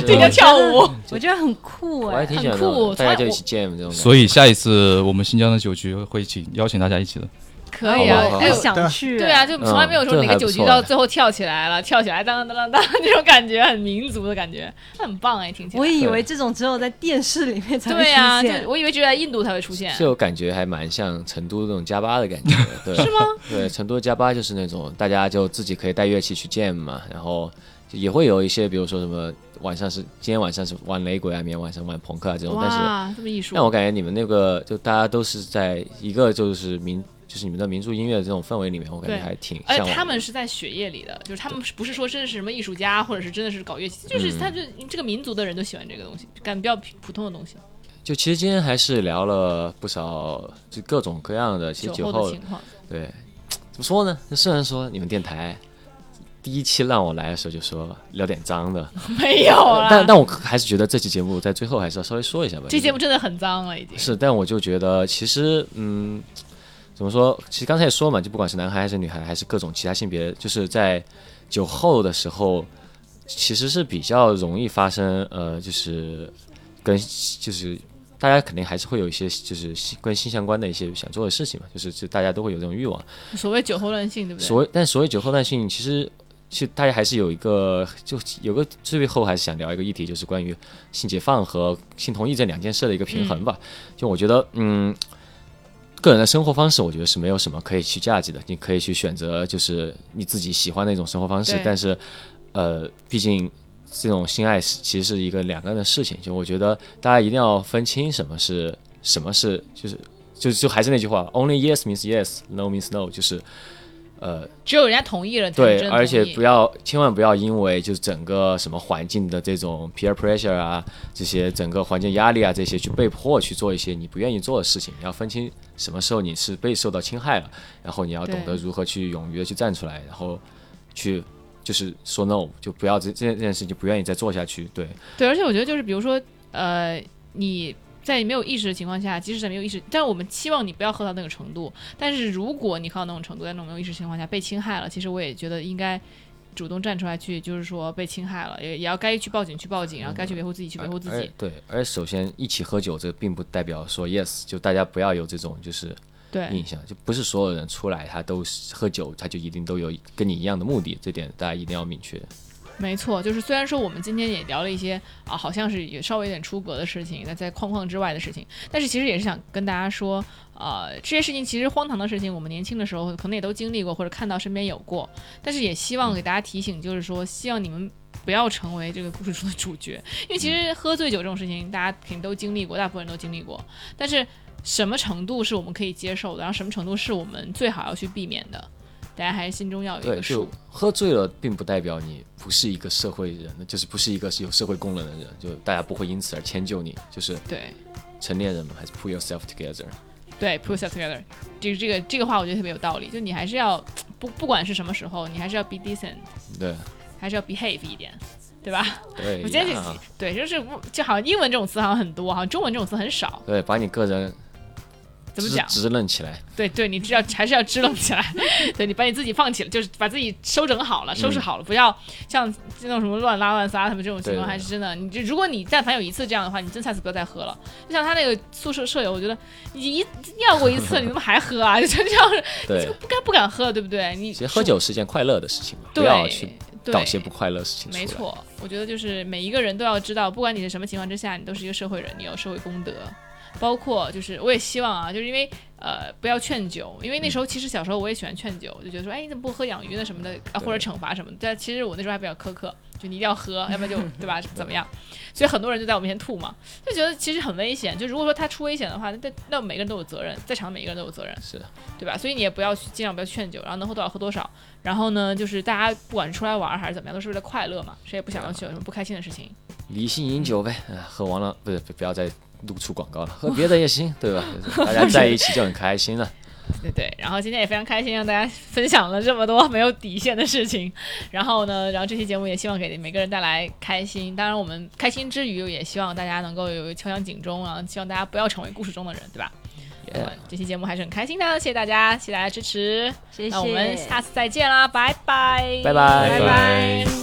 [SPEAKER 5] 这
[SPEAKER 1] 对，就跳
[SPEAKER 5] (laughs)
[SPEAKER 1] 舞。
[SPEAKER 4] 我觉得很酷
[SPEAKER 5] 嗯我
[SPEAKER 4] 哎、
[SPEAKER 5] 还挺喜欢
[SPEAKER 1] 很酷
[SPEAKER 5] 的，大家就
[SPEAKER 1] 从来
[SPEAKER 5] 一起 jam 这种感觉。
[SPEAKER 3] 所以下一次我们新疆的酒局会请邀请大家一起的。
[SPEAKER 1] 可
[SPEAKER 5] 以啊好好好
[SPEAKER 4] 我
[SPEAKER 1] 哎
[SPEAKER 5] 哎
[SPEAKER 1] 呦
[SPEAKER 4] 想去、欸
[SPEAKER 1] 对啊，，就从来没有说哪个酒局
[SPEAKER 5] 嗯这还不错
[SPEAKER 1] 到最后跳起来了，跳起来当当当当当 (laughs) 那种感觉，很民族的感觉，很棒哎，听起
[SPEAKER 4] 我
[SPEAKER 1] 来。
[SPEAKER 4] 以为这种只有在电视里面才会出
[SPEAKER 1] 对啊呀、
[SPEAKER 4] 现。
[SPEAKER 1] 就我以为只有在印度才会出现。
[SPEAKER 5] 这我感觉还蛮像成都那种加吧的感觉，对，是吗？对，成都加吧就是那种大家就自己可以带乐器去 jam 嘛，然后就也会有一些，比如说什么晚上是今天晚上是玩雷鬼啊，明天晚上玩朋克啊这种，但是
[SPEAKER 1] 哇，这么艺术啊
[SPEAKER 5] 但！我感觉你们那个就大家都是在一个就是民就是你们的民族音乐这种氛围里面，我感觉
[SPEAKER 1] 对
[SPEAKER 5] 还挺
[SPEAKER 1] 而
[SPEAKER 5] 向
[SPEAKER 1] 且
[SPEAKER 5] 往的。
[SPEAKER 1] 哎他们是在血液里的，就是他们不是说真的是什么艺术家，或者是真的是搞乐器，
[SPEAKER 5] 嗯
[SPEAKER 1] 就是他就这个民族的人都喜欢这个东西，感觉比较普通的东西。
[SPEAKER 5] 就其实今天还是聊了不少，就各种各样的，其实
[SPEAKER 1] 酒
[SPEAKER 5] 酒
[SPEAKER 1] 后
[SPEAKER 5] 后
[SPEAKER 1] 的情况，
[SPEAKER 5] 对，怎么说呢？就虽然说你们电台第一期让我来的时候就说聊点脏的，
[SPEAKER 1] (laughs) 没有
[SPEAKER 5] 呃但
[SPEAKER 1] 了。
[SPEAKER 5] 但我还是觉得这期节目在最后还是要稍微说一下吧。
[SPEAKER 1] 这节目真的很脏了，已经。
[SPEAKER 5] 是，但我就觉得其实，嗯，怎么说？其实刚才也说嘛，就不管是男孩还是女孩，还是各种其他性别，就是在酒后的时候，其实是比较容易发生，呃，就是跟就是大家肯定还是会有一些就是性跟性相关的一些想做的事情嘛，就是就大家都会有这种欲望。
[SPEAKER 1] 所谓酒后乱性，对不对？
[SPEAKER 5] 所谓但所谓酒后乱性，其实其实大家还是有一个就有个最后还是想聊一个议题，就是关于性解放和性同意这两件事的一个平衡吧。就我觉得，嗯，个人的生活方式，我觉得是没有什么可以去价值的，你可以去选择就是你自己喜欢的一种生活方式
[SPEAKER 1] 对，
[SPEAKER 5] 但是呃，毕竟。这种性爱是其实是一个两个人的事情，就我觉得大家一定要分清什么是什么是，就是就就还是那句话，only yes means yes，no means no，就是呃
[SPEAKER 1] 只有人家同意了，才是
[SPEAKER 5] (laughs) 对，
[SPEAKER 1] 真的
[SPEAKER 5] 而且
[SPEAKER 1] 同意
[SPEAKER 5] 不要，千万不要因为就是整个什么环境的这种 peer pressure 啊，这些整个环境压力啊，这些去被迫去做一些你不愿意做的事情。你要分清什么时候你是被受到侵害了，然后你要懂
[SPEAKER 1] 对
[SPEAKER 5] 得如何去勇于的去站出来，然后去就是说 no，就不要这这件这件事情就不愿意再做下去。对，
[SPEAKER 1] 对，而且我觉得就是比如说，呃，你在没有意识的情况下，即使在没有意识，但我们期望你不要喝到那个程度。但是如果你喝到那种程度，在那种没有意识的情况下被侵害了，其实我也觉得应该。主动站出来去，就是说被侵害了，也也要该去报警去报警，然后该去维护自己去维护自
[SPEAKER 5] 而
[SPEAKER 1] 己。
[SPEAKER 5] 对，而首先一起喝酒，这并不代表说 yes，就大家不要有这种就是
[SPEAKER 1] 对
[SPEAKER 5] 印象，就不是所有人出来他都是喝酒，他就一定都有跟你一样的目的，这点大家一定要明确。
[SPEAKER 1] 哎没错，就是虽然说我们今天也聊了一些啊，好像是也稍微有点出格的事情，那在框框之外的事情，但是其实也是想跟大家说，呃，这些事情其实荒唐的事情，我们年轻的时候可能也都经历过，或者看到身边有过，但是也希望给大家提醒，就是说，希望你们不要成为这个故事中的主角，因为其实喝醉酒这种事情，大家肯定都经历过，大部分人都经历过，但是什么程度是我们可以接受的，然后什么程度是我们最好要去避免的，大家还是心中要有一个
[SPEAKER 5] 对，就
[SPEAKER 1] 数。
[SPEAKER 5] 喝醉了，并不代表你不是一个社会人，就是不是一个有社会功能的人，就大家不会因此而迁就你。就是
[SPEAKER 1] 对
[SPEAKER 5] 成年人嘛，还是 put yourself together。
[SPEAKER 1] 对，put yourself together，这个这个这个话我觉得特别有道理，就你还是要不不管是什么时候，你还是要 be decent，
[SPEAKER 5] 对，
[SPEAKER 1] 还是要 behave 一点，对吧？
[SPEAKER 5] 对啊
[SPEAKER 1] 我觉得
[SPEAKER 5] 哎呀，
[SPEAKER 1] 对，就是不就好像英文这种词好像很多，好像中文这种词很少，
[SPEAKER 5] 对，把你个人
[SPEAKER 1] 怎么
[SPEAKER 5] 支
[SPEAKER 1] 讲？
[SPEAKER 5] 支棱起来。
[SPEAKER 1] 对对，你只要还是要支棱起来， (laughs) 对你把你自己放起来，就是把自己收整好了，收
[SPEAKER 5] 嗯
[SPEAKER 1] 拾好了，不要像这种什么乱拉乱撒他们这种情况，
[SPEAKER 5] 对对
[SPEAKER 1] 还是真的。你这如果你但凡有一次这样的话，你真下次不要再喝了。就像他那个宿舍舍友，我觉得你一尿过一次，你怎么还喝啊？就 (laughs) 这样， (laughs)
[SPEAKER 5] 对，
[SPEAKER 1] 不该不敢喝，对不对？你
[SPEAKER 5] 其实喝酒是一件快乐的事情嘛，不
[SPEAKER 1] 对
[SPEAKER 5] 要去
[SPEAKER 1] 对
[SPEAKER 5] 搞些不快乐的事情出来。
[SPEAKER 1] 没错，我觉得就是每一个人都要知道，不管你是什么情况之下，你都是一个社会人，你有社会公德。包括就是我也希望啊，就是因为呃不要劝酒，因为那时
[SPEAKER 5] 嗯
[SPEAKER 1] 候其实小时候我也喜欢劝酒，就觉得说哎你怎么不喝养鱼呢什么的啊，或者惩罚什么的。但其实我那时候还比较苛刻，就你一定要喝，要不然就对吧怎么样？所以很多人就在我面前吐嘛，就觉得其实很危险。就如果说他出危险的话，那那那每个人都有责任，在场的每个人都有责任。
[SPEAKER 5] 是的
[SPEAKER 1] 对吧？所以你也不要去，尽量不要劝酒，然后能喝多少喝多少。然后呢，就是大家不管是出来玩儿还是怎么样，都是为了快乐嘛，谁也不想要去有什么不开心的事情。
[SPEAKER 5] 理性饮酒呗，啊喝完了不是不不要再露出广告了，喝别的也行，对吧？就是大家在一起就很开心了。
[SPEAKER 1] 对对，然后今天也非常开心，让大家 (laughs) 分享了这么多没有底线的事情。然后呢，然后这期节目也希望给每个人带来开心。当然，我们开心之余，也希望大家能够有敲响警钟啊，希望大家不要成为故事中的人，对吧
[SPEAKER 5] Yeah
[SPEAKER 1] 呃这期节目还是很开心的，谢谢大家，谢谢大家支持。
[SPEAKER 4] 谢谢，
[SPEAKER 1] 那我们下次再见啦，拜拜，
[SPEAKER 5] 拜拜
[SPEAKER 3] 拜
[SPEAKER 4] 拜。